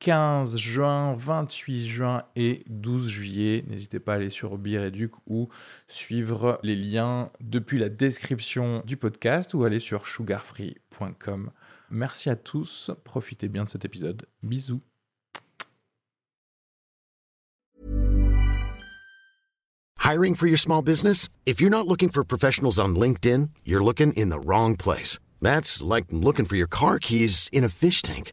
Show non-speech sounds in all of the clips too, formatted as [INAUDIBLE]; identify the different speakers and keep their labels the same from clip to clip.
Speaker 1: 15 juin, 28 juin et 12 juillet. N'hésitez pas à aller sur Bireduc ou suivre les liens depuis la description du podcast ou aller sur sugarfree.com. Merci à tous, profitez bien de cet épisode. Bisous.
Speaker 2: Hiring for your small business? If you're not looking for professionals on LinkedIn, you're looking in the wrong place. That's like looking for your car keys in a fish tank.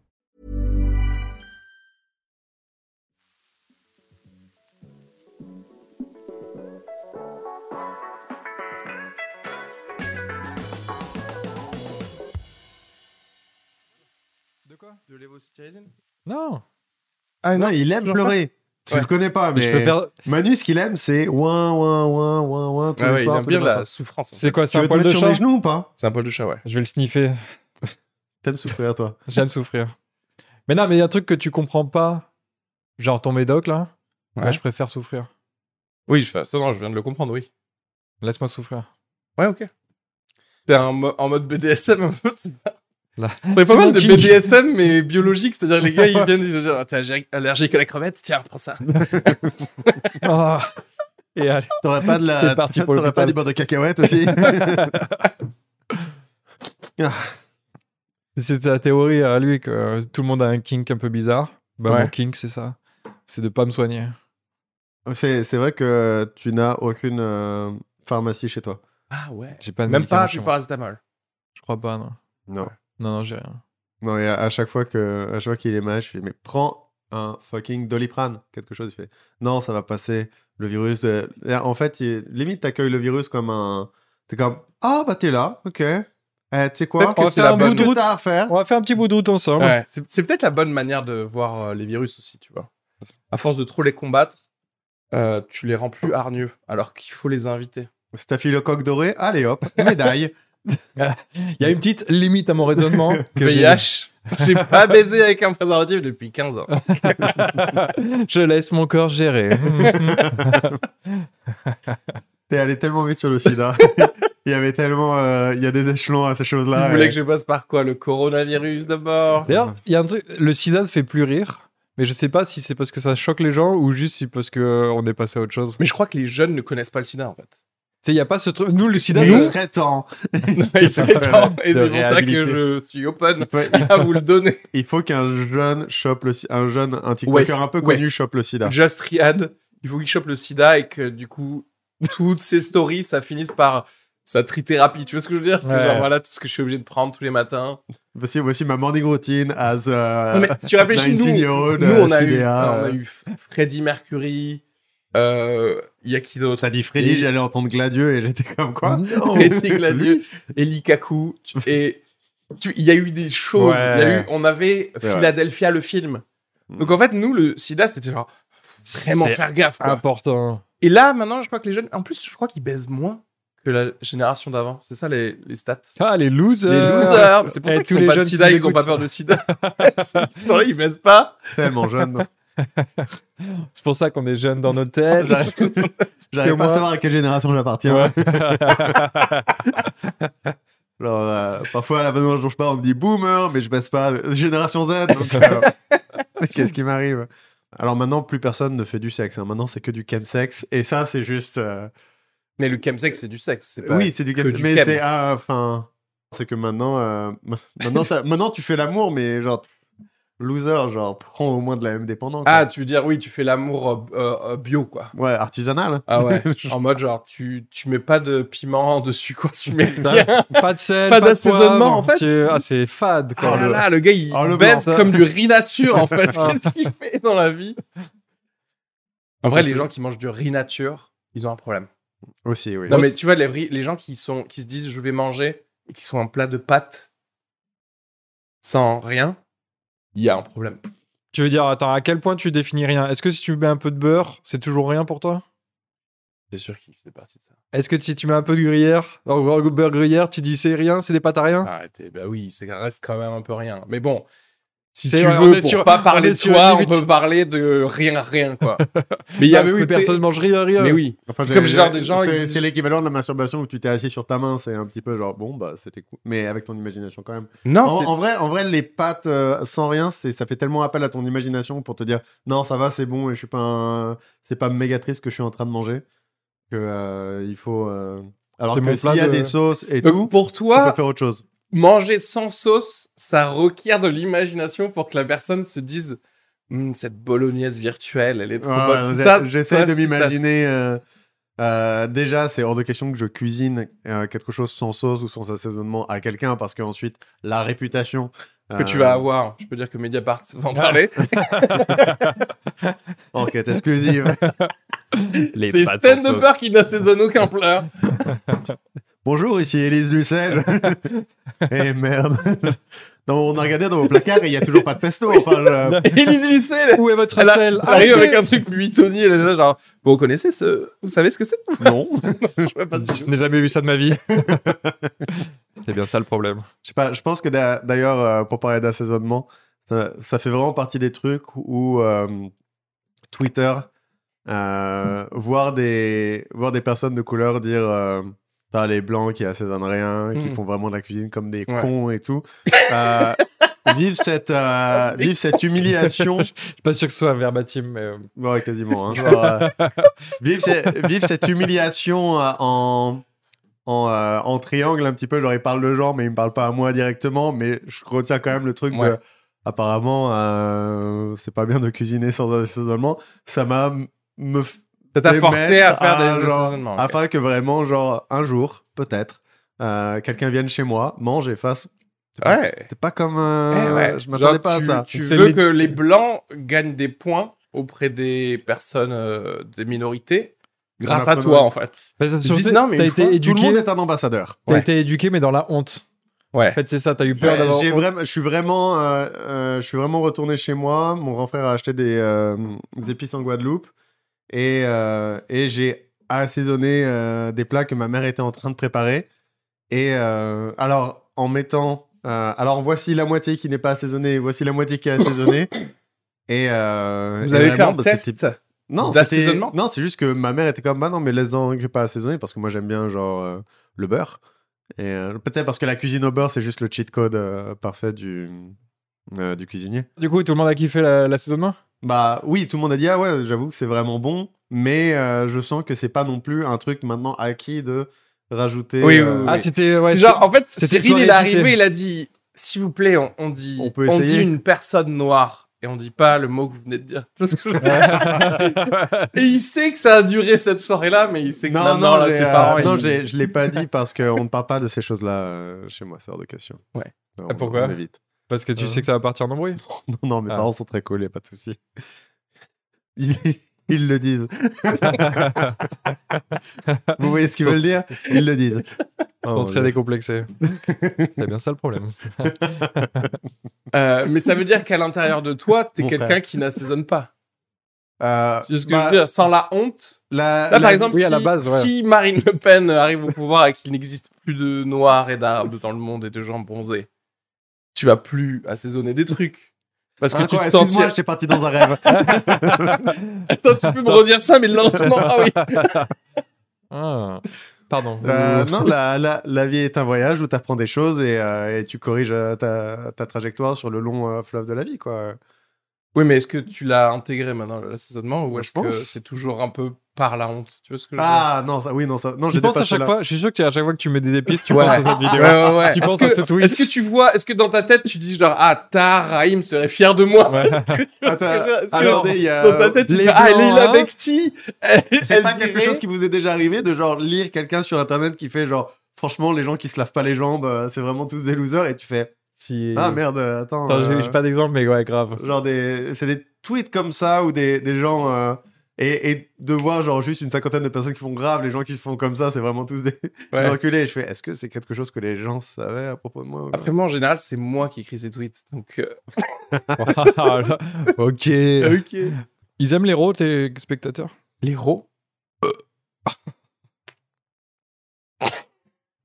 Speaker 1: De quoi De l'évosityrésine
Speaker 3: Non.
Speaker 4: Ah non, il aime
Speaker 3: toujours
Speaker 4: pleurer. Tu
Speaker 1: Ouais.
Speaker 4: le connais pas,
Speaker 3: Ah, Mais
Speaker 4: mais
Speaker 3: je peux faire.
Speaker 4: Manu, ce qu'il aime, c'est ouin, ouin, ouin, ouin, ouin, tous
Speaker 1: Ah
Speaker 4: les
Speaker 1: ouais, il
Speaker 4: soirs,
Speaker 1: aime
Speaker 4: tous les
Speaker 1: bien la
Speaker 4: matins.
Speaker 1: souffrance. en fait.
Speaker 3: C'est quoi
Speaker 4: Tu
Speaker 3: C'est
Speaker 4: veux
Speaker 3: un
Speaker 4: te
Speaker 3: poil
Speaker 4: mettre
Speaker 3: de
Speaker 4: sur
Speaker 3: chat
Speaker 4: mes genoux ou pas
Speaker 1: C'est un poil de chat, ouais.
Speaker 3: Je vais le [LAUGHS] sniffer.
Speaker 4: T'aimes souffrir, toi
Speaker 3: J'aime souffrir. Mais non, mais il y a un truc que tu comprends pas. Genre ton médoc là.
Speaker 1: Ouais.
Speaker 3: Moi, je préfère souffrir.
Speaker 1: Oui, je fais ça, non, je viens de le comprendre, oui.
Speaker 3: Laisse-moi souffrir.
Speaker 1: Ouais, ok. T'es en, mo- en mode BDSM un peu, c'est ça
Speaker 3: Là.
Speaker 1: C'est pas
Speaker 3: C'est
Speaker 1: mal
Speaker 3: mon
Speaker 1: de
Speaker 3: kink.
Speaker 1: BDSM, mais biologique, c'est-à-dire les gars,
Speaker 3: [LAUGHS]
Speaker 1: ils viennent, ils disent, Ah, t'es allergique- allergique à la crevette, tiens, prends ça.
Speaker 3: [LAUGHS] Ah. [LAUGHS] Et allez.
Speaker 4: T'aurais pas de la.
Speaker 3: [LAUGHS] C'est parti pour
Speaker 4: T'aurais
Speaker 3: l'hôpital.
Speaker 4: pas du beurre de
Speaker 3: [LAUGHS]
Speaker 4: cacahuète aussi
Speaker 3: C'est sa théorie à lui que euh, tout le monde a un kink un peu bizarre. Bah,
Speaker 1: Ouais.
Speaker 3: mon kink, c'est ça. C'est de pas me soigner.
Speaker 4: C'est c'est vrai que tu n'as aucune euh, pharmacie chez toi.
Speaker 1: Ah ouais.
Speaker 3: J'ai pas de
Speaker 1: Même pas
Speaker 3: médicaments
Speaker 1: du
Speaker 3: chez moi.
Speaker 1: paracétamol.
Speaker 3: Je crois pas, non.
Speaker 4: Non.
Speaker 3: Non, non, j'ai rien.
Speaker 4: Non, et à, à chaque fois que à chaque fois qu'il est mal, je fais mais prends un fucking doliprane, quelque chose. Il fait non, ça va passer. Le virus. De... Et En fait, il- limite t'accueilles le virus comme un. T'es comme ah bah t'es là, ok. Eh, tu sais quoi
Speaker 1: Peut-être que
Speaker 4: Oh,
Speaker 1: c'est
Speaker 4: t'as
Speaker 1: la
Speaker 4: un
Speaker 1: bonne
Speaker 4: bout de
Speaker 3: route.
Speaker 4: à faire.
Speaker 3: On va faire un petit bout de route ensemble.
Speaker 1: Ouais, c'est c'est peut-être la bonne manière de voir euh, les virus aussi, tu vois. À force de trop les combattre, euh, tu les rends plus hargneux, alors qu'il faut les inviter.
Speaker 4: Staphylocoque doré, allez hop,
Speaker 1: [LAUGHS]
Speaker 4: médaille.
Speaker 3: Il y a une petite limite à mon [LAUGHS] raisonnement. que j'ai-
Speaker 1: VIH, j'ai pas baisé avec un préservatif depuis 15 ans.
Speaker 3: Je laisse mon corps [LAUGHS] gérer.
Speaker 4: T'es allé tellement vite sur
Speaker 1: [LAUGHS]
Speaker 4: le sida. il y avait tellement, euh, il y a des échelons à ces
Speaker 1: Vous
Speaker 4: choses-là.
Speaker 1: voulez
Speaker 4: et-
Speaker 1: que je passe par quoi Le coronavirus
Speaker 3: [LAUGHS]
Speaker 1: d'abord
Speaker 3: D'ailleurs, il y a un truc, le sida ne fait plus rire, mais je sais pas si c'est parce que ça choque les gens ou juste si parce que euh, on est passé à autre chose. Tu
Speaker 1: Mais je crois que les jeunes ne connaissent pas le sida en fait.
Speaker 3: sais, il y a pas ce truc. Nous, le sida,
Speaker 4: Mais
Speaker 3: nous-
Speaker 4: il serait temps.
Speaker 1: Ils sont contents, et
Speaker 4: De
Speaker 1: c'est pour ça que
Speaker 4: réhabiliter.
Speaker 1: je suis open
Speaker 4: Il faut,
Speaker 1: à vous le
Speaker 4: [LAUGHS]
Speaker 1: donner.
Speaker 4: il faut qu'un jeune chope le, si- un jeune, un TikToker un peu
Speaker 1: ouais.
Speaker 4: connu chope le sida.
Speaker 1: Just Riad, il faut qu'il chope le sida et que du coup, toutes ces stories, ça finisse par sa trithérapie. Tu vois ce que je veux dire C'est
Speaker 3: Ouais.
Speaker 1: genre voilà tout ce que je suis obligé de prendre tous les matins.
Speaker 4: Voici, voici ma morning routine as euh, a
Speaker 1: Non, mais si tu réfléchis, nous,
Speaker 4: 19
Speaker 1: nous
Speaker 4: year old,
Speaker 1: on, a
Speaker 4: Bah, euh,
Speaker 1: eu,
Speaker 4: CDA.
Speaker 1: on a eu F- Freddie Mercury, euh, il y a qui d'autre
Speaker 4: T'as dit Freddy,
Speaker 1: Et- Mhm.
Speaker 4: j'allais entendre Gladieux et j'étais comme quoi
Speaker 1: [LAUGHS]
Speaker 4: Non. [LAUGHS]
Speaker 1: Freddy Gladieux, Eli Kaku, tu- et tu- il y a eu des choses,
Speaker 3: Ouais.
Speaker 1: il y a eu, on avait
Speaker 4: vrai. Mm.
Speaker 1: Philadelphia le film. Donc en fait, nous, le sida, c'était genre, faut vraiment
Speaker 3: C'est
Speaker 1: faire gaffe. quoi.
Speaker 3: important.
Speaker 1: Et là, maintenant, je crois que les jeunes, en plus, je crois qu'ils baisent moins que la génération d'avant. C'est ça les, les stats.
Speaker 3: Ah, les losers.
Speaker 1: Les losers, c'est pour
Speaker 3: Et
Speaker 1: ça qu'ils
Speaker 3: tous
Speaker 1: ont
Speaker 3: les
Speaker 1: pas de
Speaker 3: jeunes qui
Speaker 1: sida,
Speaker 3: nous
Speaker 1: ils ont pas
Speaker 3: écoutent.
Speaker 1: peur de
Speaker 3: [LAUGHS]
Speaker 1: sida. [LAUGHS] Ces gens-là, ils baissent pas. [LAUGHS]
Speaker 4: Tellement jeune.
Speaker 3: C'est pour ça qu'on est jeunes dans
Speaker 1: [LAUGHS]
Speaker 3: nos têtes.
Speaker 4: J'arrive
Speaker 3: Que
Speaker 4: pas à
Speaker 3: moi.
Speaker 4: savoir à quelle génération j'appartiens. [LAUGHS] Alors, euh, parfois, à la bonne dont je parle, on me dit boomer, mais je baisse pas. euh, Génération
Speaker 1: [LAUGHS]
Speaker 4: Z. donc, euh, [LAUGHS] Qu'est-ce qui m'arrive Alors maintenant, plus personne ne fait du sexe. hein. Maintenant, c'est que du chemsex. Et ça, c'est juste. euh,
Speaker 1: Mais le chemsex, c'est du sexe. c'est pas-
Speaker 4: Oui, c'est du
Speaker 1: Bah, que
Speaker 4: chemsex.
Speaker 1: du
Speaker 4: Mais
Speaker 1: chem.
Speaker 4: c'est. [LAUGHS] ah, Enfin. c'est que maintenant. euh, Maintenant, ça... maintenant, tu fais l'amour, mais genre. loser, genre, prends au moins de la MD pendant. quoi.
Speaker 1: Ah, tu veux dire, oui, tu fais l'amour euh, euh, euh, bio, quoi.
Speaker 4: Ouais, artisanal. hein,
Speaker 1: Ah [LAUGHS] ouais, en mode genre, tu, tu mets pas de piment [LAUGHS] dessus, quoi, tu mets [LAUGHS] rien.
Speaker 3: Putain, [LAUGHS] pas de sel,
Speaker 1: Pas
Speaker 3: de
Speaker 1: d'assaisonnement,
Speaker 3: poivre.
Speaker 1: en fait.
Speaker 3: Tu- Ah, c'est fade
Speaker 1: Oh
Speaker 3: quoi.
Speaker 1: là là, le gars, il
Speaker 4: Oh, le
Speaker 1: baisse
Speaker 4: blanc.
Speaker 1: comme du riz nature, en [LAUGHS] fait.
Speaker 3: Ah.
Speaker 1: Qu'est-ce qu'il fait dans la vie En vrai, les
Speaker 4: C'est-
Speaker 1: gens qui mangent du riz nature, ils ont un problème.
Speaker 4: Aussi, oui.
Speaker 1: Non, mais tu vois, les, riz- les gens qui, sont, qui se disent je vais manger et qui sont un plat de pâtes sans rien, il y a un problème.
Speaker 3: Tu veux dire, attends, à quel point tu définis rien Est-ce que si tu mets un peu de beurre, c'est toujours rien pour toi
Speaker 1: C'est sûr qu'il faisait partie de ça.
Speaker 3: Est-ce que si tu mets un peu de gruyère, oh, oh, beurre gruyère, tu dis c'est rien, c'est des pâtes à rien
Speaker 1: Arrêtez, bah oui, ça reste quand même un peu rien. Mais bon, si tu
Speaker 3: C'est vrai, on
Speaker 1: veux,
Speaker 3: est
Speaker 1: pour
Speaker 3: sur-
Speaker 1: pas
Speaker 3: on
Speaker 1: parler
Speaker 3: est
Speaker 1: de
Speaker 3: sur
Speaker 1: toi,
Speaker 3: une
Speaker 1: on
Speaker 3: limite.
Speaker 1: peut parler de rien, rien,
Speaker 3: [LAUGHS]
Speaker 1: quoi. mais il y a
Speaker 3: Ah, mais
Speaker 1: le
Speaker 3: oui,
Speaker 1: côté-
Speaker 3: personne mange rien, rien.
Speaker 1: Mais oui,
Speaker 4: Enfin,
Speaker 1: c'est comme
Speaker 4: j'ai-
Speaker 1: genre des gens. ils
Speaker 4: C'est
Speaker 1: disent-
Speaker 4: c'est l'équivalent de la masturbation où tu t'es assis sur ta main. C'est un petit peu genre, bon, bah, c'était cool. Mais avec ton imagination quand même.
Speaker 1: Non,
Speaker 4: en,
Speaker 1: c'est-
Speaker 4: en vrai, en vrai, les pâtes euh, sans rien, c'est ça fait tellement appel à ton imagination pour te dire non, ça va, c'est bon et je suis pas, un- c'est pas méga triste ce que je suis en train de manger. Que euh, il faut. euh, Alors
Speaker 3: C'est mon
Speaker 4: que s'il y
Speaker 3: plat
Speaker 4: a
Speaker 3: de- Euh,
Speaker 4: des sauces et
Speaker 1: Donc,
Speaker 4: tout,
Speaker 1: Euh, pour
Speaker 4: on
Speaker 1: toi,
Speaker 4: peut faire autre chose.
Speaker 1: manger sans sauce, ça requiert de l'imagination pour que la personne se dise Hum, cette bolognaise virtuelle, elle est trop
Speaker 4: Ouais,
Speaker 1: bonne.
Speaker 4: ouais,
Speaker 1: C'est
Speaker 4: j'ai-
Speaker 1: ça,
Speaker 4: Ah, J'essaie
Speaker 1: toi,
Speaker 4: de
Speaker 1: ce qui se passe.
Speaker 4: m'imaginer. euh, euh, déjà, c'est hors de question que je cuisine euh, quelque chose sans sauce ou sans assaisonnement à quelqu'un parce qu'ensuite, la réputation.
Speaker 1: que tu
Speaker 4: Euh.
Speaker 1: vas avoir. Je peux dire que Mediapart va
Speaker 3: Ah,
Speaker 1: en parler.
Speaker 3: [LAUGHS]
Speaker 4: Enquête
Speaker 1: [LAUGHS]
Speaker 4: euh, exclusive.
Speaker 1: C'est Stan de peur qui n'assaisonne aucun
Speaker 3: [LAUGHS]
Speaker 1: plat.
Speaker 4: Bonjour, ici
Speaker 1: [LAUGHS]
Speaker 4: Élise Lucel. Eh merde. [LAUGHS] Non, on a regardé dans vos placards et il n'y a toujours pas de pesto. Enfin, je-
Speaker 1: Élise Lucet, elle,
Speaker 3: Où est votre
Speaker 1: elle a-
Speaker 3: sel
Speaker 1: elle arrive avec
Speaker 3: Arrêtez
Speaker 1: un truc Tony elle est là genre, vous reconnaissez ce... Vous savez ce que c'est
Speaker 4: Non.
Speaker 1: [LAUGHS] Je sais pas ce que
Speaker 3: Je
Speaker 1: c'est.
Speaker 3: n'ai jamais vu ça de ma [LAUGHS] vie. c'est bien ça le problème.
Speaker 4: Je sais pas, je pense que d'a- d'ailleurs, euh, pour parler d'assaisonnement, ça, ça fait vraiment partie des trucs où euh, Twitter, euh, voir, des, voir des personnes de couleur dire euh, Putain, les blancs qui assaisonnent rien, qui
Speaker 1: Mm.
Speaker 4: font vraiment de la cuisine comme des
Speaker 1: Ouais.
Speaker 4: cons et tout. Euh, Vive cette, euh,
Speaker 1: [LAUGHS]
Speaker 4: vive cette humiliation
Speaker 3: Je suis pas sûr que ce soit un verbatim, mais euh,
Speaker 4: Ouais,
Speaker 1: [LAUGHS]
Speaker 4: quasiment. hein. Genre, euh, vive, ce- vive cette humiliation euh, en, en, euh, en triangle un petit peu. Genre, il parle de genre, mais il me parle pas à moi directement. Mais je retiens quand même le truc
Speaker 1: Ouais.
Speaker 4: de. Apparemment, euh, c'est pas bien de cuisiner sans assaisonnement. Ça m'a m- me f-
Speaker 1: Ça t'a
Speaker 4: fait
Speaker 1: forcé
Speaker 4: mettre
Speaker 1: à faire des
Speaker 4: ah, genre,
Speaker 1: assaisonnements. ok.
Speaker 4: Afin que vraiment, genre, un jour, peut-être, euh, quelqu'un vienne chez moi, mange et fasse.
Speaker 1: Ouais.
Speaker 4: C'est pas comme. euh,
Speaker 1: Eh ouais.
Speaker 4: Je m'attendais
Speaker 1: Genre,
Speaker 4: pas
Speaker 1: tu,
Speaker 4: à ça.
Speaker 1: Tu
Speaker 3: Donc, c'est
Speaker 1: veux
Speaker 3: les-
Speaker 1: que les blancs gagnent des points auprès des personnes, euh, des minorités, grâce à toi, en fait.
Speaker 3: bah, ça,
Speaker 1: Ils
Speaker 3: surtout,
Speaker 1: disent, non, mais
Speaker 3: t'as
Speaker 1: une
Speaker 3: été
Speaker 1: fois, tout le
Speaker 4: Tout le monde
Speaker 3: éduqué,
Speaker 4: est un ambassadeur.
Speaker 3: t'as
Speaker 1: Ouais.
Speaker 3: été éduqué, mais dans la honte.
Speaker 1: Ouais.
Speaker 3: En fait, c'est ça. T'as eu
Speaker 4: Ouais,
Speaker 3: peur d'avoir.
Speaker 4: j'ai
Speaker 3: honte.
Speaker 4: vraiment, je suis vraiment, euh, euh, je suis vraiment retourné chez moi. Mon grand frère a acheté des, euh, des épices en Guadeloupe et, euh, et j'ai assaisonné euh, des plats que ma mère était en train de préparer. Et euh, alors en mettant, euh, alors voici la moitié qui n'est pas assaisonnée, voici la moitié qui est
Speaker 1: [LAUGHS]
Speaker 4: assaisonnée. et euh,
Speaker 1: Vous
Speaker 4: et
Speaker 1: avez fait
Speaker 4: vraiment,
Speaker 1: un
Speaker 4: bah, c'était-
Speaker 1: test.
Speaker 4: non, c'était-
Speaker 1: d'assaisonnement
Speaker 4: Non, c'est juste que ma mère était comme, bah non, mais laisse-en que pas assaisonné parce que moi j'aime bien genre euh, le beurre. Et euh, peut-être parce que la cuisine au beurre c'est juste le cheat code euh, parfait du euh, du cuisinier.
Speaker 3: Du coup, tout le monde a kiffé la- l'assaisonnement.
Speaker 4: Bah oui, tout le monde a dit ah ouais, j'avoue que c'est vraiment bon, mais euh, je sens que c'est pas non plus un truc maintenant acquis de rajouter. euh,
Speaker 1: Oui, oui,
Speaker 3: Ah,
Speaker 1: oui.
Speaker 3: c'était ouais.
Speaker 1: genre,
Speaker 3: [LAUGHS] c'est-
Speaker 1: en fait,
Speaker 3: c'était
Speaker 1: Cyril,
Speaker 3: soirée
Speaker 1: il est
Speaker 3: épicée.
Speaker 1: arrivé, il a dit S'il vous plaît, on, on dit,
Speaker 4: On
Speaker 1: on,
Speaker 4: peut
Speaker 1: dit
Speaker 4: essayer.
Speaker 1: une personne noire. Et on dit pas le mot que vous venez de dire. Tu vois ce que je veux dire et il sait que ça a duré cette soirée-là, mais il sait que
Speaker 4: Non,
Speaker 1: maintenant,
Speaker 4: non,
Speaker 1: là,
Speaker 4: j'ai,
Speaker 1: ses
Speaker 4: euh,
Speaker 1: parents.
Speaker 4: non,
Speaker 1: ils-
Speaker 4: j'ai- je l'ai pas dit parce qu'on ne parle pas de ces choses-là euh, chez moi, c'est hors de question.
Speaker 1: Ouais.
Speaker 4: Non,
Speaker 3: Ah, pourquoi
Speaker 4: on évite.
Speaker 3: Parce que tu
Speaker 4: Euh.
Speaker 3: sais que ça va partir en [LAUGHS] embrouille.
Speaker 4: Non, non, mes
Speaker 3: Ah.
Speaker 4: parents sont très collés, pas de souci. Ils, ils le disent. Vous voyez ce qu'ils veulent dire Ils le disent.
Speaker 3: Ils
Speaker 4: Oh,
Speaker 3: sont très
Speaker 4: mon
Speaker 3: [LAUGHS]
Speaker 4: Dieu.
Speaker 3: décomplexés. c'est bien ça le problème.
Speaker 1: Euh, mais ça veut dire qu'à l'intérieur de toi, t'es
Speaker 4: Mon
Speaker 1: quelqu'un
Speaker 4: frère.
Speaker 1: qui n'assaisonne pas.
Speaker 4: Euh,
Speaker 1: C'est juste que
Speaker 4: bah,
Speaker 1: je veux dire, Ah, sans la honte, Là,
Speaker 4: la- la-
Speaker 1: par exemple,
Speaker 3: oui,
Speaker 1: si,
Speaker 3: à la base, ouais.
Speaker 1: si Marine Le Pen arrive au pouvoir et qu'il n'existe plus de noirs et d'arabes dans le monde et de gens bronzés, tu vas plus assaisonner des trucs. Parce que
Speaker 4: Hein,
Speaker 1: tu
Speaker 4: quoi,
Speaker 1: te
Speaker 4: Excuse-moi,
Speaker 1: sentiras...
Speaker 4: j'étais parti dans un rêve.
Speaker 1: Attends, tu peux me redire ça, mais lentement. Ah oui.
Speaker 3: Ah. Pardon.
Speaker 4: Euh,
Speaker 3: Ouh.
Speaker 4: non, la, la- la vie est un voyage où tu apprends des choses et, euh, et tu corriges euh, ta, ta trajectoire sur le long euh, fleuve de la vie. quoi.
Speaker 1: Oui, mais est-ce que tu l'as intégré maintenant, l'assaisonnement, ou
Speaker 4: Moi,
Speaker 1: est-ce
Speaker 4: Bah, je pense.
Speaker 1: que c'est toujours un peu par la honte Tu vois ce que je veux dire
Speaker 4: Ah non, ça, oui, non, ça. Non,
Speaker 3: Tu
Speaker 4: j'ai
Speaker 3: penses à
Speaker 4: dépassé
Speaker 3: chaque
Speaker 4: là.
Speaker 3: fois, je suis sûr que tu- à chaque fois que tu mets des épices, tu
Speaker 1: Ouais.
Speaker 3: penses à cette
Speaker 1: Ouais, ouais,
Speaker 3: vidéo.
Speaker 1: ouais. Est-ce
Speaker 3: Tu penses
Speaker 1: que,
Speaker 3: à ce tweet
Speaker 1: est-ce que tu vois, est-ce que dans ta tête tu dis genre ah ta Raïm serait fier de moi
Speaker 3: Ouais.
Speaker 4: Attends,
Speaker 1: Est-ce que
Speaker 4: attendez, il y a.
Speaker 1: Dans ta tête tu
Speaker 4: les
Speaker 1: dis ah
Speaker 4: blancs,
Speaker 1: Leila
Speaker 4: hein.
Speaker 1: Bekti, elle-
Speaker 4: C'est
Speaker 1: elle
Speaker 4: pas quelque
Speaker 1: dirait-
Speaker 4: chose qui vous est déjà arrivé de genre lire quelqu'un sur internet qui fait genre franchement les gens qui se lavent pas les jambes euh, c'est vraiment tous des losers et tu fais
Speaker 3: Si-
Speaker 4: ah merde euh, attends,
Speaker 3: Attends, j'ai-
Speaker 4: euh,
Speaker 3: j'ai pas d'exemple, mais ouais, grave.
Speaker 4: genre des c'est des tweets comme ça ou des, des gens euh, et, et de voir genre juste une cinquantaine de personnes qui font grave les gens qui se font comme ça c'est vraiment tous des
Speaker 1: Ouais.
Speaker 4: [LAUGHS] enculés et je fais est-ce que c'est quelque chose que les gens savaient à propos de moi ou pas
Speaker 1: Après moi en général c'est moi qui écris ces tweets donc euh,
Speaker 4: [LAUGHS]
Speaker 3: [LAUGHS] Voilà. ok.
Speaker 1: ok
Speaker 3: Ah Ils aiment les rôles, tes spectateurs
Speaker 1: l'héros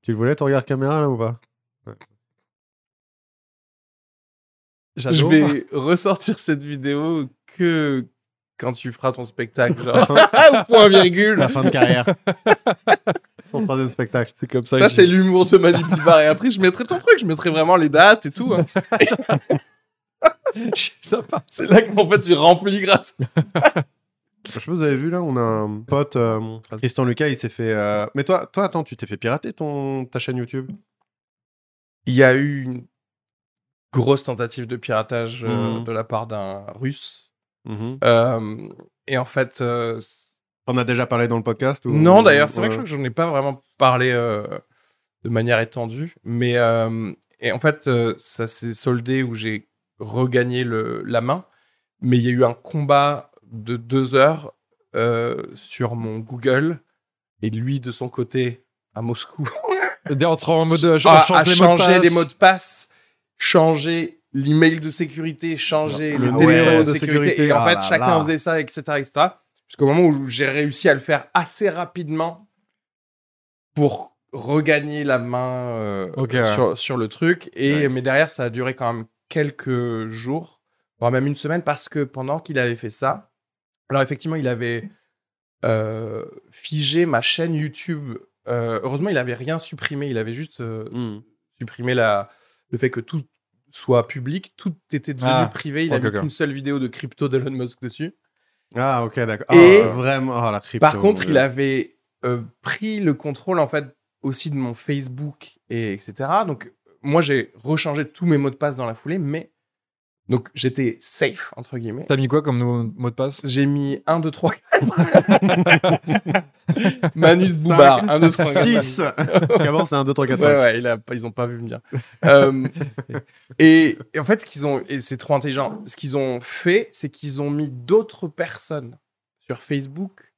Speaker 4: tu le voulais ton regard caméra là ou pas
Speaker 1: je
Speaker 3: J'adore.
Speaker 1: vais ressortir cette vidéo que quand tu feras ton spectacle genre au [LAUGHS] point virgule
Speaker 4: fin de [LAUGHS] carrière son troisième spectacle
Speaker 3: C'est comme ça.
Speaker 1: ça
Speaker 3: que
Speaker 1: c'est l'humour de Manu Pibar et après je mettrai ton truc je mettrai vraiment les dates et tout hein.
Speaker 3: [LAUGHS] je- je suis sympa.
Speaker 1: [LAUGHS] c'est là qu'en fait tu remplis grâce
Speaker 4: Je sais pas, vous avez vu là, on a un pote, euh, Tristan Lucas, il s'est fait. euh, Mais toi, toi, attends, tu t'es fait pirater ton ta chaîne YouTube
Speaker 1: il y a eu une grosse tentative de piratage euh,
Speaker 4: Mhm.
Speaker 1: de la part d'un russe. Euh, et en fait, euh, c-
Speaker 4: T'en as déjà parlé dans le podcast ou...
Speaker 1: non, d'ailleurs, c'est vrai
Speaker 4: Ouais.
Speaker 1: que je crois que j'en ai pas vraiment parlé euh, de manière étendue, mais euh, et en fait, euh, ça s'est soldé où j'ai regagné le, la main, mais il y a eu un combat de deux heures euh, sur mon Google et lui de son côté à Moscou
Speaker 3: Des entrants en mode. euh,
Speaker 1: à,
Speaker 3: change
Speaker 1: Ah, à
Speaker 3: les mots de
Speaker 1: changer
Speaker 3: passe.
Speaker 1: les mots de passe, changer l'email de sécurité, changer
Speaker 4: Ah,
Speaker 1: le
Speaker 4: le
Speaker 1: téléphone
Speaker 3: numéro
Speaker 1: de
Speaker 4: de
Speaker 1: sécurité.
Speaker 4: sécurité,
Speaker 1: Et en
Speaker 4: ah
Speaker 1: fait,
Speaker 4: là
Speaker 1: chacun
Speaker 4: là.
Speaker 1: faisait ça, etc., etc. Jusqu'au moment où j'ai réussi à le faire assez rapidement pour regagner la main euh,
Speaker 3: Ok, ouais.
Speaker 1: sur, sur le truc. Et,
Speaker 4: Nice.
Speaker 1: Mais derrière, ça a duré quand même quelques jours, voire même une semaine, parce que pendant qu'il avait fait ça, alors effectivement, il avait euh, figé ma chaîne YouTube. Euh, heureusement, il avait rien supprimé, il avait juste euh,
Speaker 4: Mhm.
Speaker 1: supprimer la, le fait que tout soit public, tout était devenu
Speaker 3: Ah,
Speaker 1: privé. Il
Speaker 3: ok,
Speaker 1: a mis
Speaker 3: ok.
Speaker 1: qu'une seule vidéo de crypto d'Elon Musk dessus.
Speaker 4: Ah, ok, d'accord. Ah,
Speaker 1: Et-
Speaker 4: c'est vraiment. ah, la crypto,
Speaker 1: Par contre,
Speaker 4: mon
Speaker 1: il
Speaker 4: Dieu.
Speaker 1: avait euh, pris le contrôle en fait aussi de mon Facebook et etc. Donc moi j'ai rechangé tous mes mots de passe dans la foulée, mais donc j'étais safe entre guillemets.
Speaker 3: T'as mis quoi comme nouveau mot de passe
Speaker 1: J'ai mis 1, 2, 3,
Speaker 4: [LAUGHS]
Speaker 1: 4. Manus Boubard, 1, 2, 3, 4.
Speaker 4: Six Parce qu'avant, c'est un 2, 3, 4, 5.
Speaker 1: Ouais, ouais, il a pas- ils ont pas vu venir. Euh, et, et en fait, ce qu'ils ont, et c'est trop intelligent, ce qu'ils ont fait, c'est qu'ils ont mis d'autres personnes sur Facebook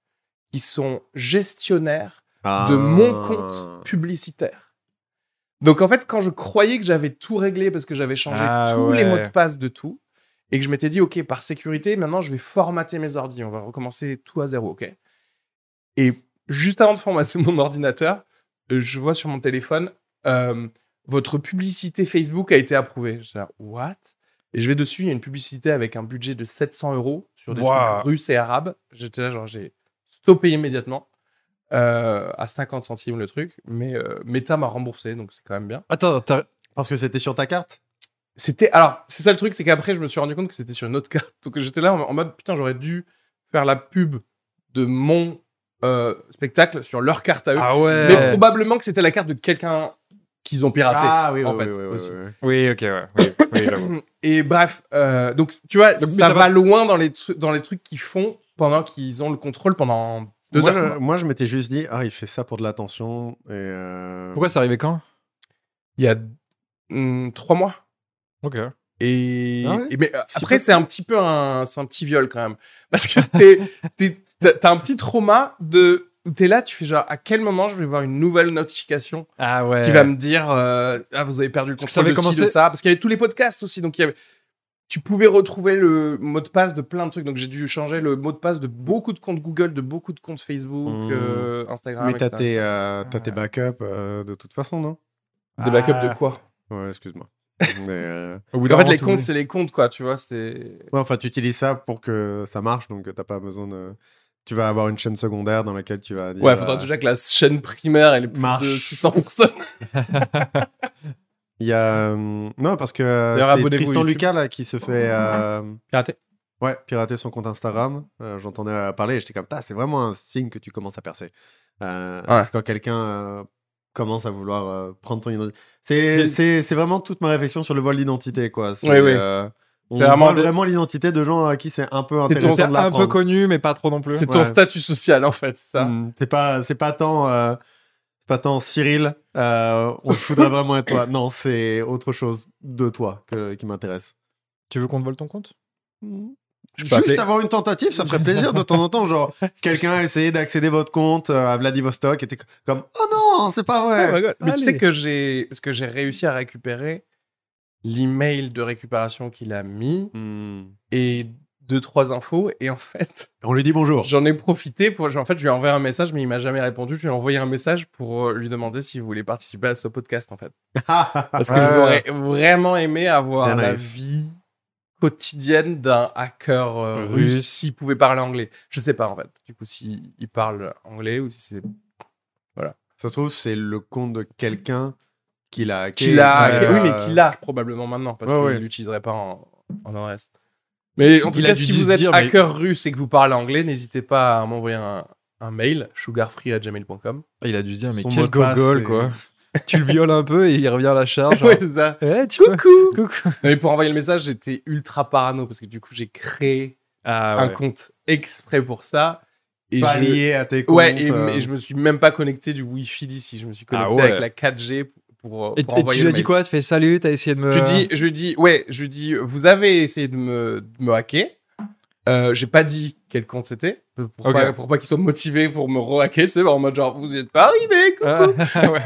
Speaker 1: qui sont gestionnaires
Speaker 4: Ah.
Speaker 3: Ah.
Speaker 1: de mon compte publicitaire. Donc en fait, quand je croyais que j'avais tout réglé parce que j'avais changé
Speaker 3: Ah
Speaker 1: tous
Speaker 3: ouais.
Speaker 1: les mots de passe de tout, et que je m'étais dit, OK, par sécurité, maintenant je vais formater mes ordi, on va recommencer tout à zéro, OK Et juste avant de formater mon ordinateur, euh, je vois sur mon téléphone, euh, votre publicité Facebook a été approuvée. Je suis là, what Et je vais dessus, il y a une publicité avec un budget de 700 euros sur des
Speaker 3: Waouh.
Speaker 1: trucs russes et arabes. J'étais là, genre, j'ai stoppé immédiatement. euh, à 50 centimes le truc, mais euh, Meta m'a remboursé, donc c'est quand même bien.
Speaker 3: Attends, t'as-
Speaker 4: Parce que c'était sur ta carte
Speaker 1: C'était alors c'est ça le truc, c'est qu'après je me suis rendu compte que c'était sur une autre carte, donc j'étais là en, en mode putain j'aurais dû faire la pub de mon euh, spectacle sur leur carte à eux,
Speaker 3: Ah
Speaker 1: Euh, mais
Speaker 3: ouais.
Speaker 1: probablement que c'était la carte de quelqu'un qu'ils ont piraté.
Speaker 4: Ah, oui, oui,
Speaker 1: en
Speaker 4: oui,
Speaker 1: fait,
Speaker 4: oui, oui,
Speaker 1: aussi.
Speaker 4: oui.
Speaker 3: Oui, ok, ouais. Oui, oui, j'avoue.
Speaker 1: Et bref, euh, donc tu vois,
Speaker 3: mais
Speaker 1: ça
Speaker 3: t'as
Speaker 1: va loin dans les, tru- dans les trucs qu'ils font pendant qu'ils ont le contrôle pendant deux
Speaker 4: moi,
Speaker 1: heures.
Speaker 4: je,
Speaker 1: quoi.
Speaker 4: moi, je m'étais juste dit, ah, il fait ça pour de l'attention. Et
Speaker 3: [LAUGHS]
Speaker 4: euh,
Speaker 3: Pourquoi c'est arrivé quand
Speaker 1: Il y a hum, trois mois.
Speaker 3: Ok.
Speaker 1: Et,
Speaker 4: Ah ouais
Speaker 1: et mais, euh,
Speaker 4: Si
Speaker 1: après,
Speaker 4: peu-
Speaker 1: c'est un petit peu un, c'est un petit viol quand même. Parce que t'es, t'es- t'as- t'as un petit trauma de. où T'es là, tu fais genre à quel moment je vais voir une nouvelle notification
Speaker 3: Ah ouais.
Speaker 1: qui va me dire euh, ah vous avez perdu le
Speaker 3: Parce que ça
Speaker 1: contrôle de,
Speaker 3: avait
Speaker 1: ci,
Speaker 3: commencé-
Speaker 1: de ça parce qu'il y avait tous les podcasts aussi donc il y avait tu pouvais retrouver le mot de passe de plein de trucs donc j'ai dû changer le mot de passe de beaucoup de comptes Google de beaucoup de comptes Facebook
Speaker 4: Mmh.
Speaker 1: euh, Instagram
Speaker 4: Mais t'as
Speaker 1: etc.
Speaker 4: tes, euh, t'as tes backups euh, de toute façon, non
Speaker 1: de backup
Speaker 3: Ah.
Speaker 1: de quoi
Speaker 4: Ouais, excuse-moi. [LAUGHS] Mais, euh,
Speaker 3: Au
Speaker 1: parce
Speaker 3: bout d'un
Speaker 1: qu'en fait
Speaker 3: moment,
Speaker 1: les
Speaker 3: tout
Speaker 1: comptes
Speaker 3: le
Speaker 1: c'est les comptes quoi tu vois c'est
Speaker 4: Ouais, enfin, tu utilises ça pour que ça marche, donc t'as pas besoin de. Tu vas avoir une chaîne secondaire dans laquelle tu vas dire.
Speaker 1: ouais faudra
Speaker 4: euh,
Speaker 1: déjà que la chaîne primaire elle est plus
Speaker 4: Marche.
Speaker 1: de 600 personnes
Speaker 4: Il y a. euh, Non, parce que euh,
Speaker 1: D'ailleurs,
Speaker 4: c'est
Speaker 1: abonnez-vous
Speaker 4: Tristan
Speaker 1: YouTube.
Speaker 4: Lucas là, qui se fait. euh,
Speaker 1: Pirater.
Speaker 4: Ouais, pirater son compte Instagram. Euh, J'entendais euh, parler et j'étais comme, Ah, c'est vraiment un signe que tu commences à percer. Euh,
Speaker 1: Ouais.
Speaker 4: C'est quand quelqu'un euh, commence à vouloir euh, prendre ton identité. C'est- C'est c'est vraiment toute ma réflexion sur le vol d'identité, quoi. C'est
Speaker 1: Ouais, ouais.
Speaker 4: euh, on
Speaker 1: C'est vraiment
Speaker 4: vole
Speaker 1: des-
Speaker 4: vraiment l'identité de gens à qui c'est un peu
Speaker 3: C'est ton-
Speaker 4: intéressant
Speaker 3: c'est un
Speaker 4: de
Speaker 3: peu
Speaker 4: l'apprendre.
Speaker 3: connu, mais pas trop non plus.
Speaker 1: C'est ton
Speaker 4: Ouais.
Speaker 1: statut social en fait, ça.
Speaker 4: Mm, C'est pas, c'est pas tant, euh, c'est pas tant Cyril. euh, on te foudrait vraiment être toi. Non, c'est autre chose de toi que- qui m'intéresse.
Speaker 3: Tu veux qu'on te vole ton compte
Speaker 1: Je peux
Speaker 4: Juste
Speaker 1: appeler-
Speaker 4: avoir une tentative, ça ferait plaisir de temps en temps. Genre, quelqu'un a essayé d'accéder votre compte euh, à Vladivostok et t'es comme Oh non, c'est pas
Speaker 1: Oh
Speaker 4: vrai.
Speaker 1: my God. Mais tu
Speaker 3: Allez.
Speaker 1: sais que j'ai parce que j'ai réussi à récupérer l'email de récupération qu'il a mis
Speaker 4: Hmm.
Speaker 1: et deux trois infos et en fait
Speaker 4: On lui dit bonjour.
Speaker 1: j'en ai profité pour en fait je lui ai envoyé un message mais il m'a jamais répondu je lui ai envoyé un message pour euh, lui demander s'il voulait participer à ce podcast en fait parce que j'aurais
Speaker 3: Ouais.
Speaker 1: vraiment aimé avoir
Speaker 4: Very
Speaker 1: la
Speaker 4: nice.
Speaker 1: vie quotidienne d'un hacker euh,
Speaker 3: Russe.
Speaker 1: russe s'il pouvait parler anglais je sais pas en fait du coup s'il il parle anglais ou si c'est
Speaker 4: ça se trouve, c'est le compte de quelqu'un qui l'a hacké.
Speaker 1: Qu'il a,
Speaker 4: Ouais,
Speaker 1: oui,
Speaker 4: euh,
Speaker 1: mais qu'il a probablement maintenant parce
Speaker 4: Ouais,
Speaker 1: qu'il
Speaker 4: ouais.
Speaker 1: l'utiliserait pas en, en adresse. Mais en tout
Speaker 3: Il a
Speaker 1: cas,
Speaker 3: dû
Speaker 1: si
Speaker 3: se
Speaker 1: vous êtes
Speaker 3: dire, mais-
Speaker 1: hacker russe et que vous parlez anglais, n'hésitez pas à m'envoyer un, un mail sugarfree@gmail.com.
Speaker 3: Ah, Il a dû se dire, mais
Speaker 4: Son
Speaker 3: quel
Speaker 4: mot de passe,
Speaker 3: gogol,
Speaker 4: c'est-
Speaker 3: quoi. tu le violes un peu et il revient à
Speaker 1: [LAUGHS]
Speaker 3: la charge.
Speaker 1: Ouais, c'est ça.
Speaker 3: genre, Eh, tu peux-
Speaker 1: Coucou.
Speaker 3: Coucou.
Speaker 1: Non, mais pour envoyer le message, j'étais ultra parano parce que du coup, j'ai créé
Speaker 3: Ah,
Speaker 1: un
Speaker 3: ouais.
Speaker 1: compte exprès pour ça et
Speaker 4: Pas
Speaker 1: je-
Speaker 4: lié à tes comptes.
Speaker 1: ouais, et,
Speaker 4: euh,
Speaker 1: et je me suis même pas connecté du Wi-Fi d'ici. Je me suis connecté
Speaker 3: Ah ouais.
Speaker 1: avec la 4G pour- pour,
Speaker 3: Et,
Speaker 1: pour
Speaker 3: et
Speaker 1: envoyer
Speaker 3: tu lui
Speaker 1: le
Speaker 3: as dit
Speaker 1: mail.
Speaker 3: quoi Tu fais salut, t'as essayé de me.
Speaker 1: Je dis, je lui dis, ouais, je lui dis, vous avez essayé de me, de me hacker. Euh, j'ai pas dit quel compte c'était pour,
Speaker 3: Ok.
Speaker 1: pas, pour pas qu'il soit motivé pour me re-hacker. C'est en mode genre, vous y êtes pas arrivé. quoi.
Speaker 3: Ah, ouais.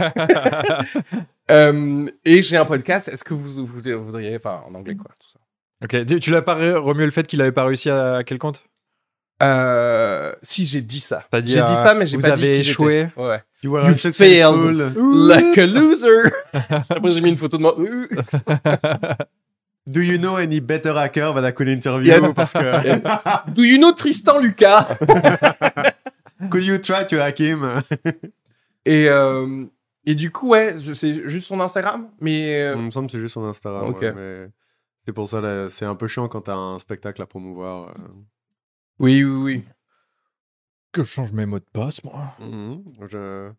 Speaker 1: Euh, et j'ai un podcast. Est-ce que vous, vous voudriez, enfin, en anglais quoi, tout ça.
Speaker 3: [LAUGHS] ok, tu, tu l'as pas re- remué le fait qu'il avait pas réussi à, à quel compte
Speaker 1: Euh, si j'ai dit ça,
Speaker 3: T'as dit,
Speaker 1: j'ai
Speaker 3: euh,
Speaker 1: dit ça, mais j'ai
Speaker 3: vous
Speaker 1: pas dit
Speaker 3: avez
Speaker 1: qui
Speaker 3: échoué.
Speaker 1: j'étais. Ouais.
Speaker 4: You are
Speaker 1: You
Speaker 4: a successful.
Speaker 1: Like a
Speaker 3: [LAUGHS]
Speaker 1: loser. Après j'ai mis une photo de moi.
Speaker 4: Do you know any better hacker va la interview
Speaker 1: Yes.
Speaker 4: parce que
Speaker 1: Yes. Do you know Tristan Lucas?
Speaker 4: could you try to
Speaker 1: [LAUGHS]
Speaker 4: hack
Speaker 1: Euh,
Speaker 4: him
Speaker 1: Et, euh, et du coup, ouais, je- c'est juste son Instagram, mais euh,
Speaker 4: Il
Speaker 3: Mm.
Speaker 4: me semble que c'est juste son Instagram.
Speaker 1: Ok.
Speaker 4: ouais, mais c'est pour ça, là, c'est un peu chiant quand t'as un spectacle à promouvoir. euh.
Speaker 1: oui, oui,
Speaker 3: Que je change mes mots de passe, moi.
Speaker 1: Mm-hmm.
Speaker 4: Je-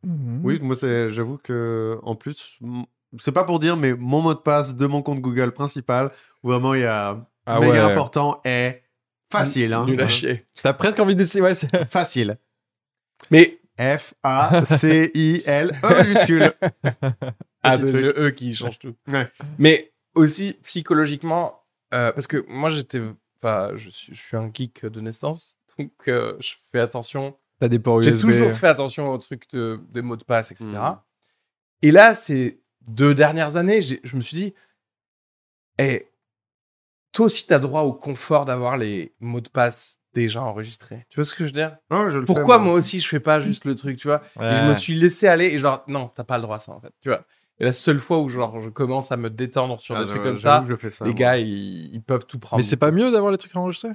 Speaker 4: Oui, moi, c'est- j'avoue que en plus, m- c'est pas pour dire, mais mon mot de passe de mon compte Google principal, où vraiment il y a
Speaker 3: Ah
Speaker 4: méga
Speaker 3: ouais.
Speaker 4: important et facile. hein.
Speaker 1: oui, nul [LAUGHS] à
Speaker 4: Ouais.
Speaker 1: chier.
Speaker 3: T'as presque envie d'essayer. Ouais, c'est-
Speaker 4: facile.
Speaker 1: Mais
Speaker 4: F A C I L E majuscule.
Speaker 1: [LAUGHS] ah,
Speaker 4: Petit
Speaker 1: c'est
Speaker 4: truc.
Speaker 1: le E qui change tout.
Speaker 4: Ouais.
Speaker 1: Mais aussi psychologiquement, euh, parce que moi j'étais, enfin, je suis, je suis un geek de naissance, donc euh, je fais attention.
Speaker 3: T'as des ports
Speaker 1: J'ai
Speaker 3: USB.
Speaker 1: toujours fait attention aux trucs de, des mots de passe, etc.
Speaker 4: Mm.
Speaker 1: Et là, ces deux dernières années, j'ai- je me suis dit, eh, toi aussi t'as droit au confort d'avoir les mots de passe déjà enregistrés. Tu vois ce que je veux dire
Speaker 4: Oh, je le fais,
Speaker 1: Pourquoi
Speaker 4: moi.
Speaker 1: moi aussi je fais pas juste le truc, tu vois Et je me suis laissé aller et genre, non, t'as pas le droit à ça en fait, tu vois. Et la seule fois où genre je commence à me détendre sur
Speaker 4: Ah,
Speaker 1: des trucs
Speaker 4: je-
Speaker 1: comme
Speaker 4: j'avoue
Speaker 1: ça,
Speaker 4: que je fais ça,
Speaker 1: les
Speaker 4: moi.
Speaker 1: gars, ils, ils peuvent tout prendre.
Speaker 3: Mais c'est pas mieux d'avoir les
Speaker 1: [LAUGHS]
Speaker 3: trucs enregistrés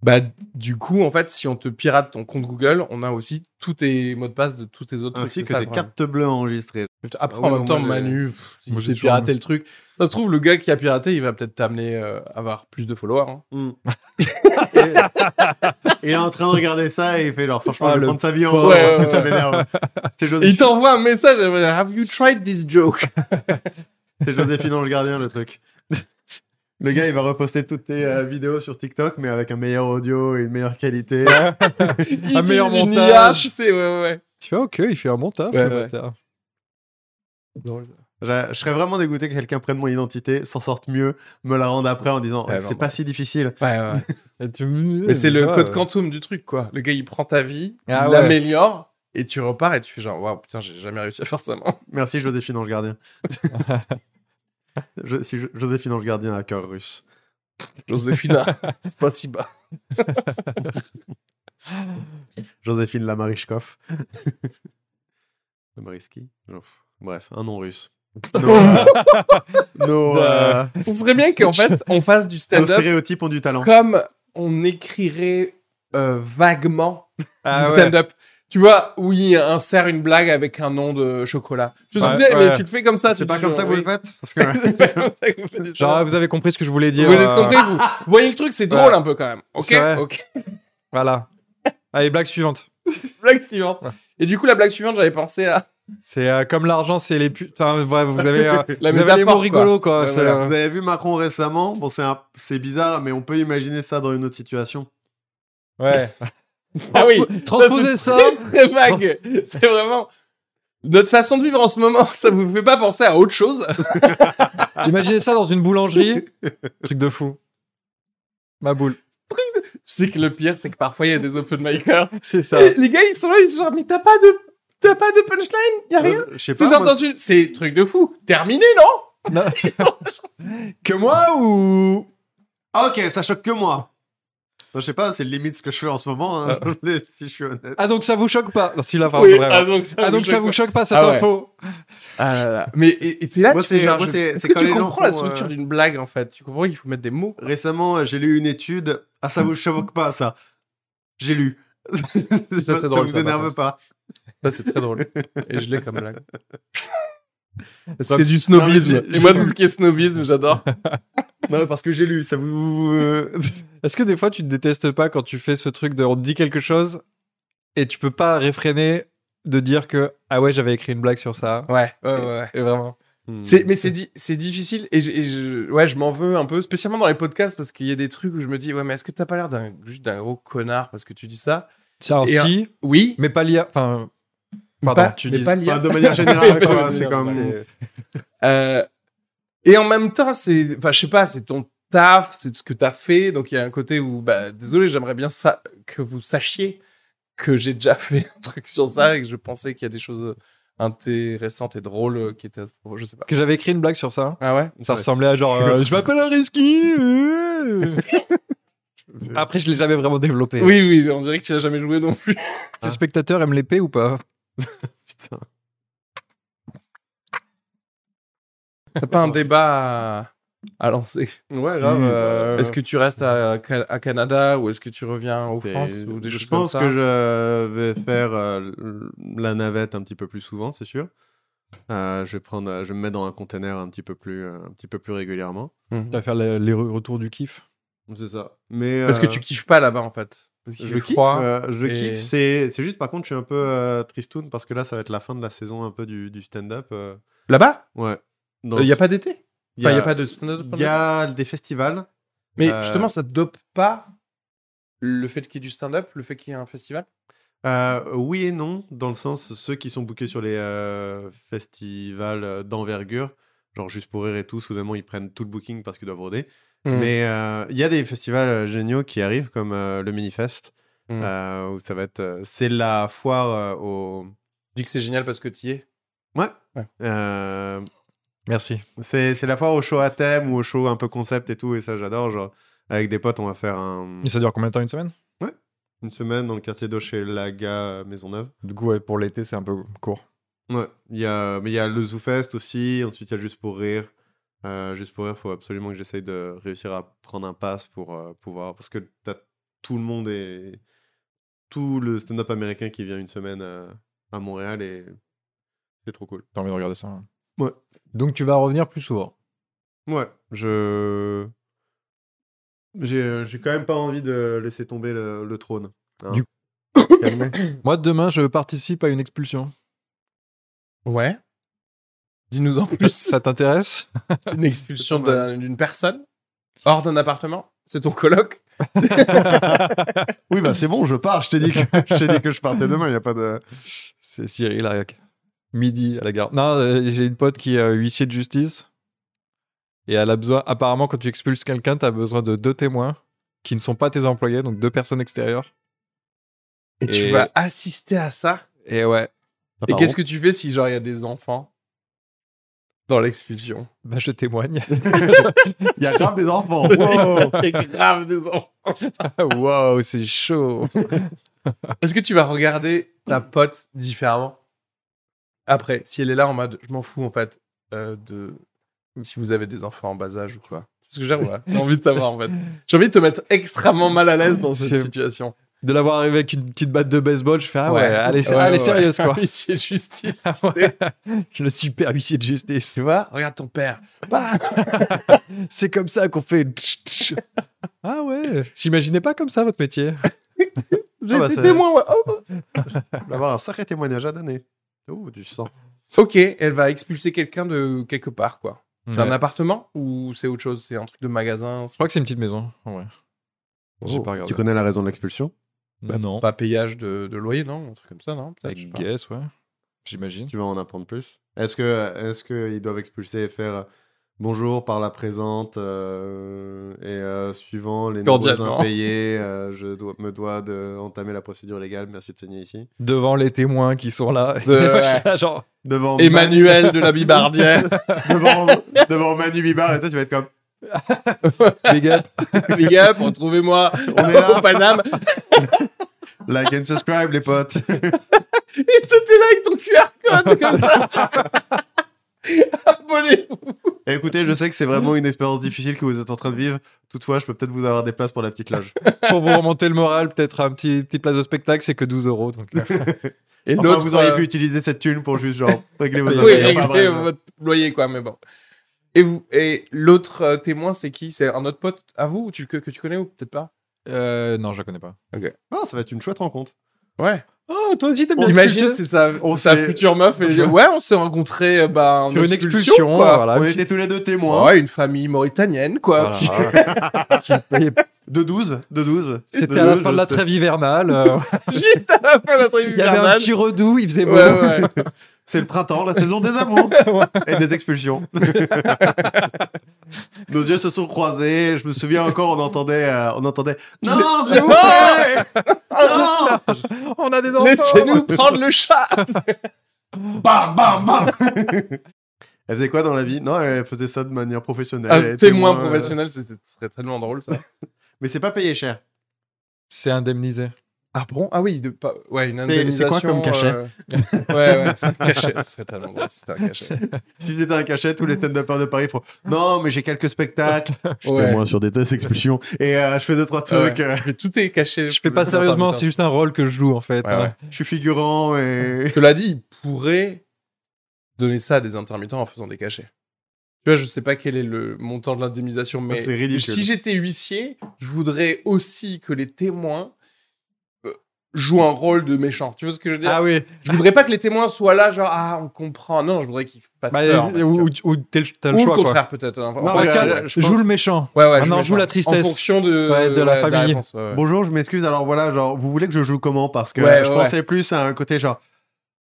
Speaker 1: Bah, du coup, en fait, si on te pirate ton compte Google, on a aussi tous tes mots de passe de tous tes autres
Speaker 4: Ainsi
Speaker 1: trucs.
Speaker 4: que
Speaker 1: c'est ça,
Speaker 4: des
Speaker 1: le problème.
Speaker 4: cartes bleues enregistrées.
Speaker 1: Après,
Speaker 4: Ah oui,
Speaker 1: en
Speaker 4: non,
Speaker 1: même temps,
Speaker 4: moi, j'ai-
Speaker 1: Manu, pff, il
Speaker 3: moi, j'ai
Speaker 1: s'est
Speaker 3: toujours-
Speaker 1: piraté le truc. Ça se trouve, le gars qui a piraté, il va peut-être t'amener euh, à avoir plus de followers. hein.
Speaker 4: Et- il est en train de regarder ça et il fait genre franchement
Speaker 3: Ah,
Speaker 4: je vais
Speaker 3: le
Speaker 4: prendre sa vie en
Speaker 1: pauvre.
Speaker 4: main parce que
Speaker 1: Ouais,
Speaker 4: ça
Speaker 1: ouais,
Speaker 4: m'énerve. C'est
Speaker 1: Et il
Speaker 4: Joséphine,
Speaker 1: t'envoie un message euh, Have you tried this joke
Speaker 4: c'est Joséphine Ange Gardien le truc. [LAUGHS] Le gars il va reposter toutes tes euh, vidéos sur TikTok mais avec un meilleur audio et une meilleure qualité.
Speaker 3: Un
Speaker 1: Utilise
Speaker 3: meilleur
Speaker 1: une
Speaker 3: montage.
Speaker 1: IA, ah, tu sais, ouais, ouais, ouais.
Speaker 3: Tu vois, ok, il fait un bon taf.
Speaker 1: Ouais,
Speaker 3: le
Speaker 1: ouais.
Speaker 3: bâtard.
Speaker 4: je, je serais vraiment dégoûté que quelqu'un prenne mon identité, s'en sorte mieux, me la rende après en disant
Speaker 1: Ouais,
Speaker 4: Ouais,
Speaker 1: non,
Speaker 4: c'est
Speaker 1: non.
Speaker 4: pas si difficile.
Speaker 1: Ouais, ouais.
Speaker 3: Et tu-
Speaker 1: Mais c'est le
Speaker 3: Ouais,
Speaker 1: code
Speaker 3: ouais.
Speaker 1: quantum du truc, quoi. Le gars, il prend ta vie,
Speaker 3: euh, Ah
Speaker 1: il
Speaker 3: ouais.
Speaker 1: l'améliore, et tu repars et tu fais genre, waouh, putain, j'ai jamais réussi à faire ça,
Speaker 3: [LAUGHS]
Speaker 1: moi.
Speaker 4: Merci Joséphine Ange Gardien.
Speaker 1: [LAUGHS]
Speaker 4: Je- si Jo- Joséphine Ange Gardien hacker russe.
Speaker 1: [LAUGHS] Joséphina, c'est pas si bas.
Speaker 4: Joséphine Lamarishkov. [LAUGHS] Lamariski Bref, un nom russe. Nos, euh,
Speaker 1: [LAUGHS]
Speaker 4: nos, euh,
Speaker 1: Ce serait bien
Speaker 3: [LAUGHS]
Speaker 1: qu'en fait, on fasse du
Speaker 4: nos
Speaker 1: stand-up
Speaker 4: stéréotypes ont du talent.
Speaker 1: comme on écrirait euh, vaguement
Speaker 3: Ah
Speaker 1: du
Speaker 3: ouais.
Speaker 1: stand-up. Tu vois, où il insère une blague avec un nom de chocolat. Je
Speaker 3: Ouais,
Speaker 1: sais, bien,
Speaker 3: ouais.
Speaker 1: mais tu le fais comme ça.
Speaker 4: C'est
Speaker 1: tu
Speaker 4: pas
Speaker 1: dis,
Speaker 4: comme ça que vous
Speaker 1: oui.
Speaker 4: le faites Parce que.
Speaker 1: [LAUGHS] C'est pas comme ça que vous faites
Speaker 3: Genre,
Speaker 1: l'histoire.
Speaker 3: ah, vous avez compris ce que je voulais dire.
Speaker 1: Vous l'avez
Speaker 3: euh,
Speaker 1: compris, vous. Vous voyez le truc, c'est drôle
Speaker 3: Ouais.
Speaker 1: un peu quand même. Ok,
Speaker 3: C'est vrai.
Speaker 1: ok. [LAUGHS]
Speaker 3: Voilà. Allez, blague suivante.
Speaker 1: Blague suivante. Et du coup, la blague suivante, j'avais pensé à.
Speaker 3: C'est euh, comme l'argent, c'est les putes. Enfin, bref, vous avez, euh,
Speaker 1: [LAUGHS] La
Speaker 3: vous avez les
Speaker 1: métaphore,
Speaker 3: mots rigolos, quoi.
Speaker 1: Ouais,
Speaker 3: c'est,
Speaker 1: voilà.
Speaker 3: euh,
Speaker 4: Vous avez vu Macron récemment Bon, c'est un- c'est bizarre, mais on peut imaginer ça dans une autre situation.
Speaker 1: [LAUGHS]
Speaker 3: ouais.
Speaker 1: Ah oui.
Speaker 3: Transposez ça.
Speaker 1: [LAUGHS] C'est très vague. C'est vraiment. Notre façon de vivre en ce moment, [LAUGHS] ça vous fait pas penser à autre chose
Speaker 3: [LAUGHS] Imaginez ça dans une boulangerie. Truc de fou. Ma boule.
Speaker 1: C'est que le pire, c'est que parfois il y a des open micers.
Speaker 3: C'est ça.
Speaker 1: Et Les gars, ils sont là, ils sont genre, mais t'as pas de, t'as pas de punchline, y a rien.
Speaker 4: Euh, Je sais
Speaker 1: C'est
Speaker 4: pas.
Speaker 1: genre,
Speaker 4: moi,
Speaker 1: dans une- c'est truc de fou. Terminé, non [LAUGHS]
Speaker 3: Non. que moi ou
Speaker 4: Ah, ok, ça choque que moi. Non, je sais pas, c'est limite ce que je fais en ce moment, hein,
Speaker 1: Ah.
Speaker 4: [LAUGHS] si je suis honnête.
Speaker 3: Ah donc ça vous choque pas Non, Si la
Speaker 1: Oui,
Speaker 3: vraiment.
Speaker 1: Ah
Speaker 3: Ah,
Speaker 1: donc ça,
Speaker 3: donc ça vous choque pas cette
Speaker 1: Ah ouais.
Speaker 3: info
Speaker 1: Ah là là. Mais et et t'es là,
Speaker 4: Moi,
Speaker 1: tu fais
Speaker 4: c'est-
Speaker 1: genre,
Speaker 4: moi,
Speaker 1: je-
Speaker 4: c'est-
Speaker 1: est-ce
Speaker 4: c'est
Speaker 1: que
Speaker 4: quand
Speaker 1: tu
Speaker 4: les gens
Speaker 1: comprends la
Speaker 4: font,
Speaker 1: structure
Speaker 4: euh,
Speaker 1: d'une blague en fait Tu comprends qu'il faut mettre des mots
Speaker 4: Récemment, j'ai lu une étude. Ah, ça vous choque pas, ça J'ai lu. [LAUGHS]
Speaker 1: c'est drôle,
Speaker 4: vous
Speaker 1: ça, par
Speaker 4: énerve pas.
Speaker 1: Ça c'est très drôle. Et je l'ai comme blague.
Speaker 3: Non,
Speaker 1: C'est du snobisme.
Speaker 4: mais j'ai-
Speaker 1: Et moi tout ce qui est snobisme, j'adore.
Speaker 4: Non, parce que j'ai lu, ça vous. euh,
Speaker 3: Est-ce que des fois tu te détestes pas quand tu fais ce truc de on te dit quelque chose et tu peux pas réfréner de dire que ah ouais j'avais écrit une blague sur ça
Speaker 1: Ouais, ouais, ouais. Mm.
Speaker 3: et vraiment
Speaker 1: C'est, mais c'est, di- c'est difficile et, je, et je- ouais, je m'en veux un peu, spécialement dans les podcasts parce qu'il y a des trucs où je me dis ouais mais est-ce que t'as pas l'air d'un juste d'un gros connard parce que tu dis ça
Speaker 3: c'est un
Speaker 1: Et un-
Speaker 3: si
Speaker 1: Oui,
Speaker 3: mais pas lié à- enfin pardon
Speaker 1: pas,
Speaker 3: tu
Speaker 1: mais
Speaker 3: dis
Speaker 1: pas
Speaker 4: Enfin,
Speaker 1: lire.
Speaker 4: de manière
Speaker 1: [LAUGHS]
Speaker 4: générale,
Speaker 1: Mais pas
Speaker 4: quoi.
Speaker 1: de
Speaker 4: C'est
Speaker 1: manière
Speaker 4: comme.
Speaker 1: [LAUGHS] Euh, et en même temps c'est, enfin je sais pas, c'est ton taf, c'est ce que t'as fait, donc il y a un côté où bah désolé, j'aimerais bien ça que vous sachiez que j'ai déjà [LAUGHS] fait un truc sur ça et que je pensais qu'il y a des choses intéressantes et drôles qui étaient à ce propos, je sais pas.
Speaker 3: que j'avais écrit une blague sur ça
Speaker 1: Ah ouais.
Speaker 3: ça
Speaker 4: Ouais.
Speaker 3: ressemblait à genre euh, je m'appelle [LAUGHS] Ariski euh. après je l'ai jamais vraiment développé
Speaker 1: Oui oui, on dirait que tu l'as jamais joué non plus.
Speaker 3: tes spectateurs aiment l'épée ou pas
Speaker 4: Putain.
Speaker 1: [LAUGHS] T'as pas un débat à- à lancer.
Speaker 4: Ouais, grave.
Speaker 3: Mm.
Speaker 4: euh,
Speaker 1: Est-ce que tu restes à, à Canada ou est-ce que tu reviens en
Speaker 4: Et
Speaker 1: France ou des
Speaker 4: je
Speaker 1: choses
Speaker 4: pense
Speaker 1: comme ça
Speaker 4: que je vais faire euh, l- la navette un petit peu plus souvent, c'est sûr. Euh, je vais prendre, euh, je vais me mettre dans un container un petit peu plus, euh, un petit peu plus régulièrement.
Speaker 1: Mhm.
Speaker 3: tu vas faire les, les re- retours du kiff
Speaker 4: C'est ça. Mais
Speaker 1: Parce que
Speaker 4: euh,
Speaker 1: tu kiffes pas là-bas en fait. Parce qu'il
Speaker 4: je
Speaker 1: fait
Speaker 4: kiffe,
Speaker 1: froid.
Speaker 4: euh, je
Speaker 1: et-
Speaker 4: kiffe. C'est, c'est juste, par contre, je suis un peu euh, tristoun parce que là, ça va être la fin de la saison un peu du, du stand-up. euh.
Speaker 1: Là-bas
Speaker 4: Ouais.
Speaker 1: Il
Speaker 4: Dans-
Speaker 1: n'y Euh, a pas d'été.
Speaker 4: il y
Speaker 1: Enfin, il n'y a
Speaker 4: a-
Speaker 1: pas de stand-up.
Speaker 4: il y a des festivals.
Speaker 1: Mais
Speaker 4: euh,
Speaker 1: justement, ça te dope pas le fait qu'il y ait du stand-up, le fait qu'il y ait un festival
Speaker 4: Euh, oui et non, dans le sens, ceux qui sont bookés sur les euh, festivals euh, d'envergure, genre juste pour rire et tout, soudainement ils prennent tout le booking parce qu'ils doivent roder.
Speaker 1: Hmm.
Speaker 4: Mais euh, il y a des festivals euh, géniaux qui arrivent, comme euh, le Minifest,
Speaker 1: Mm.
Speaker 4: euh, où ça va être. euh, c'est la foire euh, au.
Speaker 1: Je dis que c'est génial parce que tu y es.
Speaker 4: Ouais.
Speaker 1: Ouais.
Speaker 4: Euh,
Speaker 3: merci
Speaker 4: c'est, c'est la foire au show à thème ou au show un peu concept et tout, et ça j'adore. Genre, avec des potes, on va faire un-
Speaker 3: et ça dure combien de temps une semaine
Speaker 4: une semaine dans le quartier d'eau chez Laga euh, Maisonneuve.
Speaker 3: du coup ouais, pour l'été c'est un peu court
Speaker 4: Ouais, il y a, mais il y a le ZooFest aussi, ensuite il y a Juste pour Rire. Euh, Juste pour Rire, il faut absolument que j'essaye de réussir à prendre un pass pour euh, pouvoir. Parce que t'as tout le monde et tout le stand-up américain qui vient une semaine euh, à Montréal et c'est trop cool.
Speaker 3: T'as envie de regarder ça. hein.
Speaker 4: Ouais.
Speaker 3: Donc tu vas revenir plus souvent.
Speaker 4: Ouais, je. J'ai euh, j'ai quand même pas envie de laisser tomber le, le trône. hein.
Speaker 3: Du-
Speaker 4: Calmez.
Speaker 3: Moi, demain, je participe à une expulsion.
Speaker 1: Ouais. Dis-nous en plus.
Speaker 3: Ça t'intéresse
Speaker 1: Une expulsion
Speaker 4: C'est pas
Speaker 1: d'un- d'une personne hors d'un appartement C'est ton coloc
Speaker 4: [LAUGHS] oui, bah c'est bon, je pars. Je t'ai dit, que- je t'ai dit que je partais demain, il n'y a pas de.
Speaker 3: C'est Cyril Ariac. Midi à la gare. Non, euh, j'ai une pote qui est euh, huissier de justice. Et elle a besoin. Apparemment, quand tu expulses quelqu'un, t'as besoin de deux témoins qui ne sont pas tes employés, donc deux personnes extérieures.
Speaker 1: Et tu
Speaker 3: Et-
Speaker 1: vas assister à ça
Speaker 3: Et ouais,
Speaker 1: Et qu'est-ce que tu fais si genre il y a des enfants dans [LAUGHS] l'expulsion
Speaker 3: bah, je témoigne. [LAUGHS]
Speaker 4: Il y a grave des enfants.
Speaker 1: Et grave des enfants.
Speaker 3: Waouh, c'est chaud.
Speaker 1: Est-ce que tu vas regarder ta pote différemment après si elle est là en mode je m'en fous en fait euh, de si vous avez des enfants en bas âge ou quoi. C'est ce que j'ai ouais. j'ai envie de savoir en fait. J'ai envie de te mettre extrêmement mal à l'aise dans cette
Speaker 3: C'est-
Speaker 1: situation.
Speaker 3: de l'avoir arrivé avec une petite batte de baseball, je fais ah ouais, allez, c'est- allez,
Speaker 1: [LAUGHS]
Speaker 3: sérieuse quoi. [LAUGHS]
Speaker 1: Huissier de justice.
Speaker 3: Ah ouais. Le super huissier de justice.
Speaker 1: Tu vois, regarde ton père.
Speaker 3: C'est comme ça qu'on fait. une tch, tch. [LAUGHS] ah ouais, j'imaginais pas comme ça votre métier.
Speaker 1: J'ai
Speaker 4: Ah bah,
Speaker 1: été
Speaker 4: ça-
Speaker 1: témoin. ouais. Oh.
Speaker 4: D'avoir un sacré témoignage à donner. Oh, du sang.
Speaker 1: Ok, elle va expulser quelqu'un de quelque part, quoi. D'un
Speaker 3: Ouais.
Speaker 1: appartement ou c'est autre chose C'est un truc de magasin
Speaker 3: Je
Speaker 1: c'est
Speaker 3: crois que c'est une petite maison. en vrai. J'ai pas regardé.
Speaker 4: Oh, Tu connais la raison de l'expulsion
Speaker 3: non.
Speaker 1: Pas payage de, de loyer, non Un truc comme ça, non Peut-être, je
Speaker 3: I
Speaker 1: sais pas.
Speaker 3: guess, ouais. J'imagine.
Speaker 4: Tu vas en apprendre plus Est-ce que est-ce que ils doivent expulser et faire euh, bonjour par la présente euh, et euh, suivant les nombreux
Speaker 1: Cordialement.
Speaker 4: impayés, euh, je dois, me dois de entamer la procédure légale. Merci de signer ici.
Speaker 3: Devant les témoins qui sont là. [LAUGHS]
Speaker 1: Euh,
Speaker 3: Moi, je suis là, genre,
Speaker 4: Devant
Speaker 1: Emmanuel de la Bibardienne.
Speaker 4: [LAUGHS] devant, devant Manu Bibar et toi tu vas
Speaker 3: [LAUGHS]
Speaker 4: être comme
Speaker 3: big up.
Speaker 1: Big up, retrouvez-moi
Speaker 4: On est là.
Speaker 1: au Paname.
Speaker 4: like and subscribe les potes.
Speaker 1: Et tout est là avec ton QR code comme ça. Abonnez-vous.
Speaker 4: Et écoutez, je sais que c'est vraiment une expérience difficile que vous êtes en train de vivre. Toutefois, je peux peut-être vous avoir des places pour la petite loge.
Speaker 3: Pour vous remonter le moral, peut-être un petit, petit place de spectacle, c'est que 12 euros. Donc, euh,
Speaker 1: Et euh,
Speaker 4: Enfin, vous auriez pu utiliser cette thune pour juste genre régler vos
Speaker 1: Oui,
Speaker 4: impayés. Enfin,
Speaker 1: réglez
Speaker 4: bref.
Speaker 1: votre loyer, quoi, mais bon. Et, vous, et l'autre euh, témoin, c'est qui C'est un autre pote à vous ou tu, que, que tu connais ou peut-être pas
Speaker 3: [LAUGHS] euh, non, je la connais pas.
Speaker 4: Ah, ça va être une chouette rencontre.
Speaker 1: Ouais.
Speaker 3: Oh, toi aussi, t'aimes
Speaker 1: Imagine, c'est sa,
Speaker 4: on
Speaker 1: c'est sa
Speaker 4: s'est-
Speaker 1: future meuf. Et elle dit, ouais, on s'est rencontrés euh, bah, en
Speaker 3: Sur Ah, une
Speaker 1: expulsion,
Speaker 3: expulsion,
Speaker 1: quoi.
Speaker 3: voilà.
Speaker 4: On
Speaker 3: qui-
Speaker 4: était tous les deux témoins
Speaker 1: Ouais, une famille mauritanienne, [LAUGHS] quoi.
Speaker 3: voilà, voilà. Qui payait-
Speaker 4: de 12, de 12.
Speaker 3: C'était à la fin de la
Speaker 4: trêve.
Speaker 3: trêve hivernale. euh,
Speaker 1: Juste à la fin de la tribu
Speaker 3: Il y avait un
Speaker 1: hivernale.
Speaker 3: petit redoux, il faisait beau.
Speaker 1: Ouais, ouais.
Speaker 4: C'est le
Speaker 3: [LAUGHS]
Speaker 4: printemps, la saison des amours et des expulsions. Nos yeux se sont croisés. Je me souviens encore, on entendait, euh, on entendait. Non, s'il
Speaker 3: [LAUGHS]
Speaker 4: vous plaît,
Speaker 1: Ouais.
Speaker 4: non.
Speaker 3: On a des enfants.
Speaker 1: Laissez-nous prendre le chat
Speaker 4: Bam, bam, bam. Elle faisait quoi dans la vie Non, elle faisait ça de manière professionnelle.
Speaker 3: Ah,
Speaker 4: Elle
Speaker 1: Un
Speaker 4: était
Speaker 1: témoin
Speaker 4: moins, euh,
Speaker 1: professionnel, c'est- ce serait tellement drôle, ça.
Speaker 4: Mais c'est pas payé cher.
Speaker 3: C'est indemnisé.
Speaker 1: Ah bon Ah oui, de pas... ouais, une
Speaker 4: Mais c'est
Speaker 1: indemnisation.
Speaker 4: quoi comme cachet
Speaker 1: euh, [LAUGHS] Ouais, ouais, c'est un cachet. Ce serait tellement drôle si c'était un cachet.
Speaker 4: Si c'était un cachet, tous les
Speaker 1: Mm.
Speaker 4: stand-uppers de Paris font Non, mais j'ai quelques
Speaker 1: [LAUGHS]
Speaker 4: spectacles. Je suis
Speaker 1: Ouais.
Speaker 4: témoin sur des tests expulsions. Et euh, je fais deux, trois trucs. euh,
Speaker 1: Mais tout est caché.
Speaker 3: Je fais pas sérieusement, c'est juste un rôle que je joue en fait.
Speaker 1: Ouais,
Speaker 3: hein.
Speaker 1: ouais.
Speaker 4: Je suis figurant et.
Speaker 1: Cela dit, il pourrait donner ça à des intermittents en faisant des cachets. Tu vois, je sais pas quel est le montant de l'indemnisation,
Speaker 3: Ah,
Speaker 1: mais
Speaker 4: c'est ridicule.
Speaker 1: si j'étais huissier, je voudrais aussi que les témoins euh, jouent un rôle de méchant. Tu vois ce que je veux dire
Speaker 3: Ah oui,
Speaker 1: Je voudrais pas que les témoins soient là, genre ah on comprend. Non, je voudrais qu'ils fassent
Speaker 3: Bah,
Speaker 1: peur. en
Speaker 3: euh,
Speaker 1: fait, tu
Speaker 3: ou,
Speaker 1: vois.
Speaker 3: ou- ou t'es le- t'as
Speaker 1: Ou
Speaker 3: le choix
Speaker 1: le
Speaker 3: quoi.
Speaker 1: contraire peut-être. hein.
Speaker 4: Non,
Speaker 1: Ouais,
Speaker 3: Trois,
Speaker 4: mais,
Speaker 1: quatre,
Speaker 4: euh,
Speaker 3: quatre,
Speaker 4: je
Speaker 3: joue
Speaker 4: pense-
Speaker 3: le méchant.
Speaker 1: Ouais, ouais,
Speaker 3: Ah
Speaker 1: je
Speaker 3: non,
Speaker 1: voulais
Speaker 3: joue
Speaker 1: pas.
Speaker 3: la tristesse.
Speaker 1: En fonction de,
Speaker 3: Ouais, de la famille.
Speaker 1: réponse, ouais, ouais.
Speaker 4: Bonjour, je m'excuse. Alors voilà, genre, vous voulez que je joue comment Parce que
Speaker 1: Ouais,
Speaker 4: je
Speaker 1: ouais,
Speaker 4: pensais plus à un côté genre.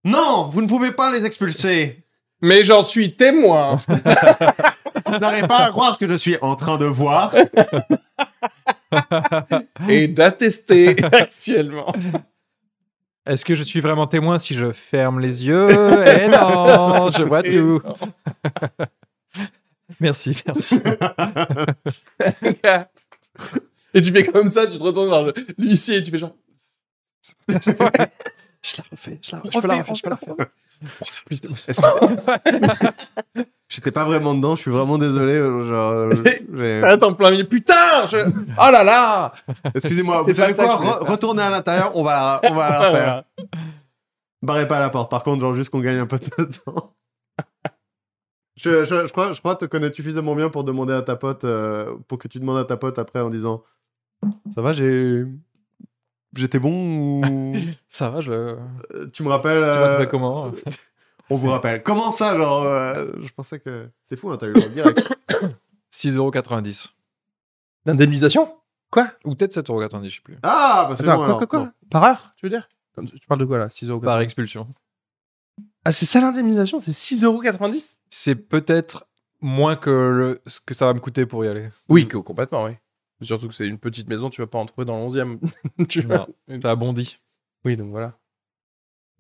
Speaker 4: Non, vous ne pouvez pas les expulser.
Speaker 1: Mais j'en suis témoin.
Speaker 3: [LAUGHS]
Speaker 4: Je n'arrive pas à croire ce que je suis en train de voir.
Speaker 1: et d'attester [LAUGHS] actuellement.
Speaker 3: Est-ce que je suis vraiment témoin si je ferme les yeux Eh non, je vois tout. [LAUGHS] Merci, merci.
Speaker 1: et tu fais comme ça, tu te retournes vers le- l'huissier et tu fais genre.
Speaker 3: je la refais, je la refais, je peux la
Speaker 1: refait,
Speaker 3: refaire, je peux la refaire.
Speaker 4: J'étais pas vraiment dedans. Je suis vraiment désolé. euh, genre,
Speaker 1: [LAUGHS]
Speaker 4: euh, j'ai-
Speaker 1: Attends, plein milieu. Putain je... Oh là là
Speaker 4: Excusez-moi.
Speaker 1: C'était
Speaker 4: Vous savez
Speaker 1: pas ça
Speaker 4: quoi
Speaker 1: que je voulais
Speaker 4: Re- Retournez à l'intérieur. On va, la, on va la
Speaker 1: Ah,
Speaker 4: refaire.
Speaker 1: voilà.
Speaker 4: Barrez pas la porte. Par contre, genre juste qu'on gagne un peu de temps. Je, je- je crois, je crois te connaître suffisamment bien pour demander à ta pote, euh, pour que tu demandes à ta pote après en disant, ça va, j'ai, j'étais bon
Speaker 1: [LAUGHS]
Speaker 4: ou
Speaker 3: Ça va, je.
Speaker 4: Euh, tu me rappelles
Speaker 3: Tu vois, tu
Speaker 4: euh,
Speaker 3: fais comment
Speaker 4: [LAUGHS] On vous rappelle. Comment ça, genre euh, Je pensais que c'est fou, hein, t'as eu le droit
Speaker 1: [LAUGHS]
Speaker 4: de direct.
Speaker 3: 6,90€.
Speaker 1: L'indemnisation
Speaker 3: Ou peut-être 7,90€, je sais plus.
Speaker 4: Ah, bah c'est
Speaker 1: Attends,
Speaker 4: bon.
Speaker 1: quoi,
Speaker 4: alors.
Speaker 1: quoi, quoi
Speaker 4: Bon.
Speaker 1: Par heure, tu veux dire Comme- Tu parles de quoi là 6 euros
Speaker 3: Par expulsion.
Speaker 1: Ah, c'est ça l'indemnisation C'est 6,90€
Speaker 3: C'est peut-être moins que le... ce que ça va me coûter pour y aller.
Speaker 1: Oui, que- complètement, oui. Surtout que c'est une petite maison, tu vas pas en trouver dans le 11 e [LAUGHS] tu vois.
Speaker 3: Non, [LAUGHS] ça a bondi.
Speaker 1: Oui, donc voilà.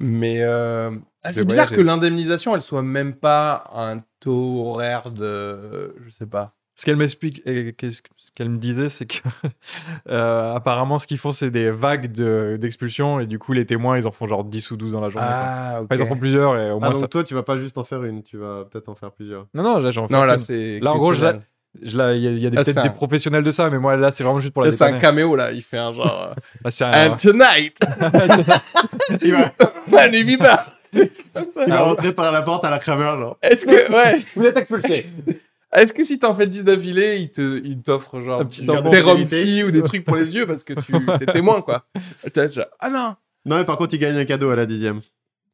Speaker 1: Mais euh, ah,
Speaker 3: Je
Speaker 1: c'est
Speaker 3: vais
Speaker 1: bizarre
Speaker 3: voyager.
Speaker 1: que l'indemnisation, elle soit même pas un taux horaire de. Je sais pas.
Speaker 3: Ce qu'elle m'explique, et qu'est-ce que- ce qu'elle me disait, c'est que [LAUGHS] euh, apparemment, ce qu'ils font, c'est des vagues de- d'expulsion, et du coup, les témoins, ils en font genre 10 ou 12 dans la journée. quoi.
Speaker 1: Ah, ok.
Speaker 3: Enfin, ils en font plusieurs, et au
Speaker 4: Ah,
Speaker 3: moins
Speaker 4: donc
Speaker 3: ça.
Speaker 4: toi, tu vas pas juste en faire une, tu vas peut-être en faire plusieurs.
Speaker 1: [LAUGHS]
Speaker 3: Non, non, là, j'en fais
Speaker 1: Non, là,
Speaker 3: une.
Speaker 1: c'est.
Speaker 3: Là, en gros, je-
Speaker 1: exceptionnel.
Speaker 3: Je- là, Il y a, il y a des-
Speaker 1: Ah,
Speaker 3: peut-être
Speaker 1: c'est un-
Speaker 3: des professionnels de ça, mais moi là, c'est vraiment juste pour la
Speaker 1: Là, c'est un
Speaker 3: déconner.
Speaker 1: caméo, là. Il fait un
Speaker 3: [LAUGHS]
Speaker 1: genre. euh,
Speaker 3: Ah, c'est un-
Speaker 1: And tonight,
Speaker 3: [LAUGHS]
Speaker 4: Il va,
Speaker 1: man, il vit pas.
Speaker 4: il
Speaker 1: Ah
Speaker 4: va rentrer par la porte à la crameur, genre.
Speaker 1: Est-ce que, ouais.
Speaker 4: Vous êtes expulsé.
Speaker 1: Est-ce que si t'en fais 10 d'affilée, il te- il t'offre genre
Speaker 3: Un petit
Speaker 1: des
Speaker 4: tampon.
Speaker 1: rhompies ou des trucs pour les yeux parce que tu
Speaker 4: [LAUGHS]
Speaker 1: t'es témoin, quoi. T'as déjà, ah non.
Speaker 4: Non, mais par contre, il gagne un cadeau à la dixième.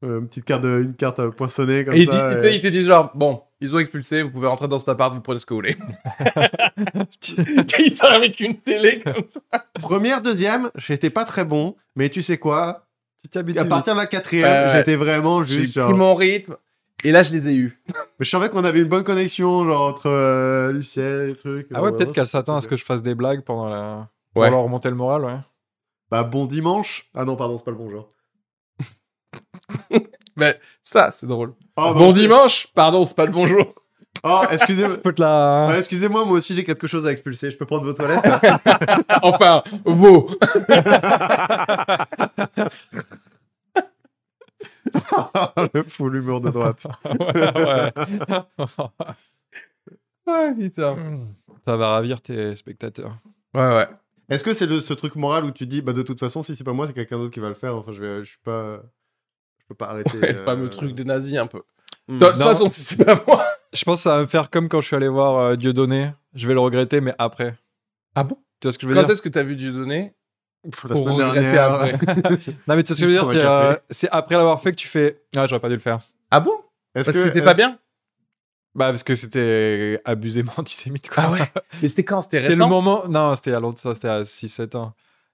Speaker 4: Euh, une petite carte, de- une carte euh, poinçonnée comme
Speaker 1: Et il, dit,
Speaker 4: ça.
Speaker 1: tu
Speaker 4: et-
Speaker 1: sais, il te dit genre, bon, ils ont expulsé, vous pouvez rentrer dans cet appart, vous prenez ce que vous
Speaker 4: [LAUGHS]
Speaker 1: voulez. il sort avec une télé comme ça.
Speaker 4: Première, deuxième, j'étais pas très bon, mais tu sais quoi
Speaker 3: Tu t'habitues.
Speaker 4: À partir de la quatrième,
Speaker 1: Ouais, ouais.
Speaker 4: j'étais vraiment
Speaker 1: J'ai
Speaker 4: juste genre.
Speaker 1: pris mon rythme. Et là, je les ai eus.
Speaker 4: Mais je savais qu'on avait une bonne connexion, genre entre euh, Lucien et trucs.
Speaker 3: Ah ouais,
Speaker 4: Genre,
Speaker 3: peut-être qu'elle
Speaker 4: c'est-
Speaker 3: s'attend à ce que je fasse des blagues pendant la.
Speaker 1: Ouais.
Speaker 3: Pour leur remonter le moral, ouais.
Speaker 4: Bah, bon dimanche. Ah non, pardon, c'est pas le bon genre.
Speaker 1: Ça, c'est drôle.
Speaker 4: Oh,
Speaker 1: bon
Speaker 4: bah,
Speaker 1: dimanche, pardon, c'est pas le bonjour. [LAUGHS]
Speaker 4: Oh, excusez-moi.
Speaker 3: Faut te la-
Speaker 4: Ouais, excusez-moi, moi aussi j'ai quelque chose à expulser. Je peux prendre vos
Speaker 1: [LAUGHS]
Speaker 4: toilettes [LAUGHS]
Speaker 1: enfin, wow.
Speaker 4: Le fou l'humour de droite.
Speaker 3: ouais.
Speaker 1: Ouais, putain.
Speaker 3: [LAUGHS] Ça va ravir tes spectateurs.
Speaker 1: Ouais, ouais.
Speaker 4: Est-ce que c'est le- ce truc moral où tu dis, bah de toute façon, si c'est pas moi, c'est quelqu'un d'autre qui va le faire. Enfin, je vais, je suis pas, je peux pas arrêter.
Speaker 1: Ouais, le
Speaker 4: euh,
Speaker 1: fameux truc de nazi un peu.
Speaker 4: hmm.
Speaker 1: De toute
Speaker 3: non.
Speaker 1: façon, si c'est pas moi.
Speaker 3: Je pense que ça va me faire comme quand je suis allé voir euh, Dieudonné. Je vais le regretter, mais après.
Speaker 1: Ah bon
Speaker 3: Tu vois ce que je veux
Speaker 1: Quand
Speaker 3: dire
Speaker 1: est-ce que t'as vu du donné
Speaker 4: Pff, la
Speaker 1: pour
Speaker 4: semaine
Speaker 1: regretter
Speaker 4: dernière.
Speaker 1: après
Speaker 3: Non, mais tu vois ce que je veux dire
Speaker 4: Pour un
Speaker 3: C'est
Speaker 4: café.
Speaker 3: euh, c'est après l'avoir fait que tu fais. Ah, j'aurais pas dû le faire.
Speaker 1: [LAUGHS] Ah bon
Speaker 4: Est-ce
Speaker 1: Parce que
Speaker 4: que-
Speaker 1: c'était pas
Speaker 4: est-ce-
Speaker 1: bien
Speaker 3: Bah, parce que c'était euh, abusément [LAUGHS] antisémite, quoi.
Speaker 1: Ah ouais Mais c'était quand C'était
Speaker 3: C'était le
Speaker 1: récent
Speaker 3: moment. Non, c'était à longtemps, ça, c'était à 6-7 ans.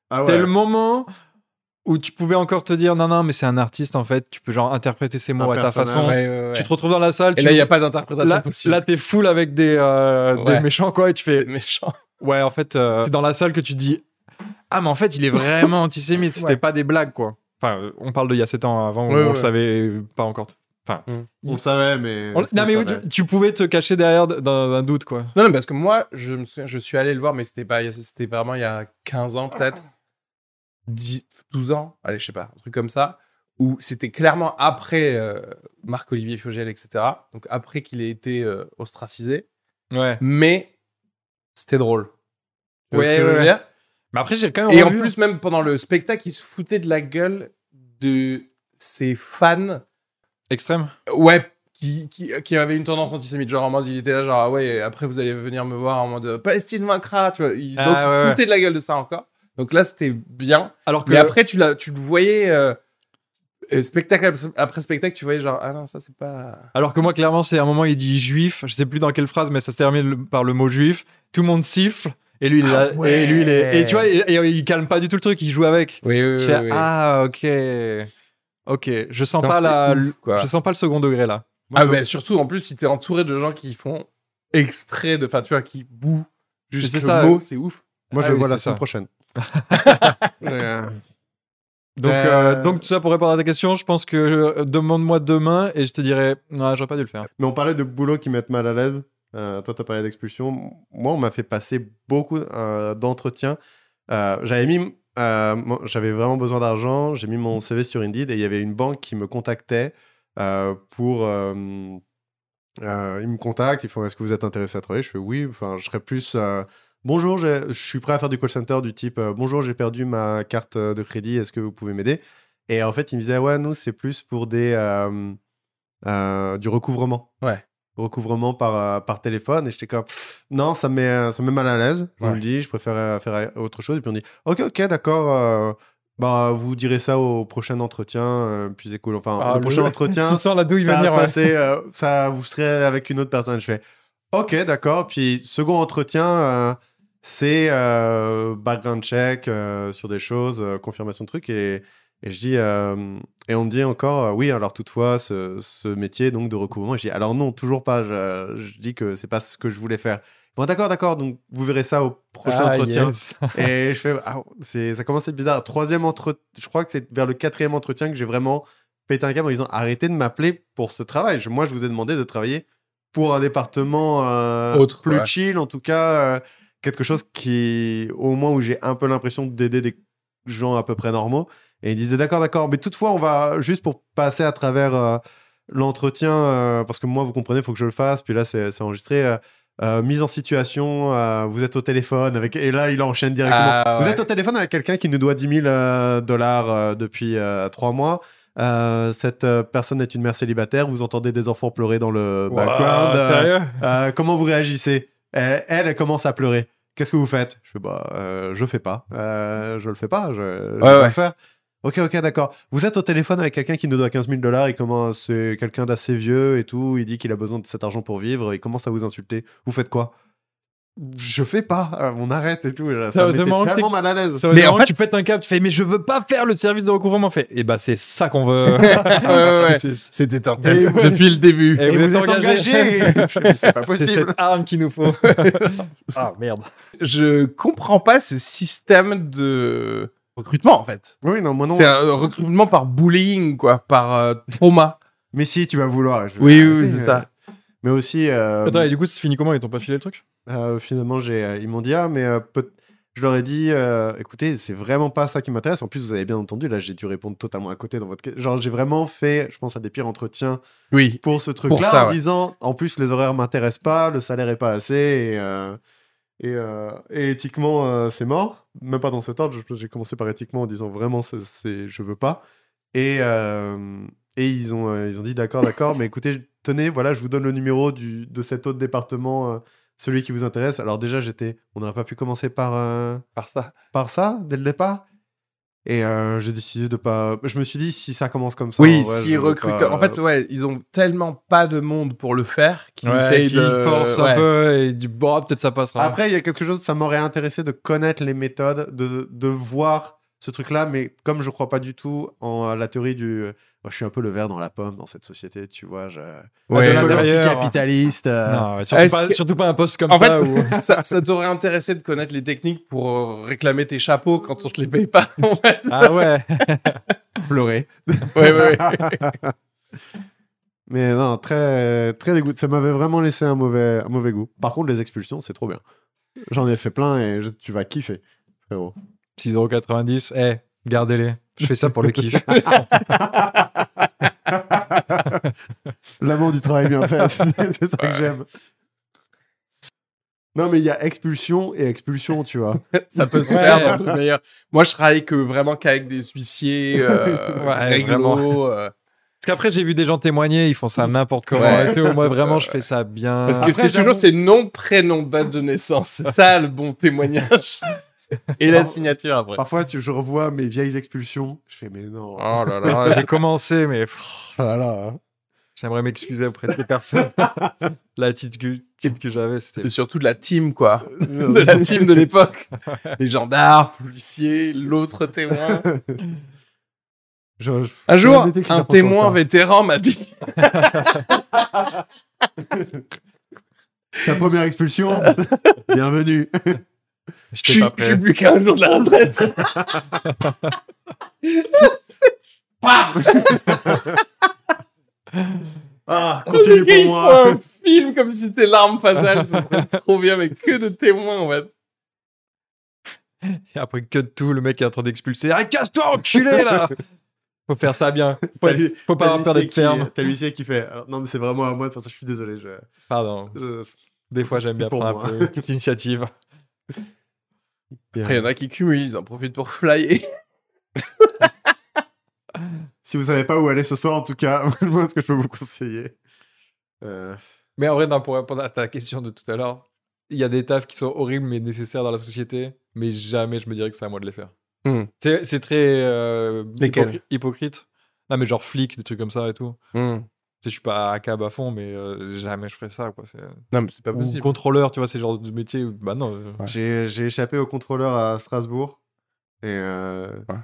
Speaker 4: Ah
Speaker 3: c'était
Speaker 4: ouais.
Speaker 3: le moment où tu pouvais encore te dire non, non, mais c'est un artiste en fait, tu peux genre interpréter ses mots
Speaker 4: Un
Speaker 3: à ta
Speaker 4: personnage.
Speaker 3: façon.
Speaker 1: Ouais, ouais, ouais.
Speaker 3: Tu te retrouves dans la salle,
Speaker 1: Et
Speaker 3: tu...
Speaker 1: là, il n'y a pas d'interprétation
Speaker 3: là,
Speaker 1: possible.
Speaker 3: là, t'es full avec des, euh, des
Speaker 1: Ouais.
Speaker 3: méchants quoi, et tu fais
Speaker 1: méchant.
Speaker 3: ouais, en fait, euh, c'est dans la salle que tu dis ah, mais en fait, il
Speaker 1: [LAUGHS]
Speaker 3: est vraiment antisémite, c'était
Speaker 1: Ouais.
Speaker 3: pas des blagues quoi. Enfin, euh, on parle d'il y a 7 ans avant, où
Speaker 1: Ouais,
Speaker 3: on
Speaker 1: ouais.
Speaker 3: le savait pas encore.
Speaker 4: On le savait, mais.
Speaker 3: On-
Speaker 4: est-ce
Speaker 3: Non,
Speaker 4: qu'on
Speaker 3: mais oui,
Speaker 4: savait
Speaker 1: Ah
Speaker 3: tu, tu pouvais te cacher derrière d- d'un d'un doute quoi.
Speaker 1: Non, non, parce que moi, je me souviens, je suis allé le voir, mais c'était pas, c'était vraiment il y a 15 ans peut-être, 10, 12 ans, allez, je sais pas, un truc comme ça, où c'était clairement après euh, Marc-Olivier Fiogel, etc. Donc après qu'il ait été euh, ostracisé,
Speaker 3: Ouais.
Speaker 1: mais c'était drôle. Tu vois
Speaker 3: Ouais,
Speaker 1: ce que je veux
Speaker 3: ouais,
Speaker 1: dire
Speaker 3: Mais après, j'ai quand même.
Speaker 1: Et en
Speaker 3: revu-
Speaker 1: plus, même pendant le spectacle, il se foutait de la gueule de ses fans euh,
Speaker 3: extrême.
Speaker 1: Ouais, qui, qui, qui avait une tendance antisémite, genre en mode il était là, genre ah ouais, après vous allez venir me voir en mode euh, Palestine vaincra, tu vois. Il,
Speaker 3: Ah,
Speaker 1: donc il se
Speaker 3: ouais,
Speaker 1: foutait de la gueule de ça encore. Donc là c'était bien.
Speaker 3: Alors que
Speaker 1: Mais après tu, l'as- tu le voyais euh, euh, spectacle ap- après spectacle, tu voyais genre ah non, ça c'est pas.
Speaker 3: Alors que moi, clairement, c'est un moment, il dit juif, je sais plus dans quelle phrase, mais ça se termine le- par le mot juif. Tout le monde siffle, et lui, il
Speaker 1: Ah
Speaker 3: a-
Speaker 1: ouais.
Speaker 3: et lui, il est. Et tu vois, il, et il calme pas du tout le truc, il joue avec.
Speaker 1: Oui, oui,
Speaker 3: Tu fais, ah, ok. Ok, je sens
Speaker 1: Putain,
Speaker 3: pas la.
Speaker 1: c'était ouf, quoi.
Speaker 3: Je sens pas le second degré là.
Speaker 1: Ah ben surtout en plus si t'es entouré de gens qui font exprès de. Enfin tu vois, qui bouent juste
Speaker 3: C'est
Speaker 1: le
Speaker 3: ça.
Speaker 1: mot, c'est ouf.
Speaker 4: Moi,
Speaker 3: Ah
Speaker 4: je le
Speaker 3: oui,
Speaker 4: vois la
Speaker 3: c'est
Speaker 4: semaine
Speaker 3: ça.
Speaker 1: [LAUGHS]
Speaker 4: prochaine.
Speaker 3: Donc,
Speaker 4: Euh,
Speaker 3: euh, donc tout ça pour répondre à ta question, je pense que euh, demande-moi demain et je te dirai, non, j'aurais pas dû le faire.
Speaker 4: Mais on parlait de boulot qui mettent mal à l'aise. Euh, toi, tu as parlé d'expulsion. Moi, on m'a fait passer beaucoup euh, d'entretiens. Euh, j'avais mis. euh, moi, j'avais vraiment besoin d'argent. J'ai mis mon CV sur Indeed et il y avait une banque qui me contactait euh, pour. euh, euh, ils me contactent, ils font Est-ce que vous êtes intéressé à travailler Je fais Oui. Enfin, je serais plus. euh, Bonjour, j'ai- je suis prêt à faire du call center du type euh, Bonjour, j'ai perdu ma carte euh, de crédit, est-ce que vous pouvez m'aider Et en fait, ils me disaient Ouais, nous, c'est plus pour des, euh, euh, du recouvrement.
Speaker 1: Ouais.
Speaker 4: Recouvrement par, euh, par téléphone. Et j'étais comme Pff, Non, ça me met, ça me met mal à l'aise. Je
Speaker 1: Ouais.
Speaker 4: vous le dis, je préfère euh, faire autre chose. Et puis on dit Ok, ok, d'accord. euh, bah, vous direz ça au prochain entretien. euh, puis c'est cool. Enfin,
Speaker 3: Ah,
Speaker 4: le
Speaker 3: le- [LAUGHS]
Speaker 4: prochain entretien,
Speaker 3: Tu sens là d'où il
Speaker 4: ça
Speaker 3: va
Speaker 4: va se
Speaker 3: venir. ouais.
Speaker 4: passer, euh, ça, vous serez avec une autre personne. Je fais, ok, d'accord. Puis second entretien, euh, c'est euh, background check euh, sur des choses, euh, confirmation de trucs. Et, et je dis, euh, et on me dit encore, euh, oui, alors toutefois, ce, ce métier donc de recouvrement. Et je dis, alors non, toujours pas. Je, je dis que c'est pas ce que je voulais faire. Bon, d'accord, d'accord. Donc vous verrez ça au prochain
Speaker 3: Ah,
Speaker 4: entretien.
Speaker 3: yes.
Speaker 4: Et je fais, ah, c'est- ça commence à être bizarre. Troisième entretien, je crois que c'est vers le quatrième entretien que j'ai vraiment pété un câble en disant arrêtez de m'appeler pour ce travail. Je- moi, je vous ai demandé de travailler pour un département euh,
Speaker 1: Autre,
Speaker 4: plus
Speaker 1: ouais.
Speaker 4: chill, en tout cas, euh, quelque chose qui, au moins, où j'ai un peu l'impression d'aider des gens à peu près normaux. Et ils disaient d'accord, d'accord, mais toutefois, on va juste pour passer à travers euh, l'entretien, euh, parce que moi, vous comprenez, il faut que je le fasse, puis là, c'est c'est enregistré. euh, euh, mise en situation, euh, vous êtes au téléphone avec. Et là, il enchaîne directement.
Speaker 1: Ah,
Speaker 4: Vous
Speaker 1: ouais.
Speaker 4: êtes au téléphone avec quelqu'un qui nous doit 10 000 dollars depuis euh, trois mois. Euh, cette euh, personne est une mère célibataire. Vous entendez des enfants pleurer dans le background. Euh,
Speaker 3: sérieux
Speaker 4: euh, comment vous réagissez elle, elle, elle commence à pleurer. Qu'est-ce que vous faites Je fais bah, euh, je fais pas. Euh, je le fais pas. Je, je vais
Speaker 1: Ouais,
Speaker 4: pas
Speaker 1: ouais.
Speaker 4: le faire. Ok, ok, d'accord. Vous êtes au téléphone avec quelqu'un qui nous doit 15 000 dollars. Il commence, c'est quelqu'un d'assez vieux et tout. Il dit qu'il a besoin de cet argent pour vivre. Il commence à vous insulter. Vous faites quoi Je fais pas. Euh, On arrête et tout. Ça,
Speaker 3: Ça,
Speaker 4: me mettait
Speaker 3: c'est marrant que
Speaker 4: tellement
Speaker 3: t'es-
Speaker 4: mal à l'aise.
Speaker 3: mais
Speaker 1: en fait,
Speaker 3: tu pètes un câble, tu fais, mais je veux pas faire le service de recouvrement. Fait, et eh bah, c'est ça qu'on
Speaker 1: [LAUGHS]
Speaker 3: veut. [LAUGHS]
Speaker 1: ouais,
Speaker 3: C'est- c'est-
Speaker 1: C'était un
Speaker 4: test
Speaker 1: test depuis le début.
Speaker 3: Et
Speaker 4: Et
Speaker 3: vous
Speaker 4: vous,
Speaker 3: êtes
Speaker 4: êtes engagé.
Speaker 3: [LAUGHS]
Speaker 4: Je fais, c'est pas
Speaker 3: C'est
Speaker 4: possible.
Speaker 3: cette arme qu'il nous
Speaker 4: [LAUGHS]
Speaker 3: faut. ah merde.
Speaker 1: Je comprends pas ce système de recrutement en fait.
Speaker 4: Oui, non, moi non.
Speaker 1: C'est un euh, recrutement par bullying quoi, par euh, trauma.
Speaker 4: Mais si, tu vas vouloir. [LAUGHS] Je vais
Speaker 1: Oui, oui,
Speaker 4: arrêter, euh,
Speaker 1: oui, c'est ça.
Speaker 4: Mais aussi. euh,
Speaker 3: Attends, et du coup, c'est fini comment Ils t'ont pas filé le truc
Speaker 4: Euh, finalement, j'ai, euh, ils m'ont dit, ah, mais euh, peut- je leur ai dit, euh, écoutez, c'est vraiment pas ça qui m'intéresse. En plus, vous avez bien entendu, là, j'ai dû répondre totalement à côté dans votre. que- Genre, j'ai vraiment fait, je pense, à des pires entretiens
Speaker 1: Oui.
Speaker 4: pour ce truc-là,
Speaker 1: ça,
Speaker 4: en
Speaker 1: ouais.
Speaker 4: disant, en plus, les horaires m'intéressent pas, le salaire est pas assez, et, euh, et, euh, et éthiquement, euh, c'est mort. Même pas dans cet ordre, je- j'ai commencé par éthiquement en disant, vraiment, c'est, c'est- je veux pas. Et, euh, et ils, ont, euh, ils ont dit, d'accord, d'accord, mais écoutez, tenez, voilà, je vous donne le numéro du, de cet autre département, euh, celui qui vous intéresse. Alors déjà, j'étais, on n'aurait pas pu commencer par... euh,
Speaker 1: Par ça.
Speaker 4: par ça dès le départ. Et euh, j'ai décidé de pas. Je me suis dit, si ça commence comme ça. en
Speaker 1: Oui,
Speaker 4: vrai, je
Speaker 1: s'ils
Speaker 4: veux
Speaker 1: recrutent.
Speaker 4: pas- euh,
Speaker 1: En fait, ouais, ils ont tellement pas de monde pour le faire qu'ils essayent
Speaker 3: qui
Speaker 1: de.
Speaker 3: force
Speaker 1: ouais.
Speaker 3: un peu et du bon, ah, peut-être ça passera.
Speaker 4: Après, il y a quelque chose, ça m'aurait intéressé de connaître les méthodes, de, de voir ce truc-là, mais comme je crois pas du tout en euh, la théorie du. Moi, je suis un peu le verre dans la pomme dans cette société, tu vois. Je...
Speaker 1: Ouais.
Speaker 3: De l'intérieur.
Speaker 4: capitaliste.
Speaker 3: Non, ouais, surtout,
Speaker 1: euh, est-ce
Speaker 3: pas,
Speaker 1: que-
Speaker 3: surtout pas un poste comme
Speaker 1: En
Speaker 3: ça.
Speaker 1: fait, [LAUGHS]
Speaker 3: où-
Speaker 1: ça, ça t'aurait intéressé de connaître les techniques pour euh, réclamer tes chapeaux quand on te les paye pas. [LAUGHS] En fait.
Speaker 3: Ah ouais. [LAUGHS]
Speaker 4: pleurer.
Speaker 1: Ouais, ouais, ouais.
Speaker 4: Mais non, très, très dégoûté. Ça m'avait vraiment laissé un mauvais, un mauvais goût. Par contre, les expulsions, c'est trop bien. J'en ai fait plein et je- tu vas kiffer, frérot.
Speaker 3: 6,90€. Eh, gardez-les. Je fais
Speaker 1: [LAUGHS]
Speaker 3: ça pour le kiff.
Speaker 4: L'amour du travail bien fait, [LAUGHS] c'est c'est ça
Speaker 1: Ouais.
Speaker 4: que j'aime. Non, mais il y a expulsion et expulsion, tu vois.
Speaker 1: ça peut se
Speaker 3: Ouais.
Speaker 1: faire dans le meilleur. Moi, je travaille que vraiment qu'avec des huissiers euh,
Speaker 3: Ouais,
Speaker 1: réglo,
Speaker 3: vraiment.
Speaker 1: euh,
Speaker 3: Parce qu'après, j'ai vu des gens témoigner, ils font ça n'importe comment.
Speaker 1: Ouais.
Speaker 3: et tout. Moi, vraiment, je fais ça bien.
Speaker 1: parce que
Speaker 4: Après,
Speaker 1: c'est toujours
Speaker 4: j'avoue-
Speaker 1: c'est nom, prénom, date de naissance. C'est ça le bon témoignage. Et la signature après.
Speaker 4: Parfois, tu, je revois mes vieilles expulsions. Je fais, mais non.
Speaker 1: Oh là là.
Speaker 3: Ah, [LAUGHS] j'ai commencé, mais pff,
Speaker 4: Voilà.
Speaker 3: j'aimerais m'excuser auprès de ces
Speaker 4: [LAUGHS]
Speaker 3: personnes. L'attitude que j'avais, c'était.
Speaker 1: Et surtout de la team, quoi.
Speaker 3: [LAUGHS]
Speaker 4: hein.
Speaker 1: De la team de l'époque. Les gendarmes, l'huissier, l'autre témoin.
Speaker 4: Je- je-
Speaker 1: Un jour,
Speaker 4: J'aurais été que
Speaker 1: un
Speaker 4: ça
Speaker 1: témoin
Speaker 4: pour
Speaker 1: vétéran m'a dit
Speaker 4: C'est ta première expulsion.
Speaker 3: [LAUGHS]
Speaker 4: Bienvenue.
Speaker 1: Je
Speaker 3: J'étais
Speaker 1: suis
Speaker 3: pas prêt.
Speaker 1: je suis plus qu'à un jour de la retraite.
Speaker 4: Ah,
Speaker 1: Le
Speaker 4: continue
Speaker 1: gars, il
Speaker 4: pour
Speaker 1: faut
Speaker 4: moi.
Speaker 1: un film comme si c'était l'arme fatale. C'est trop bien, mais que de témoins, en fait.
Speaker 3: Et après, que de tout, le mec est en train d'expulser. Ah, casse-toi, enculé,
Speaker 4: [LAUGHS]
Speaker 3: là Faut faire ça bien. Faut,
Speaker 4: T'as lui-
Speaker 3: faut pas
Speaker 4: t'as
Speaker 3: avoir peur
Speaker 4: l'huissier
Speaker 3: d'être ferme.
Speaker 4: qui- T'as l'huissier qui fait. alors, non, mais c'est vraiment à moi de faire ça. Je suis désolé. Je,
Speaker 3: Pardon.
Speaker 4: je-
Speaker 3: Des fois, j'aime bien
Speaker 4: Pour
Speaker 3: prendre un
Speaker 4: moi.
Speaker 3: peu une petite initiative.
Speaker 1: Après, il y en a qui cumulent, ils en profitent pour flyer.
Speaker 4: Si vous savez pas où aller ce soir, en tout cas, [LAUGHS] moi, ce que je peux vous conseiller. Euh,
Speaker 3: Mais en vrai, non, pour répondre à ta question de tout à l'heure, il y a des tafs qui sont horribles mais nécessaires dans la société, mais jamais je me dirais que c'est à moi de les faire.
Speaker 1: Hmm.
Speaker 3: C'est c'est très euh,
Speaker 1: Lesquels
Speaker 3: hypocri- hypocrite. Non, mais genre flic, des trucs comme ça et tout. Tu sais, je suis pas à cab à fond, mais euh, jamais je ferais ça. Quoi. c'est- euh,
Speaker 1: Non, mais c'est pas
Speaker 3: Ou contrôleur, tu vois, c'est le genre de métier. où- Bah non. euh,
Speaker 1: Ouais.
Speaker 4: J'ai j'ai échappé au contrôleur à Strasbourg. Et euh,
Speaker 1: Ouais.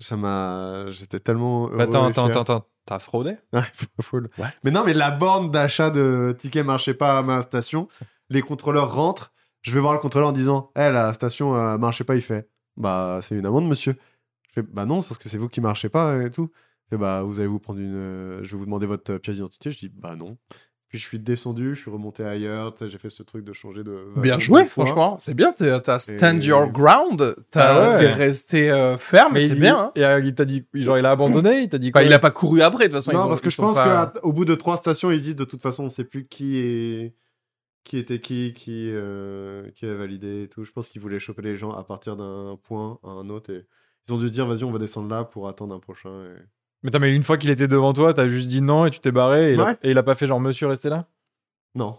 Speaker 4: ça m'a. J'étais tellement. Heureux
Speaker 3: bah, attends,
Speaker 4: de
Speaker 3: attends,
Speaker 4: faire.
Speaker 3: attends, attends, t'as fraudé
Speaker 4: Ouais, full.
Speaker 1: What
Speaker 4: Mais non, mais la borne d'achat de tickets marchait pas à ma station. Les contrôleurs rentrent. Je vais voir le contrôleur en disant Eh, la station euh, marchait pas. Il fait Bah, c'est une amende, monsieur. Je fais Bah non, c'est parce que c'est vous qui marchez pas et tout. Il fait Bah, vous allez vous prendre une. euh, Je vais vous demander votre euh, pièce d'identité. Je dis Bah non. Puis je suis descendu, je suis remonté ailleurs. tu sais, J'ai fait ce truc de changer de.
Speaker 1: Bien
Speaker 4: de
Speaker 1: joué,
Speaker 4: fois.
Speaker 1: Bah, franchement. C'est bien, t'es- t'as stand
Speaker 4: Et-
Speaker 1: your ground, t'as-
Speaker 3: Ah ouais.
Speaker 1: t'es resté euh, ferme, c'est
Speaker 3: il,
Speaker 1: bien. hein.
Speaker 3: Et euh, il t'a dit, genre, il a abandonné, il t'a dit.
Speaker 1: Enfin,
Speaker 3: quoi
Speaker 1: il a pas couru après, de toute façon. ils
Speaker 4: Non,
Speaker 1: ont-
Speaker 4: parce que
Speaker 1: ils
Speaker 4: je
Speaker 1: sont
Speaker 4: pense
Speaker 1: pas-
Speaker 4: qu'au bout de trois stations, ils disent de toute façon, on sait plus qui est. qui était qui, qui, euh, qui avait validé et tout. Je pense qu'ils voulaient choper les gens à partir d'un point à un autre. Et ils ont dû dire, vas-y, on va descendre là pour attendre un prochain. et-
Speaker 3: Mais t'as mais une fois qu'il était devant toi, t'as juste dit non et tu t'es barré et, il a-
Speaker 4: Ouais.
Speaker 3: et il a pas fait genre monsieur restez là.
Speaker 4: Non.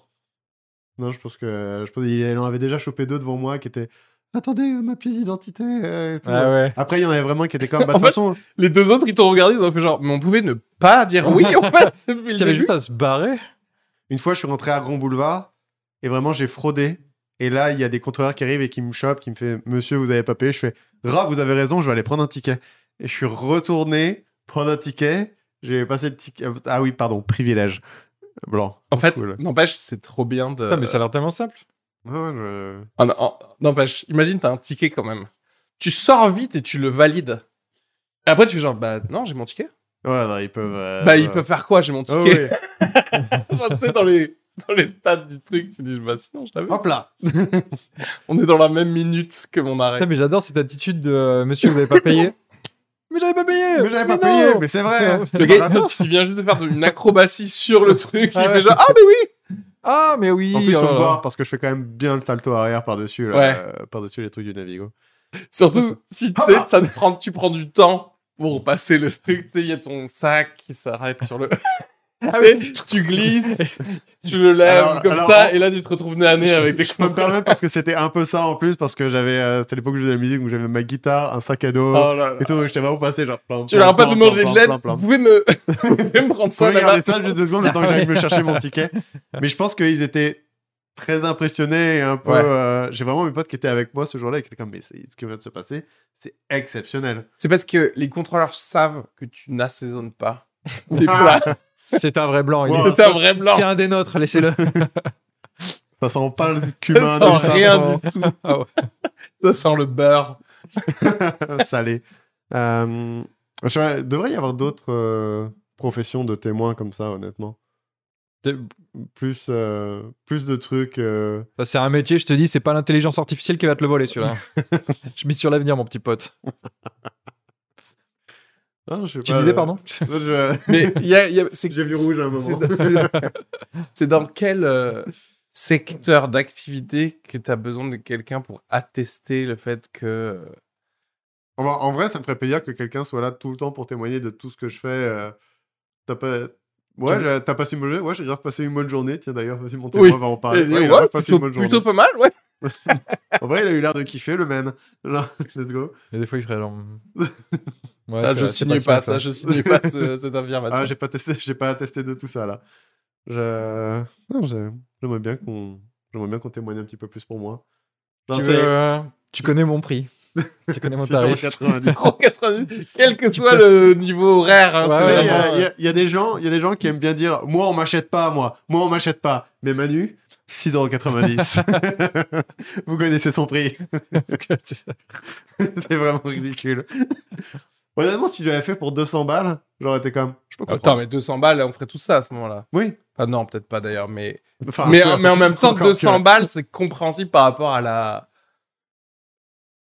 Speaker 4: Non, je pense que. Je pense qu'il en avait déjà chopé deux devant moi qui étaient. Attendez, euh, ma pièce d'identité. euh, et tout.
Speaker 3: Ah ouais.
Speaker 4: Après, il y en avait vraiment qui
Speaker 1: [LAUGHS]
Speaker 4: étaient comme. Bah, de
Speaker 1: En
Speaker 4: toute
Speaker 1: fait,
Speaker 4: façon,
Speaker 1: Les deux autres, ils t'ont regardé, ils ont fait genre, mais on pouvait ne pas dire oui, en fait. depuis le
Speaker 3: Tu avais
Speaker 1: début.
Speaker 3: juste à se barrer.
Speaker 4: une fois, je suis rentré à Grand Boulevard et vraiment, j'ai fraudé. Et là, il y a des contrôleurs qui arrivent et qui me chopent, qui me fait Monsieur, vous avez pas payé. Je fais Ra, vous avez raison, je vais aller prendre un ticket. Et je suis retourné prendre un ticket. J'ai passé le ticket. Ah oui, pardon, privilège blanc.
Speaker 1: En fait,
Speaker 4: Cool.
Speaker 1: n'empêche, c'est trop bien de.
Speaker 3: Putain, mais ça a l'air tellement simple.
Speaker 4: Ouais, ouais, je-
Speaker 1: Ah, non, oh, N'empêche, imagine, t'as un ticket quand même. Tu sors vite et tu le valides. Et après, tu fais genre, bah non, j'ai mon ticket.
Speaker 4: Ouais, non, ils peuvent. euh,
Speaker 1: bah,
Speaker 4: ouais.
Speaker 1: ils peuvent faire quoi J'ai mon
Speaker 4: Ah
Speaker 1: ticket. [LAUGHS]
Speaker 4: oui.
Speaker 1: Genre, tu sais, dans les, dans les stades du truc, tu dis, bah sinon, je l'avais.
Speaker 4: Hop là
Speaker 1: On est dans la même minute que mon arrêt.
Speaker 3: Putain, mais j'adore cette attitude de euh, monsieur vous avez pas payé. [LAUGHS] mais j'avais pas payé.
Speaker 4: Mais j'avais pas
Speaker 3: non.
Speaker 4: payé, mais c'est vrai hein.
Speaker 3: Ouais.
Speaker 4: C'est
Speaker 1: Ce gars,
Speaker 4: pas grave.
Speaker 1: il vient juste de faire de- une acrobatie sur le truc.
Speaker 3: Ah
Speaker 1: il
Speaker 3: ouais.
Speaker 1: fait genre, ah, mais oui
Speaker 3: Ah mais oui.
Speaker 4: En plus,
Speaker 3: oh
Speaker 4: on
Speaker 3: là
Speaker 4: le
Speaker 3: là.
Speaker 4: voit parce que je fais quand même bien le salto arrière par-dessus là,
Speaker 1: euh, Ouais.
Speaker 4: euh, par-dessus les trucs du Navigo.
Speaker 1: Surtout si tu sais, ça te prend, tu prends du temps pour passer le truc. Tu sais, il y a ton sac qui s'arrête sur le. [LAUGHS] Ah tu [LAUGHS] glisses, tu le lèves
Speaker 4: Alors-
Speaker 1: comme
Speaker 4: alors,
Speaker 1: ça,
Speaker 4: on-
Speaker 1: et là tu te retrouves nez à nez avec des
Speaker 4: Je peux me permettre parce que c'était un peu ça en plus, parce que j'avais. euh, c'était l'époque où je faisais de la musique où j'avais ma guitare, un sac à dos
Speaker 1: Oh là là.
Speaker 4: et tout, et j'étais vraiment passé genre. Plan,
Speaker 1: Tu leur as pas demandé de l'aide. Vous
Speaker 4: Vous
Speaker 1: pouvez me, [LAUGHS] vous pouvez me prendre ça
Speaker 4: pouvez
Speaker 1: là-bas.
Speaker 4: regarder ça juste deux secondes le temps que j'arrive me chercher
Speaker 1: [LAUGHS]
Speaker 4: mon ticket. Mais je pense qu'ils étaient très impressionnés et un peu.
Speaker 1: Ouais.
Speaker 4: euh, J'ai vraiment mes potes qui étaient avec moi ce jour-là et qui étaient comme, mais c'est- ce qui vient de se passer, c'est exceptionnel.
Speaker 1: C'est parce que les contrôleurs savent que tu n'assaisonnes pas les
Speaker 4: Ah
Speaker 1: plats.
Speaker 3: C'est un vrai blanc. il
Speaker 4: Wow.
Speaker 3: est-
Speaker 1: C'est un vrai blanc.
Speaker 3: C'est un des nôtres. Laissez-le.
Speaker 4: [LAUGHS] Ça sent pas le
Speaker 1: [LAUGHS]
Speaker 4: cumin,
Speaker 1: ça
Speaker 4: ni
Speaker 1: sent
Speaker 4: le
Speaker 1: rien
Speaker 4: safran.
Speaker 1: du tout.
Speaker 3: [LAUGHS] Ah ouais.
Speaker 1: Ça sent le beurre.
Speaker 4: [LAUGHS] salé. Euh, je- devrait y avoir d'autres euh, professions de témoins comme ça, honnêtement.
Speaker 3: T'es-
Speaker 4: Plus, euh, plus de trucs. euh,
Speaker 3: Ça, c'est un métier. Je te dis, c'est pas l'intelligence artificielle qui va te le voler [LAUGHS] celui-là. je mise sur l'avenir, mon petit pote.
Speaker 4: non, je sais
Speaker 3: Tu
Speaker 4: pas,
Speaker 3: disais
Speaker 4: euh,
Speaker 3: pardon.
Speaker 4: [LAUGHS] non, je-
Speaker 1: Mais il y a, il y a- c'est-
Speaker 4: J'ai vu rouge à un [LAUGHS] moment.
Speaker 1: c'est- c'est- C'est dans quel euh, secteur d'activité que tu as besoin de quelqu'un pour attester le fait que. euh,
Speaker 4: En, en vrai, ça me ferait plaisir que quelqu'un soit là tout le temps pour témoigner de tout ce que je fais. euh, T'as pas. Ouais,
Speaker 1: Tu-
Speaker 4: j'ai- t'as passé une bonne journée. Ouais, j'ai grave passé une bonne journée. Tiens, d'ailleurs, vas-y, mon
Speaker 1: Oui.
Speaker 4: témoin va en parler.
Speaker 1: Et-
Speaker 4: Ouais, il a
Speaker 1: ouais,
Speaker 4: grave passé
Speaker 1: plutôt,
Speaker 4: une bonne
Speaker 1: plutôt
Speaker 4: journée.
Speaker 1: pas mal, ouais.
Speaker 4: En vrai, il a eu l'air de kiffer, le man. [LAUGHS] Là, let's go.
Speaker 3: Et des fois, il ferait [LAUGHS] genre. Ouais,
Speaker 1: Ah,
Speaker 3: c'est-
Speaker 1: je
Speaker 3: c'est
Speaker 1: signe pas,
Speaker 3: si mal,
Speaker 1: ça, je signe pas ce- [LAUGHS] cette affirmation.
Speaker 4: Ah, j'ai pas testé, [LAUGHS] j'ai pas attesté de tout ça là. Je, non, je- j'aimerais bien qu'on, j'aimerais bien qu'on témoigne un petit peu plus pour moi. Genre,
Speaker 3: Tu,
Speaker 4: c'est-
Speaker 3: veux, euh, tu connais mon prix. tu connais
Speaker 1: [LAUGHS]
Speaker 3: mon tarif. [LAUGHS]
Speaker 4: 690.
Speaker 1: 0,90, quel que soit le niveau horaire. hein,
Speaker 3: Ouais,
Speaker 1: c'est
Speaker 4: Mais Il y,
Speaker 1: vraiment,
Speaker 4: a- il y
Speaker 1: euh,
Speaker 4: a- il y a des gens, il y a des gens qui aiment bien dire, moi on m'achète pas, moi, moi on m'achète pas. Mais Manu, 6,90€. Vous connaissez son prix. [LAUGHS] C'est vraiment ridicule. Honnêtement, si tu l'avais fait pour 200 balles, j'aurais été comme, je peux
Speaker 1: Attends,
Speaker 4: comprendre.
Speaker 1: mais 200 balles, on ferait tout ça à ce moment-là.
Speaker 4: Oui.
Speaker 1: Ah non, peut-être pas d'ailleurs, mais...
Speaker 4: Enfin,
Speaker 1: mais, en- mais en même temps,
Speaker 4: Encore que-
Speaker 1: 200 balles, c'est compréhensible par rapport à la...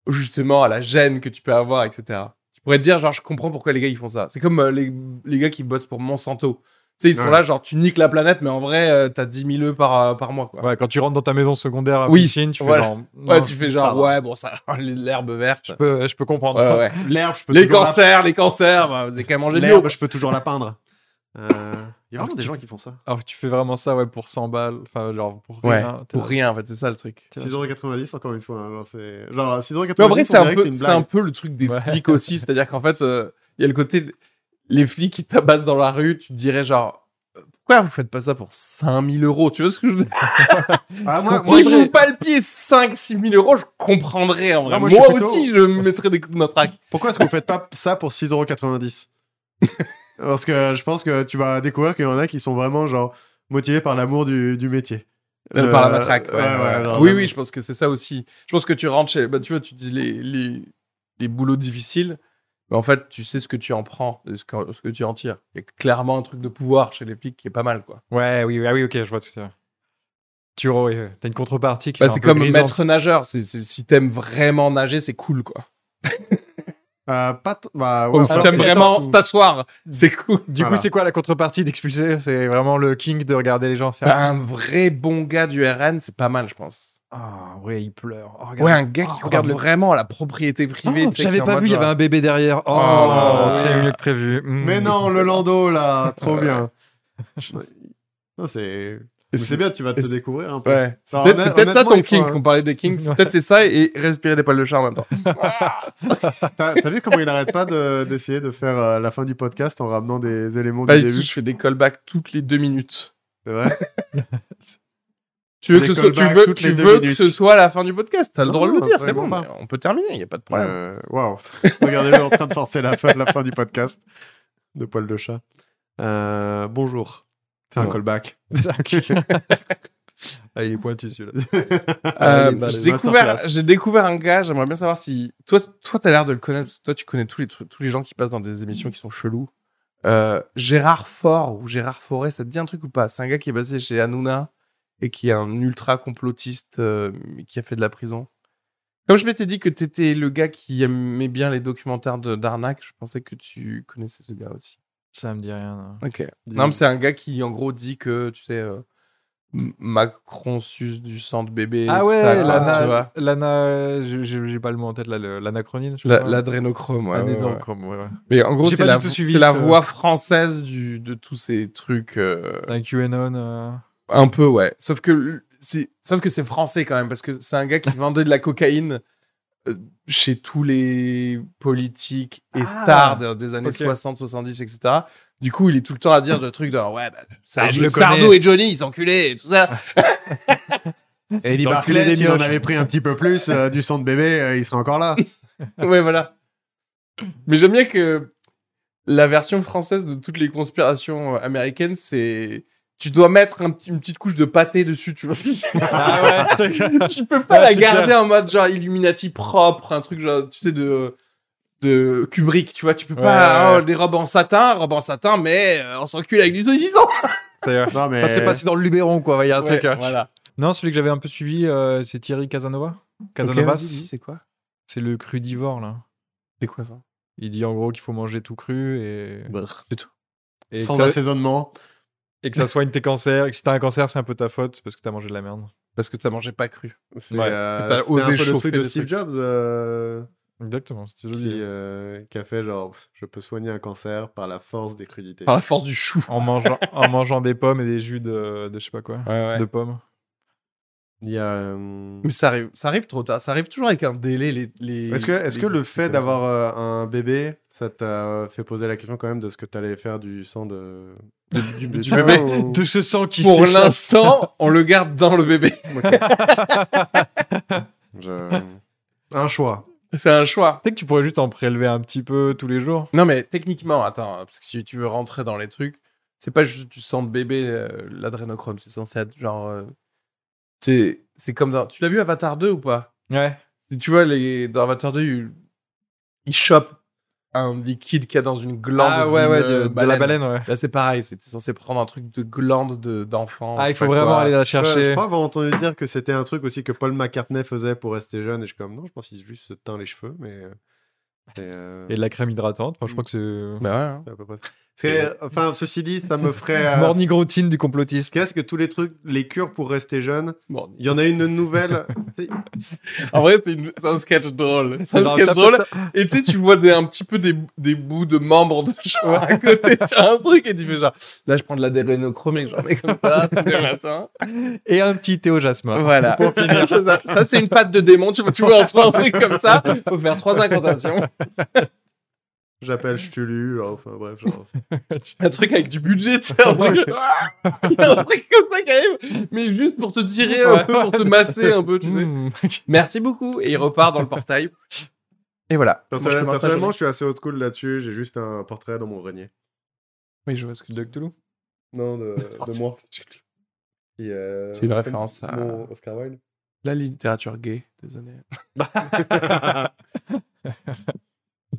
Speaker 1: Justement, à la gêne que tu peux avoir, etc. Tu pourrais te dire, genre, je comprends pourquoi les gars, ils font ça. C'est comme euh, les, les gars qui bossent pour Monsanto. Tu sais, ils sont
Speaker 4: Ouais.
Speaker 1: là, genre, tu niques la planète, mais en vrai, euh, t'as 10 000 œufs par, euh, par mois, quoi.
Speaker 3: Ouais, quand tu rentres dans ta maison secondaire à
Speaker 1: Oui,
Speaker 3: Piscine, tu fais
Speaker 1: voilà.
Speaker 3: genre.
Speaker 1: Ouais,
Speaker 3: non,
Speaker 1: tu fais
Speaker 4: ça
Speaker 1: genre,
Speaker 4: va.
Speaker 1: ouais, bon, ça, [LAUGHS] l'herbe verte.
Speaker 3: je, peux, je peux comprendre.
Speaker 1: Ouais, ouais.
Speaker 4: l'herbe, je peux
Speaker 1: Les
Speaker 4: toujours la
Speaker 1: cancers, les cancers, bah, vous avez qu'à manger de l'eau.
Speaker 4: L'herbe, je peux toujours la peindre. Euh, Il y a vraiment des gens qui font ça.
Speaker 3: [LAUGHS] Alors que tu fais vraiment ça ouais, pour 100 balles. Enfin, genre pour
Speaker 1: Ouais,
Speaker 3: rien. hein, t'es
Speaker 1: pour
Speaker 3: là-
Speaker 1: rien, en fait, c'est ça le truc.
Speaker 3: t'es là,
Speaker 4: 6,90€ encore une fois. hein, Genre, c'est... genre 6,90€.
Speaker 1: Mais en vrai, c'est
Speaker 4: on
Speaker 1: un,
Speaker 4: dirait que
Speaker 1: peu,
Speaker 4: une
Speaker 1: c'est
Speaker 4: blague.
Speaker 1: un peu le truc des
Speaker 3: Ouais.
Speaker 1: flics aussi. C'est-à-dire qu'en fait, euh, il y a le côté. de- Les flics qui tabassent dans la rue, tu te dirais genre. euh, Pourquoi vous faites pas ça pour 5000 euros Tu vois ce que je veux dire
Speaker 4: Ah, moi, moi,
Speaker 1: Si je
Speaker 4: j'ai-
Speaker 1: vous palpiez 5-6 000 euros, je comprendrais en vrai.
Speaker 4: Ah,
Speaker 1: moi
Speaker 4: moi, je suis plutôt-
Speaker 1: aussi, je me mettrais des coups de matraque.
Speaker 4: Pourquoi est-ce que vous faites pas ça pour 6,90€
Speaker 1: [LAUGHS]
Speaker 4: Parce que je pense que tu vas découvrir qu'il y en a qui sont vraiment genre motivés par l'amour du, du métier.
Speaker 1: Euh,
Speaker 4: Le-
Speaker 1: Par la matraque. ouais,
Speaker 4: ouais,
Speaker 1: ouais.
Speaker 4: ouais, genre,
Speaker 1: oui,
Speaker 4: la-
Speaker 1: oui, je pense que c'est ça aussi. Je pense que tu rentres chez. Bah, tu vois, tu dis les, les, les boulots difficiles, mais en fait, tu sais ce que tu en prends, et ce que, ce que tu en tires. Il y a clairement un truc de pouvoir chez les flics qui est pas mal, quoi.
Speaker 3: Ouais, oui, oui, ah oui, ok, je vois ce que c'est. Tu re- ouais, t'as une contrepartie qui
Speaker 1: Bah,
Speaker 3: fait un
Speaker 1: c'est
Speaker 3: peu
Speaker 1: comme
Speaker 3: grisante.
Speaker 1: maître nageur. c'est c'est- si t'aimes vraiment nager, c'est cool, quoi.
Speaker 4: Euh, pas t- bah,
Speaker 1: Comme
Speaker 4: ouais,
Speaker 1: si
Speaker 4: alors-
Speaker 1: t'aimes vraiment
Speaker 4: Attends,
Speaker 1: t'asseoir.
Speaker 3: Hmm.
Speaker 1: C'est cool.
Speaker 3: Du
Speaker 4: Voilà.
Speaker 3: coup, c'est quoi la contrepartie d'expulser C'est vraiment le king de regarder les gens faire.
Speaker 1: Bah, un vrai bon gars du RN, c'est pas mal, je pense.
Speaker 3: Ah, ouais, il pleure. Oh, regarde.
Speaker 1: Ouais, un gars qui
Speaker 3: Oh,
Speaker 1: regarde
Speaker 3: regarde le-
Speaker 1: vraiment la propriété privée.
Speaker 3: Oh,
Speaker 1: tu sais, qui
Speaker 3: J'avais
Speaker 1: est en
Speaker 3: pas
Speaker 1: mode
Speaker 3: vu, il y
Speaker 1: genre-
Speaker 3: avait un bébé derrière. Oh,
Speaker 1: Oh
Speaker 4: là là,
Speaker 3: c'est
Speaker 4: oui.
Speaker 3: mieux que prévu. Mm. [LAUGHS]
Speaker 4: Mais non, le landau là, trop
Speaker 1: Ouais.
Speaker 4: bien. Non, c'est
Speaker 1: Et
Speaker 4: mais c'est bien, tu vas te
Speaker 1: et c'est-
Speaker 4: découvrir un peu.
Speaker 1: Ouais. C'est
Speaker 4: Non,
Speaker 1: peut-être c'est
Speaker 4: honnêt-
Speaker 1: peut-être ça
Speaker 4: honnêtement, euh,
Speaker 1: ton
Speaker 4: il faut hein.
Speaker 1: king,
Speaker 4: un-
Speaker 1: qu'on parlait des kings. C'est Peut-être c'est ça et respirer des poils de chat en même temps.
Speaker 4: T'as t'as vu comment il arrête pas de- d'essayer de, faire euh, la fin du podcast en ramenant des éléments
Speaker 1: Pas
Speaker 4: du
Speaker 1: du tout,
Speaker 4: début
Speaker 1: je fais des callbacks toutes les deux minutes.
Speaker 4: C'est vrai.
Speaker 1: Tu veux,
Speaker 4: Des
Speaker 1: que ce, soit, tu
Speaker 4: callbacks
Speaker 1: veux,
Speaker 4: toutes
Speaker 1: tu
Speaker 4: les deux
Speaker 1: veux que
Speaker 4: minutes.
Speaker 1: ce soit la fin du podcast, t'as le
Speaker 4: Non,
Speaker 1: droit de le
Speaker 4: non,
Speaker 1: dire, c'est bon,
Speaker 4: absolument
Speaker 1: mais on peut terminer, il n'y a pas de problème.
Speaker 4: Euh, Waouh. [LAUGHS] Regardez-le en train de forcer la fin, la fin du podcast de poil de chat. Euh, bonjour. C'est un
Speaker 3: Ouais.
Speaker 4: callback. [LAUGHS]
Speaker 3: [LAUGHS] Ah, il est pointu celui-là.
Speaker 1: Euh,
Speaker 4: les balles,
Speaker 1: j'ai
Speaker 4: bah, les
Speaker 1: découvert,
Speaker 4: masterclass.
Speaker 1: j'ai découvert un gars, j'aimerais bien savoir si. Toi, toi t'as l'air de le connaître, toi, tu connais tous les, trucs- tous les gens qui passent dans des émissions qui sont chelous. Euh, Gérard Fort ou Gérard Forêt, ça te dit un truc ou pas C'est un gars qui est basé chez Hanouna et qui est un ultra complotiste euh, qui a fait de la prison. Comme je m'étais dit que t'étais le gars qui aimait bien les documentaires de d'arnaque, je pensais que tu connaissais ce gars aussi.
Speaker 3: Ça me dit rien. hein. non.
Speaker 1: Ok.
Speaker 4: Dis-
Speaker 1: Non, mais c'est un gars qui, en gros, dit que, tu sais, euh, M- Macron suce du sang de bébé.
Speaker 3: Ah
Speaker 1: tout
Speaker 3: ouais,
Speaker 1: ça, tu
Speaker 3: l'ana,
Speaker 1: vois.
Speaker 3: l'ana, euh, je- je- j'ai pas le mot en tête là, le- l'anachronine. je
Speaker 1: La-
Speaker 3: crois.
Speaker 1: L'adrénochrome, ouais, ouais, ouais.
Speaker 3: Anédrome, ouais, ouais.
Speaker 1: Mais en gros,
Speaker 3: J'ai
Speaker 1: c'est
Speaker 3: pas
Speaker 1: la,
Speaker 3: du tout
Speaker 1: vo-
Speaker 3: suivi
Speaker 1: c'est la
Speaker 3: ce-
Speaker 1: voix française du, de tous ces trucs. euh,
Speaker 3: Un QAnon. euh,
Speaker 1: un peu, ouais. Sauf que l- c'est sauf que c'est français quand même, parce que c'est un gars qui vendait de la cocaïne euh, chez tous les politiques et
Speaker 3: Ah,
Speaker 1: stars de- des années
Speaker 3: ok.
Speaker 1: 60, 70, etc. Du coup, il est tout le temps à dire de trucs genre ouais, bah, Sardo,
Speaker 3: je le
Speaker 1: Sardo
Speaker 3: connais.
Speaker 1: et Johnny, ils s'enculaient, et tout ça.
Speaker 4: Eddie
Speaker 3: Dans le culé
Speaker 4: Barclay,
Speaker 3: des
Speaker 4: si on
Speaker 3: mioches.
Speaker 4: avait pris un petit peu plus euh, du sang de bébé, euh, il serait encore là.
Speaker 1: [LAUGHS] ouais, voilà. Mais j'aime bien que la version française de toutes les conspirations euh, américaines, c'est. Tu dois mettre un petit- une petite couche de pâté dessus,
Speaker 3: [LAUGHS]
Speaker 1: tu vois.
Speaker 3: [LAUGHS] Ah ouais, d'accord.
Speaker 1: tu peux pas
Speaker 3: Ouais,
Speaker 1: la
Speaker 3: c'est
Speaker 1: garder
Speaker 3: clair.
Speaker 1: en mode genre Illuminati propre, un truc genre, tu sais, de, de Kubrick, tu vois. Tu peux
Speaker 3: Ouais,
Speaker 1: pas.
Speaker 3: ouais, ouais.
Speaker 1: oh, des robes en satin, robes en satin, mais euh, on s'encule avec du saucisson.
Speaker 3: C'est-
Speaker 4: Non, mais...
Speaker 3: Ça s'est passé dans le Luberon, quoi. Il y a un truc.
Speaker 1: Ouais,
Speaker 3: euh,
Speaker 1: voilà.
Speaker 3: Non, celui que j'avais un peu suivi, euh, c'est Thierry Casanova. Casanova,
Speaker 1: c'est quoi
Speaker 3: c'est le crudivore, là.
Speaker 1: C'est quoi ça
Speaker 3: Il dit en gros qu'il faut manger tout cru et,
Speaker 4: Brr.
Speaker 3: et,
Speaker 4: Sans
Speaker 3: que, ça,
Speaker 4: assaisonnement.
Speaker 3: et que ça soigne tes cancers. Et que si t'as un cancer, c'est un peu ta faute c'est parce que t'as mangé de la merde.
Speaker 1: Parce que t'as mangé pas cru.
Speaker 4: C'est
Speaker 1: Ouais.
Speaker 4: euh,
Speaker 1: T'as
Speaker 4: c'était
Speaker 1: osé
Speaker 4: un peu le
Speaker 1: chauffer
Speaker 4: truc de
Speaker 1: le
Speaker 4: Steve
Speaker 1: truc.
Speaker 4: Jobs euh,
Speaker 3: Exactement, c'est
Speaker 4: qui,
Speaker 3: joli.
Speaker 4: euh, qui a fait genre je peux soigner un cancer par la force des crudités.
Speaker 1: Par la force du chou.
Speaker 3: En mangeant, en mangeant des pommes et des jus de, de je sais pas quoi. De pommes.
Speaker 4: Il y a, euh,
Speaker 1: Mais ça arrive, ça arrive trop tard. Ça arrive toujours avec un délai. Les, les-
Speaker 4: Est-ce que, est
Speaker 1: les-
Speaker 4: que le
Speaker 1: comme
Speaker 4: fait
Speaker 1: ça.
Speaker 4: d'avoir euh, un bébé, ça t'a fait poser la question quand même de ce que t'allais faire du sang de... du,
Speaker 1: du bébé.
Speaker 3: De ce sang qui
Speaker 1: Pour
Speaker 3: s'échappe. [LAUGHS]
Speaker 1: l'instant, on le garde dans le bébé.
Speaker 4: [LAUGHS] Un choix.
Speaker 1: C'est un choix.
Speaker 3: Tu sais que tu pourrais juste en prélever un petit peu tous les jours.
Speaker 1: Non, mais techniquement, attends, parce que si tu veux rentrer dans les trucs, c'est pas juste du sang de bébé, euh, l'adrénochrome. C'est censé être genre. euh, c'est c'est comme dans. Tu l'as vu Avatar 2 ou pas
Speaker 3: Ouais.
Speaker 1: Si tu vois, les, dans Avatar 2, ils, ils chopent un liquide qu'il y a dans une glande.
Speaker 3: ah ouais,
Speaker 1: d'une,
Speaker 3: ouais,
Speaker 1: euh,
Speaker 3: de, de la baleine, ouais.
Speaker 1: Là, c'est pareil. C'était censé prendre un truc de glande de- d'enfant.
Speaker 3: Ah,
Speaker 1: je
Speaker 3: il
Speaker 1: sais
Speaker 3: faut
Speaker 1: pas
Speaker 3: vraiment
Speaker 1: quoi.
Speaker 3: aller la
Speaker 4: Je,
Speaker 3: chercher.
Speaker 4: je crois avoir entendu dire que c'était un truc aussi que Paul McCartney faisait pour rester jeune. Et je suis comme, non, je pense qu'il se juste se teint les cheveux, mais... euh, c'est, euh,
Speaker 3: Et de la crème hydratante. Moi, je crois que c'est.
Speaker 1: Bah ouais, hein.
Speaker 4: c'est à peu près- C'est- Enfin, ceci dit, ça me ferait... euh,
Speaker 3: Morning routine du complotiste.
Speaker 4: Qu'est-ce que tous les trucs, les cures pour rester jeune, il y en a une nouvelle... c'est-
Speaker 1: En vrai, c'est une- c'est un sketch drôle. C'est
Speaker 3: [LAUGHS] C'est
Speaker 1: un
Speaker 3: dans
Speaker 1: sketch
Speaker 3: le
Speaker 1: drôle. Et tu sais, tu vois des, un petit peu des, des bouts de membres de cheveux à côté sur un truc et tu fais genre, là, je prends de la dérénochrome et j'en ai comme ça tous les matins.
Speaker 3: Et un petit thé au jasmin.
Speaker 1: Voilà. C'est ça, Ça, c'est une patte de démon. Tu, vois- tu vois, un truc comme ça, faut faire trois incantations.
Speaker 4: J'appelle Stulu, genre, enfin bref, genre...
Speaker 1: Un truc avec du budget, tu sais, un truc. [LAUGHS] Il y a un truc comme ça qui arrive, mais juste pour te tirer un
Speaker 3: Ouais.
Speaker 1: peu, pour te masser un peu, tu sais.
Speaker 3: Mm.
Speaker 1: Merci beaucoup. Et il repart dans le portail. Et voilà. Moi, je
Speaker 4: Personnellement,
Speaker 1: commence ma
Speaker 4: personnellement,
Speaker 1: journée.
Speaker 4: je suis assez old school là-dessus. J'ai juste un portrait dans mon grenier.
Speaker 1: Oui, je vois ce que
Speaker 3: De Cthulhu
Speaker 1: [LAUGHS]
Speaker 4: Non, de, de moi. Qui, euh,
Speaker 1: C'est une référence à-
Speaker 4: mon Oscar Wilde.
Speaker 1: La littérature gay, désolé.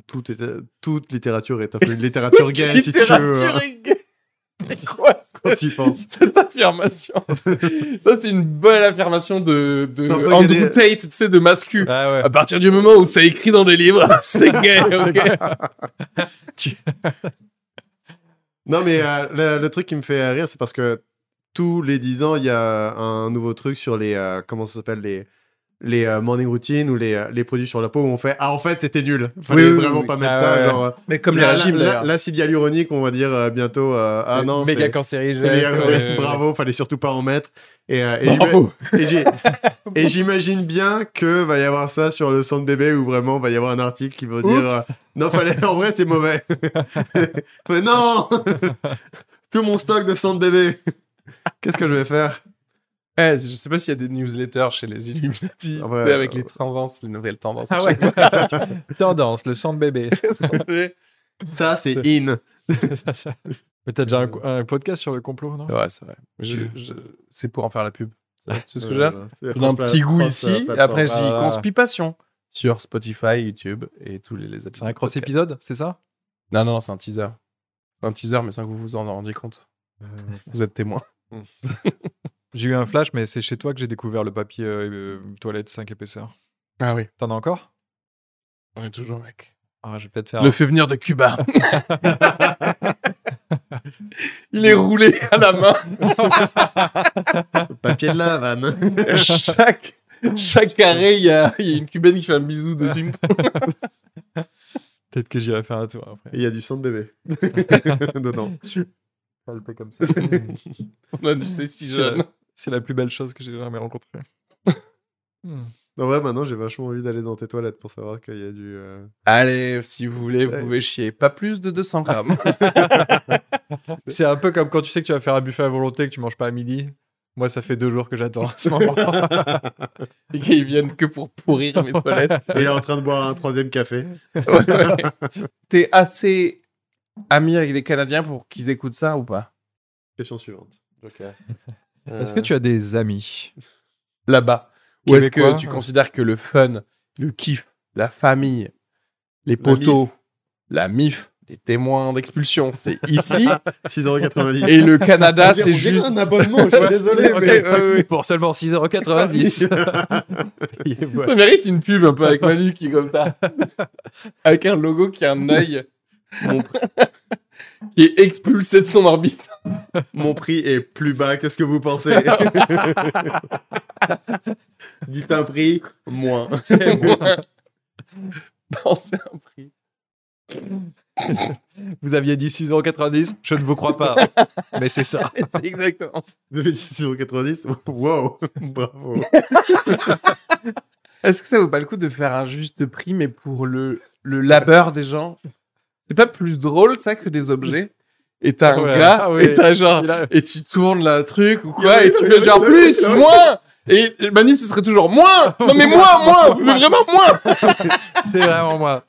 Speaker 4: Tout
Speaker 1: [LAUGHS]
Speaker 4: est- toute littérature est un peu une littérature gay, Ah, si tu veux. hein,
Speaker 1: Littérature gay. C'est quoi ça
Speaker 4: [LAUGHS] quand il pense.
Speaker 1: Cette affirmation. Ça, c'est une bonne affirmation de, de
Speaker 4: Non, mais
Speaker 1: Andrew
Speaker 4: il y a des-
Speaker 1: Tate, tu sais, de mascu.
Speaker 3: Ah ouais.
Speaker 1: À partir du moment où c'est écrit dans des livres, [LAUGHS] c'est gay, ok
Speaker 4: Non, mais euh, le, le truc qui me fait rire, c'est parce que tous les 10 ans, il y a un nouveau truc sur les. euh, comment ça s'appelle Les, les euh, morning routines ou les, euh, les produits sur la peau où on fait Ah, en fait, c'était nul. Fallait
Speaker 1: Oui, oui,
Speaker 4: vraiment
Speaker 1: oui.
Speaker 4: pas mettre
Speaker 3: Ah,
Speaker 4: ça.
Speaker 3: ouais.
Speaker 4: Genre, euh,
Speaker 1: Mais comme les
Speaker 4: la-
Speaker 1: régimes,
Speaker 4: la- la-
Speaker 1: d'ailleurs.
Speaker 4: L'acide hyaluronique, on va dire euh, bientôt. euh, ah
Speaker 3: C'est
Speaker 4: non,
Speaker 3: méga euh,
Speaker 4: c'est.
Speaker 3: cancérisé.
Speaker 4: c'est meilleur,
Speaker 3: ouais, ouais, ouais.
Speaker 4: bravo, fallait surtout pas en mettre. Et, euh, et j'ima-
Speaker 1: Bravo [LAUGHS]
Speaker 4: et j'ai- et j'imagine bien que va y avoir ça sur le centre bébé où vraiment va y avoir un article qui va dire euh, non fallait en vrai
Speaker 1: [LAUGHS]
Speaker 4: c'est mauvais. Mais non [LAUGHS] tout mon stock de centre bébé. Qu'est-ce que je vais faire
Speaker 1: Eh, Je sais pas s'il y a des newsletters chez les Illuminati,
Speaker 4: Ah ouais.
Speaker 1: tu sais, avec les tendances, les nouvelles tendances.
Speaker 3: Ah ouais. [LAUGHS] Tendance, le sang de bébé.
Speaker 1: [LAUGHS]
Speaker 3: [LAUGHS]
Speaker 1: ouais,
Speaker 4: Ça c'est in.
Speaker 3: Ça, ça. Mais t'as déjà un, co- un podcast sur le complot, non
Speaker 1: c'est vrai. Je- je- C'est pour en faire la pub. C'est ce que j'ai.
Speaker 4: j'ai
Speaker 1: J'ai un petit goût ici, et après je dis
Speaker 3: Voilà.
Speaker 1: conspipation sur Spotify, YouTube et tous les, les
Speaker 3: C'est un cross épisode, c'est ça
Speaker 1: Non, non, non, c'est un teaser. C'est un teaser, mais sans que vous vous en rendiez compte.
Speaker 3: Euh,
Speaker 1: Vous êtes témoin.
Speaker 3: J'ai eu un flash, mais c'est chez toi que j'ai découvert le papier euh, euh, toilette 5 épaisseurs.
Speaker 1: Ah oui,
Speaker 3: T'en as encore
Speaker 1: on est toujours mec.
Speaker 3: Ah, je vais peut-être faire.
Speaker 1: Le fait venir de Cuba. [LAUGHS] Il est roulé à la main.
Speaker 4: papier de
Speaker 1: [LAUGHS]
Speaker 4: la vanne.
Speaker 1: chaque, chaque carré, il y a, il y a une cubaine qui fait un bisou dessus.
Speaker 3: Peut-être que j'irai faire un tour après.
Speaker 4: Il y a du
Speaker 1: [LAUGHS]
Speaker 4: centre bébé dedans.
Speaker 3: comme [LAUGHS] ça.
Speaker 4: [LAUGHS]
Speaker 1: On a du c'est si
Speaker 3: C'est
Speaker 1: jeune.
Speaker 3: la- c'est la plus belle chose que j'ai jamais
Speaker 4: [LAUGHS]
Speaker 3: rencontrée. Hmm.
Speaker 4: En vrai maintenant j'ai vachement envie d'aller dans tes toilettes pour savoir qu'il y a du. euh,
Speaker 1: Allez, si vous voulez, vous
Speaker 4: Ouais.
Speaker 1: pouvez chier pas plus de 200 grammes. [LAUGHS]
Speaker 3: C'est un peu comme quand tu sais que tu vas faire un buffet à volonté et que tu manges pas à midi. Moi, ça fait deux jours que j'attends à ce
Speaker 4: [LAUGHS]
Speaker 3: moment.
Speaker 1: Les gars, ils viennent que pour pourrir mes toilettes.
Speaker 4: Il est en train de boire un troisième café.
Speaker 1: [LAUGHS] Ouais, ouais. T'es assez ami avec les Canadiens pour qu'ils écoutent ça ou pas
Speaker 4: Question suivante. Joker.
Speaker 3: Est-ce que tu as des amis
Speaker 1: Là-bas. Ou est-ce que
Speaker 3: Québécois,
Speaker 1: tu
Speaker 3: euh.
Speaker 1: considères que le fun, le kiff, la famille, les poteaux, la MIF, les témoins d'expulsion,
Speaker 4: [LAUGHS]
Speaker 1: c'est ici.
Speaker 4: Euh, 6,90€.
Speaker 1: et le Canada,
Speaker 4: On dirait-
Speaker 1: c'est
Speaker 4: on dirait
Speaker 1: juste. [LAUGHS]
Speaker 4: un abonnement, je suis désolé,
Speaker 1: Ok,
Speaker 4: mais.
Speaker 1: ouais, ouais.
Speaker 3: Pour seulement 6,90€. Payez-moi.
Speaker 1: Ça mérite une pub un peu avec Manu qui est comme
Speaker 4: [LAUGHS]
Speaker 1: ça. avec un logo qui a un œil.
Speaker 4: Mon
Speaker 1: [LAUGHS] qui est expulsé de son orbite. [LAUGHS]
Speaker 4: Mon prix est plus bas que ce que vous pensez. Dites un prix, moins.
Speaker 1: [LAUGHS] C'est
Speaker 4: [LAUGHS]
Speaker 1: moins. Pensez un prix.
Speaker 3: Vous aviez dit 6,90€, je ne vous crois pas. Mais c'est ça.
Speaker 1: C'est exactement.
Speaker 4: 96,90 Wow, bravo.
Speaker 1: Est-ce que ça vaut pas le coup de faire un juste prix, mais pour le, le labeur des gens C'est pas plus drôle, ça, que des objets Et t'as un
Speaker 3: Ouais.
Speaker 1: gars,
Speaker 3: Ah oui.
Speaker 1: et t'as genre.
Speaker 3: Il a-
Speaker 1: Et tu tournes la truc ou
Speaker 4: Il y
Speaker 1: quoi,
Speaker 4: a-
Speaker 1: et tu
Speaker 4: il y
Speaker 1: fais
Speaker 4: a-
Speaker 1: genre
Speaker 4: il y a-
Speaker 1: plus,
Speaker 4: il y a-
Speaker 1: moins Et Manu, ce serait toujours
Speaker 4: [LAUGHS]
Speaker 1: moins Non mais moins, moins Mais vraiment moins
Speaker 3: C'est vraiment [LAUGHS] moi.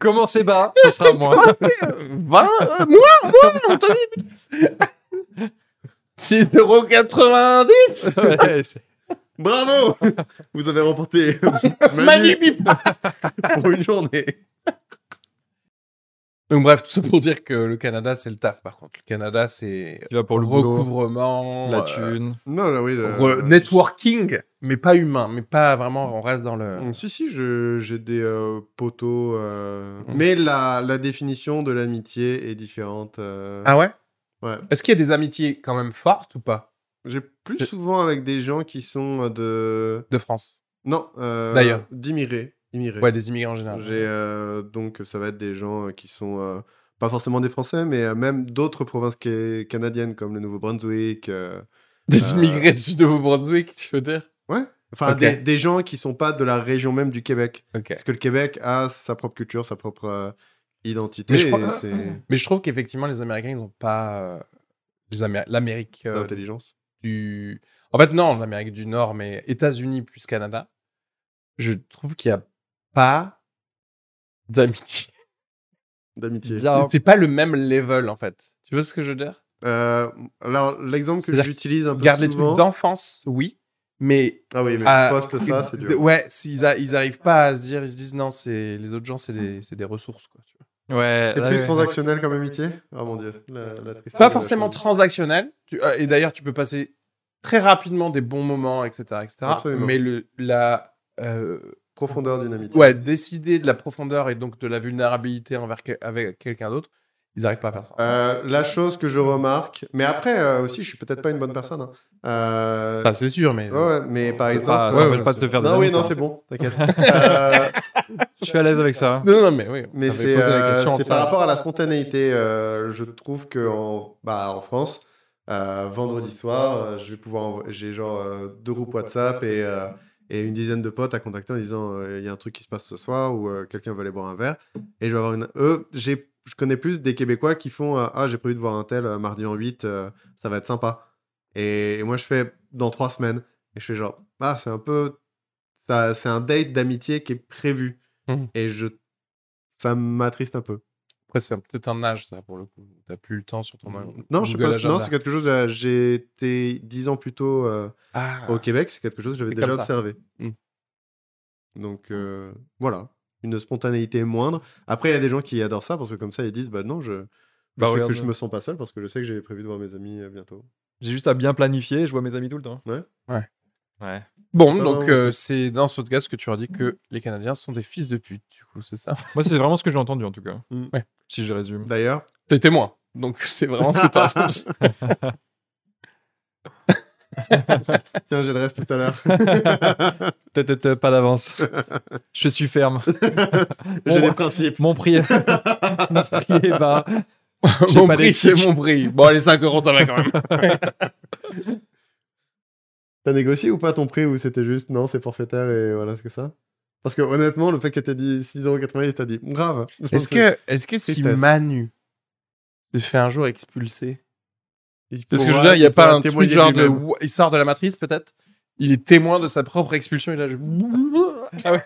Speaker 3: Commencez bas, ce sera [LAUGHS] moi.
Speaker 1: Vingt, euh, moins, moins, Anthony 6,90€
Speaker 3: Ouais, c'est-
Speaker 4: Bravo Vous
Speaker 1: [LAUGHS]
Speaker 4: avez remporté
Speaker 1: Manu
Speaker 4: Manu
Speaker 1: Bip
Speaker 4: pour une journée.
Speaker 1: Donc bref, tout ça pour dire que le Canada, c'est le taf par contre. Le Canada, c'est
Speaker 3: Tu vas pour le boulot,
Speaker 1: recouvrement,
Speaker 3: la
Speaker 1: euh,
Speaker 3: thune.
Speaker 4: Non, là, oui. là, euh,
Speaker 1: re- networking, mais pas humain, mais pas vraiment, on reste dans le...
Speaker 4: Mm, Si, si, je- j'ai des euh, poteaux. euh,
Speaker 1: Mm.
Speaker 4: Mais la, la définition de l'amitié est différente. euh,
Speaker 1: Ah ouais
Speaker 4: Ouais.
Speaker 1: Est-ce qu'il y a des amitiés quand même fortes ou pas
Speaker 4: J'ai plus souvent avec des gens qui sont euh, de.
Speaker 1: De France
Speaker 4: Non, euh,
Speaker 1: D'ailleurs.
Speaker 4: D'immigrés. immigrés.
Speaker 1: Ouais, des immigrés en général.
Speaker 4: J'ai euh, donc ça va être des gens euh, qui sont euh, pas forcément des Français, mais euh, même d'autres provinces ca- canadiennes comme le Nouveau-Brunswick. euh,
Speaker 1: [LAUGHS] Des
Speaker 4: Euh,
Speaker 1: immigrés du Nouveau-Brunswick, tu veux dire
Speaker 4: Enfin,
Speaker 1: Ok.
Speaker 4: des, des gens qui sont pas de la région même du Québec,
Speaker 1: Ok.
Speaker 4: parce que le Québec a sa propre culture, sa propre euh, identité.
Speaker 1: Mais je crois-
Speaker 4: et c'est
Speaker 1: Mais je trouve qu'effectivement, les Américains, ils n'ont pas euh, les Amé- l'Amérique euh,
Speaker 4: l'intelligence.
Speaker 1: du. En fait, non, l'Amérique du Nord, mais États-Unis plus Canada. Je trouve qu'il n'y a pas d'amitié.
Speaker 4: D'amitié.
Speaker 3: Bizarre.
Speaker 1: [LAUGHS] C'est pas le même level, en fait. Tu vois ce que je veux dire
Speaker 4: Euh, alors, l'exemple que
Speaker 1: C'est-à-dire
Speaker 4: j'utilise un peu
Speaker 1: Garde les
Speaker 4: souvent...
Speaker 1: trucs d'enfance, oui, mais.
Speaker 4: Ah oui, mais
Speaker 1: Ah,
Speaker 4: poste ça, c'est dur.
Speaker 1: Ouais, s'ils a- ils arrivent pas à se dire, ils se disent non, c'est les autres gens, c'est des, c'est des ressources. Quoi, tu vois.
Speaker 3: Ouais.
Speaker 4: C'est
Speaker 3: là,
Speaker 4: plus
Speaker 3: Ah ouais.
Speaker 4: transactionnel comme amitié Oh mon dieu. La, la tristesse
Speaker 1: Pas
Speaker 4: de-
Speaker 1: forcément transactionnel. Tu- euh, et d'ailleurs, tu peux passer très rapidement des bons moments, etc. etc.
Speaker 4: Absolument.
Speaker 1: Mais le, la. euh,
Speaker 4: Profondeur d'une amitié.
Speaker 1: ouais, décider de la profondeur et donc de la vulnérabilité envers quel- avec quelqu'un d'autre, ils n'arrivent pas à faire ça.
Speaker 4: Euh, la chose que je remarque, mais après euh, aussi, je suis peut-être pas une bonne personne. hein. Euh,
Speaker 1: Ça, c'est sûr, mais.
Speaker 4: ouais, ouais, mais par
Speaker 3: C'est pas-
Speaker 4: exemple.
Speaker 3: Ah, ça
Speaker 1: ouais,
Speaker 3: empêche
Speaker 1: ouais,
Speaker 3: pas de
Speaker 1: c'est-
Speaker 3: te faire des
Speaker 4: Non, oui,
Speaker 3: amis,
Speaker 4: non,
Speaker 3: ça.
Speaker 4: c'est bon,
Speaker 1: [LAUGHS]
Speaker 4: t'inquiète. Euh,
Speaker 3: Je suis à l'aise avec ça. hein.
Speaker 1: Non, non, non, mais oui.
Speaker 4: mais
Speaker 1: t'avais
Speaker 4: c'est
Speaker 1: posé la
Speaker 4: euh,
Speaker 1: question en
Speaker 4: c'est par
Speaker 1: série.
Speaker 4: rapport à la spontanéité. euh, je trouve que en, bah, en France, euh, vendredi soir, euh, je vais pouvoir envo- j'ai genre euh, deux groupes WhatsApp et, euh, et une dizaine de potes à contacter en disant euh, il y a un truc qui se passe ce soir ou euh, quelqu'un veut aller boire un verre. Et je vais avoir une. Eux, j'ai- je connais plus des Québécois qui font euh, ah j'ai prévu de voir un tel euh, mardi en 8, euh, ça va être sympa. Et, et moi je fais dans trois semaines et je fais genre ah c'est un peu ça- c'est un date d'amitié qui est prévu
Speaker 1: Mhm.
Speaker 4: et je ça m'attriste un peu.
Speaker 1: Après, c'est peut-être un âge, ça, pour le coup. T'as plus le temps sur ton.
Speaker 4: Non, je
Speaker 1: bah,
Speaker 4: sais
Speaker 1: Google
Speaker 4: pas. Non,
Speaker 1: Agenda.
Speaker 4: c'est quelque chose. euh, J'ai été dix ans plus tôt euh,
Speaker 1: Ah,
Speaker 4: au Québec. C'est quelque chose que j'avais
Speaker 1: C'est comme
Speaker 4: déjà
Speaker 1: ça.
Speaker 4: observé.
Speaker 1: Mm.
Speaker 4: Donc euh, voilà, une spontanéité moindre. Après, il y a des gens qui adorent ça parce que comme ça, ils disent bah non, je, je
Speaker 3: Bah,
Speaker 4: sais
Speaker 3: regarde.
Speaker 4: que je me sens pas seul parce que je sais que j'ai prévu de voir mes amis euh, bientôt.
Speaker 3: J'ai juste à bien planifier et je vois mes amis tout le temps.
Speaker 4: Ouais.
Speaker 1: Ouais.
Speaker 3: Ouais.
Speaker 1: Bon,
Speaker 4: Ah,
Speaker 1: donc
Speaker 4: ouais,
Speaker 1: euh, c'est dans ce podcast que tu as dit que les Canadiens sont des fils de pute, du coup, c'est ça [LAUGHS]
Speaker 3: Moi, c'est vraiment ce que j'ai entendu en tout cas.
Speaker 4: Mm.
Speaker 1: Ouais.
Speaker 3: Si je résume.
Speaker 1: [LAUGHS]
Speaker 4: D'ailleurs,
Speaker 1: T'es témoin, donc [LAUGHS] c'est vraiment ce que tu as ressenti.
Speaker 4: tiens, j'ai le reste tout à l'heure.
Speaker 3: [LAUGHS] Tut, tut, tut, Pas d'avance. Je
Speaker 1: [LAUGHS]
Speaker 3: suis ferme.
Speaker 4: j'ai
Speaker 3: Bon.
Speaker 4: des principes.
Speaker 3: Mon prix est, [LAUGHS] mon prix est bas. J'ai
Speaker 1: mon
Speaker 3: pas
Speaker 1: prix, c'est
Speaker 3: d'éthique.
Speaker 1: mon prix. Bon, les 5 euros, ça va quand même.
Speaker 4: T'as négocié ou pas ton prix ou c'était juste non, c'est forfaitaire et voilà, c'est que ça Parce que honnêtement, le fait que t'aies dit 6,90€, t'as dit grave.
Speaker 1: Est-ce que, est-ce que si
Speaker 4: Tristesse.
Speaker 1: Manu se fait un jour expulser Parce que je veux
Speaker 4: Pourra-
Speaker 1: dire, il n'y a pas
Speaker 4: pourra
Speaker 1: un truc
Speaker 4: témoigner
Speaker 1: genre de.
Speaker 4: lui-même.
Speaker 1: Ouh, Il sort de la matrice, peut-être Il est témoin de sa propre expulsion, il a. Ah ouais.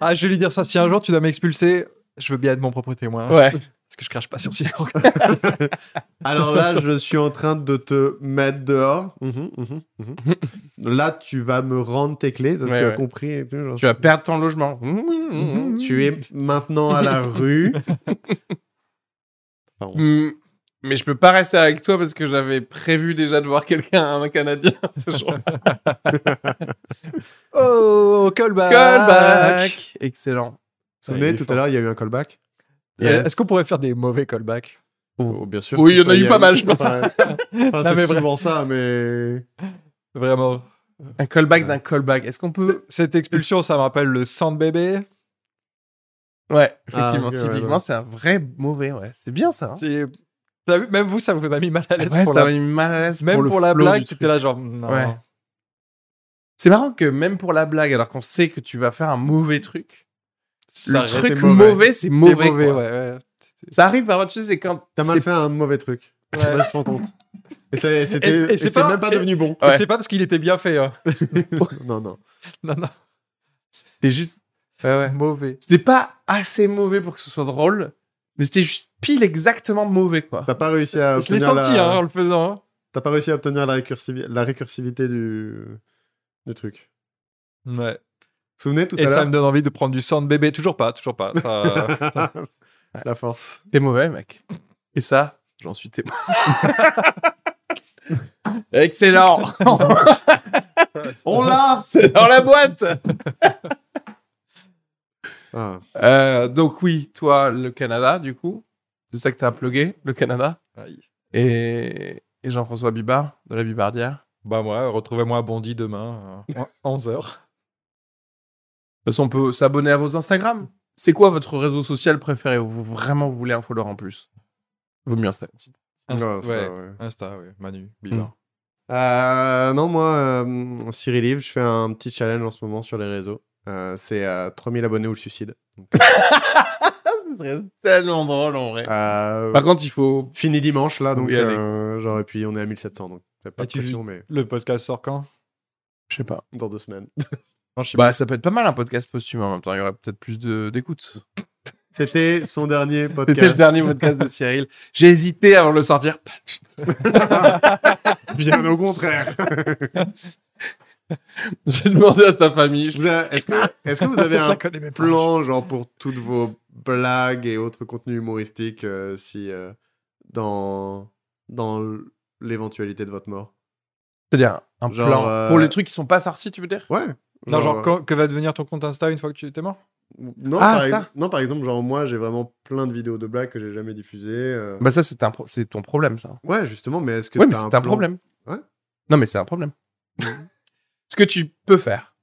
Speaker 3: Ah, je vais lui dire ça. Si un jour tu dois m'expulser, je veux bien être mon propre témoin.
Speaker 1: ouais.
Speaker 3: Parce que je crache pas sur 6
Speaker 1: [LAUGHS]
Speaker 3: ans.
Speaker 4: Alors là, je suis en train de te mettre dehors. Mhm, mhm, mhm. [LAUGHS] Là, tu vas me rendre tes clés. ça,
Speaker 1: Ouais,
Speaker 4: tu as
Speaker 1: ouais.
Speaker 4: compris. et tout, genre,
Speaker 1: Tu vas perdre ton logement.
Speaker 4: tu es maintenant à la rue. Pardon.
Speaker 1: Mm, Mais je peux pas rester avec toi parce que j'avais prévu déjà de voir quelqu'un, un Canadien, [LAUGHS] ce jour.
Speaker 3: Oh, callback.
Speaker 1: Callback Ah, Excellent. Euh,
Speaker 4: Vous vous souvenez, tout à l'heure, il y a eu un callback.
Speaker 1: Yes.
Speaker 3: Est-ce qu'on pourrait faire des mauvais callbacks
Speaker 4: Oh, bien sûr.
Speaker 1: Oui, il y en a
Speaker 4: Enfin,
Speaker 1: eu pas mal, je pense.
Speaker 4: Enfin,
Speaker 3: Non, mais
Speaker 4: c'est souvent ça, mais.
Speaker 3: Vraiment.
Speaker 1: Un callback d'un callback. Est-ce qu'on peut.
Speaker 3: Cette expulsion, ça me rappelle le sang de bébé.
Speaker 1: Ouais, effectivement.
Speaker 4: Ah, ok, ouais,
Speaker 1: typiquement,
Speaker 4: ouais.
Speaker 1: c'est un vrai mauvais. Ouais, c'est bien ça. hein.
Speaker 3: C'est- T'as vu, Même vous, ça vous a mis mal à l'aise.
Speaker 1: Ouais,
Speaker 3: pour
Speaker 1: ça
Speaker 3: la...
Speaker 1: m'a mis mal à l'aise.
Speaker 3: Même pour,
Speaker 1: le
Speaker 3: la
Speaker 1: flow du
Speaker 3: blague,
Speaker 1: truc.
Speaker 3: c'était là genre. Non.
Speaker 1: Ouais. C'est marrant que même pour la blague, alors qu'on sait que tu vas faire un mauvais truc,
Speaker 3: Ça
Speaker 1: le
Speaker 3: reste-
Speaker 1: truc
Speaker 4: c'est
Speaker 1: mauvais,
Speaker 4: mauvais.
Speaker 1: c'est
Speaker 3: c'est
Speaker 1: mauvais.
Speaker 3: mauvais,
Speaker 1: quoi.
Speaker 3: ouais, ouais.
Speaker 1: Ça arrive parfois, tu sais, c'est quand.
Speaker 4: T'as
Speaker 1: c'est-
Speaker 4: mal fait un mauvais truc. Ouais, je te rends compte. Et c'est-
Speaker 3: Et- et
Speaker 4: c'était et
Speaker 3: c'est
Speaker 4: c'était
Speaker 3: pas- Ah,
Speaker 4: même pas
Speaker 3: et-
Speaker 4: devenu bon.
Speaker 3: Et
Speaker 1: Ouais.
Speaker 3: C'est pas parce qu'il était bien fait. hein.
Speaker 4: [LAUGHS] non, non.
Speaker 3: Non, non. [LAUGHS]
Speaker 1: C'était juste. Ouais, ouais.
Speaker 3: Mauvais.
Speaker 1: C'était pas assez mauvais pour que ce soit drôle, mais c'était juste pile exactement mauvais, quoi.
Speaker 4: T'as pas réussi à
Speaker 3: Je l'ai
Speaker 4: obtenir
Speaker 3: senti
Speaker 4: la...
Speaker 3: hein, en le faisant. hein.
Speaker 4: T'as pas réussi à obtenir la, récursivi- la récursivité du... du truc.
Speaker 3: Ouais.
Speaker 4: Vous vous souvenez tout
Speaker 3: Et
Speaker 4: à
Speaker 3: ça
Speaker 4: l'heure
Speaker 3: me donne envie de prendre du sang de bébé. Toujours pas, toujours pas. Ça- ça-
Speaker 4: La force.
Speaker 1: T'es mauvais, mec. Et ça, j'en suis témoin. [LAUGHS] Excellent
Speaker 4: On l'a
Speaker 1: C'est dans la boîte
Speaker 4: ah.
Speaker 1: Euh, Donc oui, toi, le Canada, du coup. C'est ça que t'as plugué, le Canada.
Speaker 3: Aïe.
Speaker 1: Et, et Jean-François Bibard, de la Bibardière.
Speaker 3: Bah moi, retrouvez-moi à Bondy demain, euh, 11h.
Speaker 1: De toute façon, on peut s'abonner à vos Instagram. C'est quoi votre réseau social préféré où vous vraiment voulez un follower en plus Vaut mieux Insta. Ah,
Speaker 4: Non, ça,
Speaker 3: ouais.
Speaker 4: ouais.
Speaker 3: Insta, ouais. Manu, Bieber.
Speaker 4: Euh, non, moi, euh, Cyril Live, je fais un petit challenge en ce moment sur les réseaux. Euh, c'est euh, 3000 abonnés ou le suicide. Donc,
Speaker 1: Ce serait tellement drôle en vrai.
Speaker 4: euh,
Speaker 1: Par contre, il faut.
Speaker 4: fini dimanche, là, donc,
Speaker 1: Oui, allez. Ah,
Speaker 4: euh, genre, et puis on est à 1700, donc y a pas
Speaker 3: Et
Speaker 4: de
Speaker 3: tu-
Speaker 4: pression, mais
Speaker 3: Le podcast sort quand
Speaker 1: Je sais pas.
Speaker 4: dans deux semaines.
Speaker 3: Non, je sais
Speaker 1: Bah, ça peut être pas mal un podcast posthume en même temps. Il y aurait peut-être plus de- d'écoute.
Speaker 4: C'était
Speaker 1: [LAUGHS]
Speaker 4: son dernier podcast.
Speaker 1: C'était le dernier podcast de Cyril. J'ai hésité avant de le sortir. [LAUGHS]
Speaker 4: Bien
Speaker 1: [LAUGHS]
Speaker 4: au contraire.
Speaker 1: J'ai demandé à sa famille.
Speaker 4: Je voulais- Est-ce que, est-ce que vous
Speaker 3: pas. [LAUGHS]
Speaker 4: avez
Speaker 3: Je
Speaker 4: un
Speaker 1: [LAUGHS]
Speaker 3: la connais même pas.
Speaker 4: plan, genre, pour toutes vos blagues et autres contenus humoristiques euh, si euh, dans dans l'éventualité de votre mort.
Speaker 1: C'est-à-dire un
Speaker 4: Genre,
Speaker 1: plan
Speaker 4: euh,
Speaker 1: pour les trucs qui sont pas sortis, tu veux dire
Speaker 4: Ouais.
Speaker 3: Non, genre,
Speaker 4: euh,
Speaker 3: quand- que va devenir ton compte Insta une fois que tu t'es mort
Speaker 4: non,
Speaker 1: Ah,
Speaker 4: par
Speaker 1: ça.
Speaker 4: ex- non, par exemple, genre moi, j'ai vraiment plein de vidéos de blagues que j'ai jamais diffusées. euh.
Speaker 1: Bah ça c'est un pro- c'est ton problème ça.
Speaker 4: Ouais, justement, mais est-ce que
Speaker 1: Oui mais
Speaker 4: t'as
Speaker 1: c'est un
Speaker 4: plan
Speaker 1: problème.
Speaker 4: Ouais.
Speaker 1: Non mais c'est un
Speaker 4: [LAUGHS]
Speaker 1: problème. ce que tu peux faire,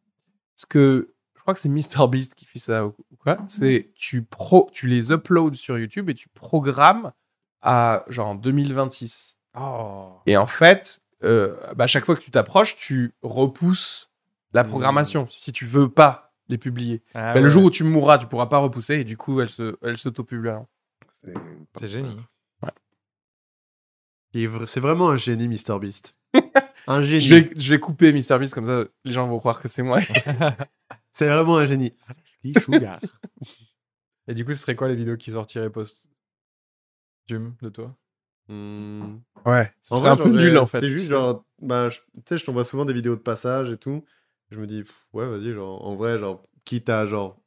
Speaker 1: ce que je crois que c'est MrBeast qui fait ça ou ou
Speaker 4: Mhm.
Speaker 1: quoi, c'est tu pro tu les uploads sur YouTube et tu programmes à genre en 2026.
Speaker 3: Oh.
Speaker 1: Et en fait, euh, bah, à chaque fois que tu t'approches, tu repousses
Speaker 4: Mmh.
Speaker 1: la programmation si tu veux pas les publier.
Speaker 3: Ah
Speaker 4: Ah
Speaker 1: Bah, Le jour où tu mourras, tu pourras pas repousser et du coup, elles se elles s'autopublieront.
Speaker 4: C'est
Speaker 3: C'est génial.
Speaker 4: Il est vr- C'est vraiment un génie, Mr
Speaker 1: [LAUGHS]
Speaker 4: Beast. un génie.
Speaker 1: Je vais, je vais couper MrBeast comme ça, les gens vont croire que c'est moi.
Speaker 4: C'est vraiment un génie.
Speaker 3: Et du coup, ce serait quoi les vidéos qui sortiraient post Zoom de toi
Speaker 4: Hmm.
Speaker 1: Ouais, ce
Speaker 4: En
Speaker 1: serait
Speaker 4: vrai,
Speaker 1: un peu
Speaker 4: genre,
Speaker 1: nul
Speaker 4: j'ai-
Speaker 1: en fait.
Speaker 4: C'est juste genre, bah, je- tu sais, je t'envoie souvent des vidéos de passage et tout. Je me dis, pff, ouais, vas-y, genre, en vrai, genre, quitte à genre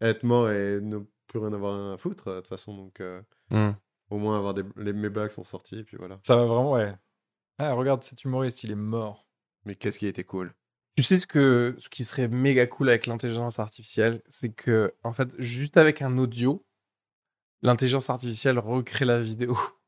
Speaker 4: être mort et ne plus rien avoir à foutre, euh, de toute façon, donc euh,
Speaker 1: Hmm.
Speaker 4: au moins avoir des, les, mes blagues sont sorties, et puis voilà.
Speaker 3: Ça va vraiment, ouais. Ah, regarde cet humoriste, il est mort.
Speaker 4: Mais qu'est-ce qui était cool
Speaker 1: Tu sais ce que ce qui serait méga cool avec l'intelligence artificielle, c'est que en fait, juste avec un audio, l'intelligence artificielle recrée la vidéo. [LAUGHS]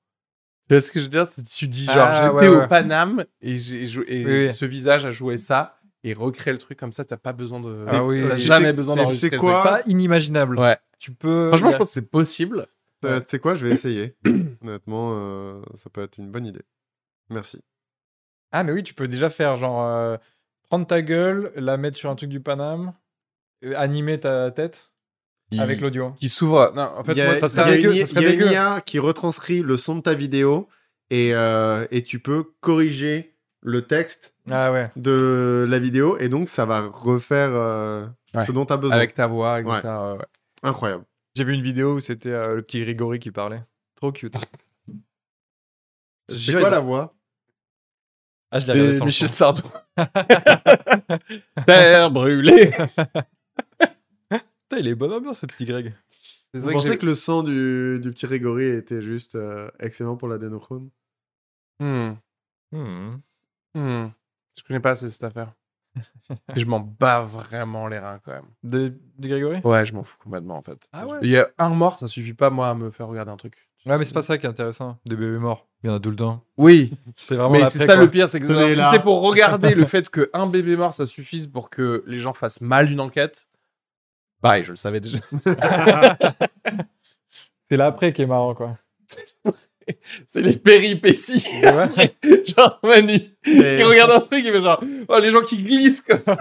Speaker 1: Tu vois ce que je veux dire C'est- Tu dis genre
Speaker 3: Ah,
Speaker 1: j'étais
Speaker 3: ouais,
Speaker 1: au
Speaker 3: ouais.
Speaker 1: Paname et, j'ai joué, et
Speaker 3: Oui, oui.
Speaker 1: ce visage a joué ça et recrée le truc comme ça, t'as pas besoin de.
Speaker 3: Ah oui,
Speaker 1: t'as
Speaker 3: oui.
Speaker 1: jamais
Speaker 4: Tu sais-
Speaker 1: besoin
Speaker 4: tu sais
Speaker 1: d'enregistrer. le
Speaker 4: quoi
Speaker 3: Pas inimaginable.
Speaker 1: truc. Ah. Ouais.
Speaker 3: Tu peux.
Speaker 1: Franchement,
Speaker 3: il y
Speaker 1: je
Speaker 3: a-
Speaker 1: pense que c'est possible.
Speaker 4: Euh,
Speaker 3: Ouais.
Speaker 4: Tu sais quoi, je
Speaker 1: [COUGHS]
Speaker 4: vais essayer. Honnêtement, euh, ça peut être une bonne idée. Merci.
Speaker 3: Ah, mais oui, tu peux déjà faire genre. euh, prendre ta gueule, la mettre sur un truc du Paname, euh, animer ta tête
Speaker 1: Qui-
Speaker 3: avec l'audio.
Speaker 1: Qui s'ouvre. Non, en fait,
Speaker 4: Il y a-
Speaker 1: moi, ça
Speaker 3: ça serait
Speaker 4: il y a
Speaker 3: dégueu, ça
Speaker 4: une-
Speaker 3: serait
Speaker 4: il y a une
Speaker 3: dégueu.
Speaker 4: IA qui retranscrit le son de ta vidéo et, euh, et tu peux corriger le texte
Speaker 3: Ah ouais.
Speaker 4: de la vidéo et donc ça va refaire euh,
Speaker 1: Ouais.
Speaker 4: ce dont tu as besoin.
Speaker 1: avec ta euh, voix, etc.
Speaker 4: Ouais.
Speaker 1: ouais, ouais.
Speaker 4: Incroyable.
Speaker 3: J'ai vu une vidéo où c'était euh, le petit Grigori qui parlait. Trop cute. Je
Speaker 4: C'est
Speaker 3: jure,
Speaker 4: quoi
Speaker 3: il-
Speaker 4: la voix
Speaker 3: Ah, je l'ai regardé
Speaker 1: Et
Speaker 3: sans le
Speaker 1: [LAUGHS] Michel
Speaker 3: son.
Speaker 1: Sardou. Terre brûlée.
Speaker 3: Putain, il est bonne ambiance ce petit Greg.
Speaker 1: C'est
Speaker 4: Vous pensez que, le sang du, du petit Grégory était juste euh, excellent pour l'adénochrome
Speaker 1: Hmm,
Speaker 3: Hmm.
Speaker 1: hmm. Je connais pas assez cette
Speaker 3: [LAUGHS]
Speaker 1: affaire. Et je m'en bats vraiment les reins quand même.
Speaker 3: De, de Grégory
Speaker 1: Ouais, je m'en fous complètement en fait.
Speaker 3: Ah ouais
Speaker 1: Il y a un mort, ça suffit pas moi à me faire regarder un truc.
Speaker 3: Ouais, mais c'est pas ça qui est intéressant. Des bébés morts. Il y en a tout le temps.
Speaker 1: Oui,
Speaker 3: C'est vraiment
Speaker 1: mais
Speaker 3: la
Speaker 1: c'est
Speaker 3: paix,
Speaker 1: ça
Speaker 3: quoi.
Speaker 1: le pire, c'est que
Speaker 4: Tenez,
Speaker 1: alors, si
Speaker 4: là.
Speaker 1: c'était pour
Speaker 3: [LAUGHS]
Speaker 1: regarder le fait qu'un bébé mort ça suffise pour que les gens fassent mal une enquête. Pareil, je le savais déjà. [LAUGHS]
Speaker 3: C'est l'après qui est marrant, quoi.
Speaker 1: C'est les péripéties. [LAUGHS]
Speaker 3: Et ouais.
Speaker 1: genre Manu
Speaker 4: Et-
Speaker 1: qui regarde un truc, [LAUGHS] il fait genre oh, les gens qui glissent comme
Speaker 3: [LAUGHS]
Speaker 1: ça.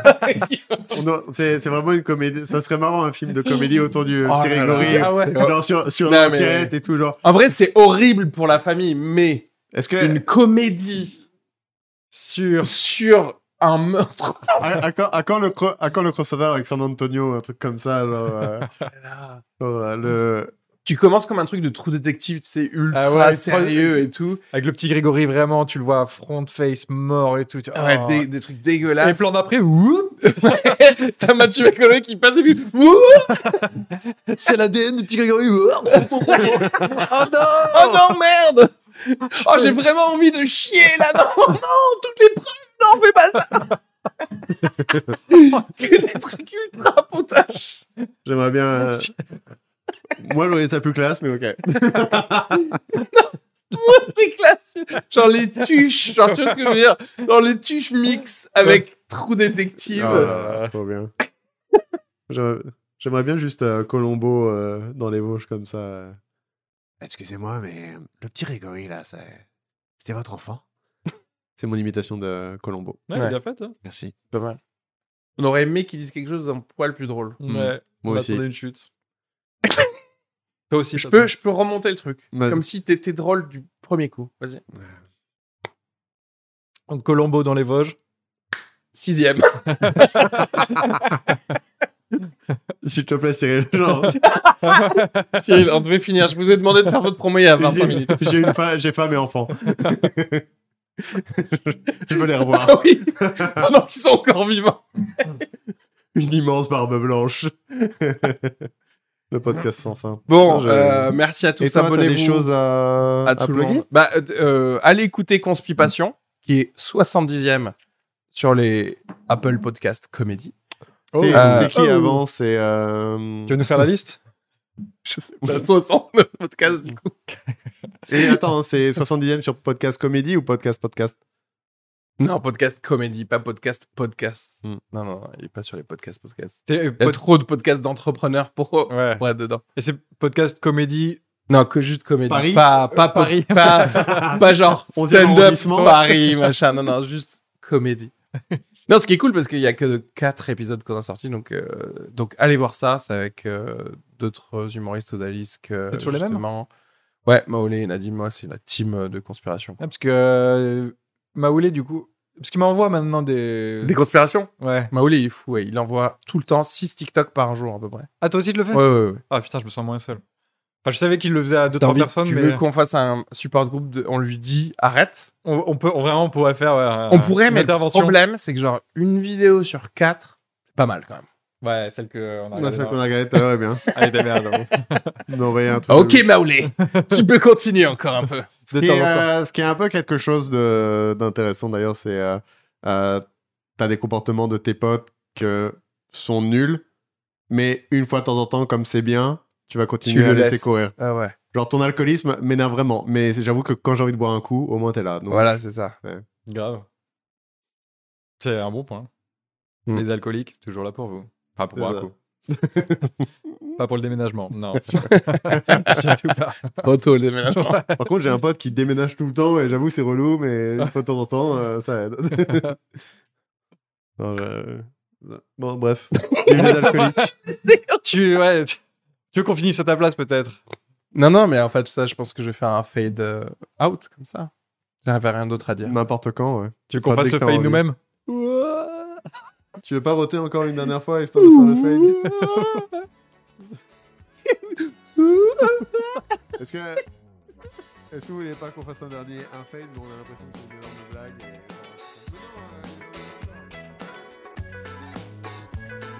Speaker 4: On a- C'est c'est vraiment une comédie. Ça serait marrant un film de comédie autour du euh,
Speaker 1: Oh
Speaker 4: petit
Speaker 1: là là,
Speaker 4: Grégory.
Speaker 3: Ah ouais.
Speaker 1: c'est hor-
Speaker 4: Genre sur, sur
Speaker 1: Non, mais-
Speaker 4: l'enquête et tout. Genre,
Speaker 1: En vrai, c'est horrible pour la famille, mais
Speaker 4: est-ce que.
Speaker 1: une comédie
Speaker 3: Sur.
Speaker 1: sur un meurtre.
Speaker 4: À, à quand, à quand le cro- à quand le crossover avec San Antonio Un truc comme ça, genre. euh, genre, euh, le...
Speaker 1: Tu commences comme un truc de trou détective, tu sais, ultra
Speaker 3: Ah ouais,
Speaker 1: sérieux et tout.
Speaker 3: Avec le petit Grégory, vraiment, tu le vois front face, mort et tout. tu-
Speaker 1: Ouais,
Speaker 3: Oh.
Speaker 1: des, des trucs
Speaker 3: Et
Speaker 1: dégueulasses. [LAUGHS]
Speaker 3: plan d'après, ouh,
Speaker 1: T'as Mathieu McConaughey qui passe et puis. [LAUGHS] Ouh
Speaker 3: c'est l'ADN du petit Grégory. ouh.
Speaker 1: oh
Speaker 3: ah
Speaker 1: non Oh non, merde [LAUGHS] Oh, j'ai vraiment envie de chier là Non, non Toutes les preuves Non, fais pas ça [LAUGHS] Que des trucs ultra potaches
Speaker 4: [LAUGHS] J'aimerais bien. euh, Moi, j'aurais ça plus classe, mais ok.
Speaker 1: C'est classe. Genre les tuches, genre tu vois ce que je veux dire Genre les tuches mix avec trou détective.
Speaker 4: Ah là là, trop bien. J'aimerais j'aimerais bien juste euh, Colombo euh, dans les Vosges comme ça. euh. Excusez-moi, mais le petit Grégory là, c'est- c'était votre enfant C'est mon imitation de Colombo.
Speaker 3: Ouais,
Speaker 1: Ouais.
Speaker 3: bien fait, hein.
Speaker 4: Merci.
Speaker 1: Pas mal. On aurait aimé qu'ils disent quelque chose d'un poil plus drôle.
Speaker 4: Mm.
Speaker 3: Ouais,
Speaker 4: Moi
Speaker 3: on
Speaker 4: aussi.
Speaker 3: attendait
Speaker 1: [LAUGHS]
Speaker 3: une chute. Toi aussi,
Speaker 1: Je
Speaker 3: t'as-
Speaker 1: peux, je peux remonter le truc.
Speaker 4: Vas-y.
Speaker 1: Comme si t'étais drôle du premier coup. Vas-y.
Speaker 3: Donc, Colombo dans les Vosges.
Speaker 4: [LAUGHS]
Speaker 1: Sixième.
Speaker 4: S'il te plaît, Cyril, genre,
Speaker 1: Cyril, on devait finir. Je vous ai demandé de faire votre promo il y a 25
Speaker 4: [LAUGHS]
Speaker 1: minutes.
Speaker 4: j'ai une fa- j'ai femme et [LAUGHS] enfant. Je veux les revoir.
Speaker 1: Ah oui [LAUGHS] Pendant qu'ils sont encore vivants.
Speaker 4: Une immense barbe blanche. Le podcast sans fin.
Speaker 1: Bon,
Speaker 4: Je-
Speaker 1: euh, merci à tous.
Speaker 4: Et toi, t'as des
Speaker 1: Abonnez-vous
Speaker 4: choses à,
Speaker 1: à tout le
Speaker 4: plugger
Speaker 1: monde. Bah, euh, euh, allez écouter Conspipation, qui est 70e sur les Apple Podcast Comedy.
Speaker 4: C'est
Speaker 1: Euh,
Speaker 4: c'est qui
Speaker 1: oh.
Speaker 4: avant C'est. euh,
Speaker 3: Tu veux nous
Speaker 1: Mm.
Speaker 3: faire la liste
Speaker 1: Je sais
Speaker 4: [LAUGHS]
Speaker 1: pas, 69 podcasts du coup.
Speaker 4: Et attends, c'est 70e sur podcast comédie ou podcast podcast
Speaker 1: Non, podcast comédie, pas podcast podcast.
Speaker 4: Hmm.
Speaker 1: Non, non, non, il est pas sur les podcasts podcasts.
Speaker 3: T'es- euh,
Speaker 1: Il y a
Speaker 3: pod-
Speaker 1: trop de podcasts d'entrepreneurs pour, pour
Speaker 3: Ouais.
Speaker 1: être dedans.
Speaker 3: Et c'est podcast comédie.
Speaker 1: Non, que juste comédie.
Speaker 4: Paris
Speaker 1: pas, pas, pod-
Speaker 3: Euh, Paris. [LAUGHS]
Speaker 1: pas, pas genre
Speaker 4: On dirait
Speaker 1: stand-up
Speaker 4: l'arrondissement.
Speaker 1: Paris, machin. Non, non, juste comédie. [LAUGHS] Non, ce qui est cool parce qu'il y a que 4 épisodes qu'on a sortis, donc, euh, donc allez voir ça, c'est avec euh, d'autres humoristes odalisques. euh,
Speaker 3: C'est toujours les mêmes
Speaker 1: justement. Ouais, Maolé et Nadim, moi, c'est la team euh, de conspiration.
Speaker 3: Ah, parce que euh, Maoulé, du coup. Parce qu'il m'envoie maintenant des.
Speaker 1: conspirations
Speaker 3: Ouais.
Speaker 1: Maolé, il est fou, ouais. il envoie tout le temps 6 TikTok par jour à peu près.
Speaker 3: Ah, toi aussi, tu le fais
Speaker 1: Ouais, ouais, ouais.
Speaker 3: Ah, putain, je me sens moins seul. Enfin, je savais qu'il le faisait à
Speaker 1: Si
Speaker 3: deux,
Speaker 1: t'as
Speaker 3: trois
Speaker 1: envie-
Speaker 3: personnes,
Speaker 1: tu
Speaker 3: mais.
Speaker 1: veux qu'on fasse un support group, de- on lui dit arrête.
Speaker 3: On, on peut, on- vraiment, on pourrait faire. ouais,
Speaker 1: on
Speaker 3: un-
Speaker 1: pourrait,
Speaker 3: Euh, une
Speaker 1: mais le
Speaker 3: intervention.
Speaker 1: problème, c'est que genre une vidéo sur 4, c'est pas mal quand même.
Speaker 3: Ouais, celle qu'on a.
Speaker 4: La
Speaker 3: regardée
Speaker 4: celle qu'on
Speaker 3: dans-
Speaker 4: a regardée tout à l'heure est bien.
Speaker 3: Allez, des merdes. hein.
Speaker 4: Nous envoyer un truc.
Speaker 1: Ah, Ok, Maoulé, [LAUGHS] tu peux continuer encore [LAUGHS] un peu.
Speaker 3: De
Speaker 4: Et,
Speaker 3: temps en temps.
Speaker 4: euh, ce qui est un peu quelque chose de- d'intéressant d'ailleurs, c'est euh, euh, t'as des comportements de tes potes que sont nuls, mais une fois de temps en temps, comme c'est bien, tu vas continuer à laisser courir.
Speaker 1: Ah ouais,
Speaker 4: Genre ton alcoolisme m'énerve vraiment, mais j'avoue que quand j'ai envie de boire un coup, au moins t'es là. Donc,
Speaker 1: voilà, c'est [LAUGHS] ça.
Speaker 3: Grave. C'est un bon point.
Speaker 1: Hmm.
Speaker 3: Les alcooliques, toujours là pour vous. Pas pour
Speaker 4: C'est
Speaker 3: un
Speaker 4: ça.
Speaker 3: coup. pas pour le déménagement, non. Surtout pas.
Speaker 1: Trop tôt le déménagement.
Speaker 4: Par contre, j'ai un pote qui déménage tout le temps et j'avoue c'est relou, mais une fois de temps en temps, euh,
Speaker 3: [LAUGHS]
Speaker 4: ça aide. Non, je- Bon, bref. Vive
Speaker 3: [LAUGHS]
Speaker 4: les alcooliques.
Speaker 3: tu, ouais, tu tu veux qu'on finisse à ta place peut-être
Speaker 1: Non, non, mais en fait, ça, je pense que je vais faire un fade euh, out comme ça. J'avais rien d'autre à dire.
Speaker 4: N'importe quand, ouais.
Speaker 3: Tu veux qu'on
Speaker 4: Enfin,
Speaker 3: fasse
Speaker 4: dès
Speaker 3: le
Speaker 4: que t'as
Speaker 3: paye
Speaker 4: envie.
Speaker 3: nous-mêmes
Speaker 4: Tu veux pas voter encore une dernière fois histoire de faire le fade [LAUGHS] Est-ce que. Est-ce que vous voulez pas qu'on fasse un dernier un fade mais on a l'impression que c'est une énorme blague euh, et...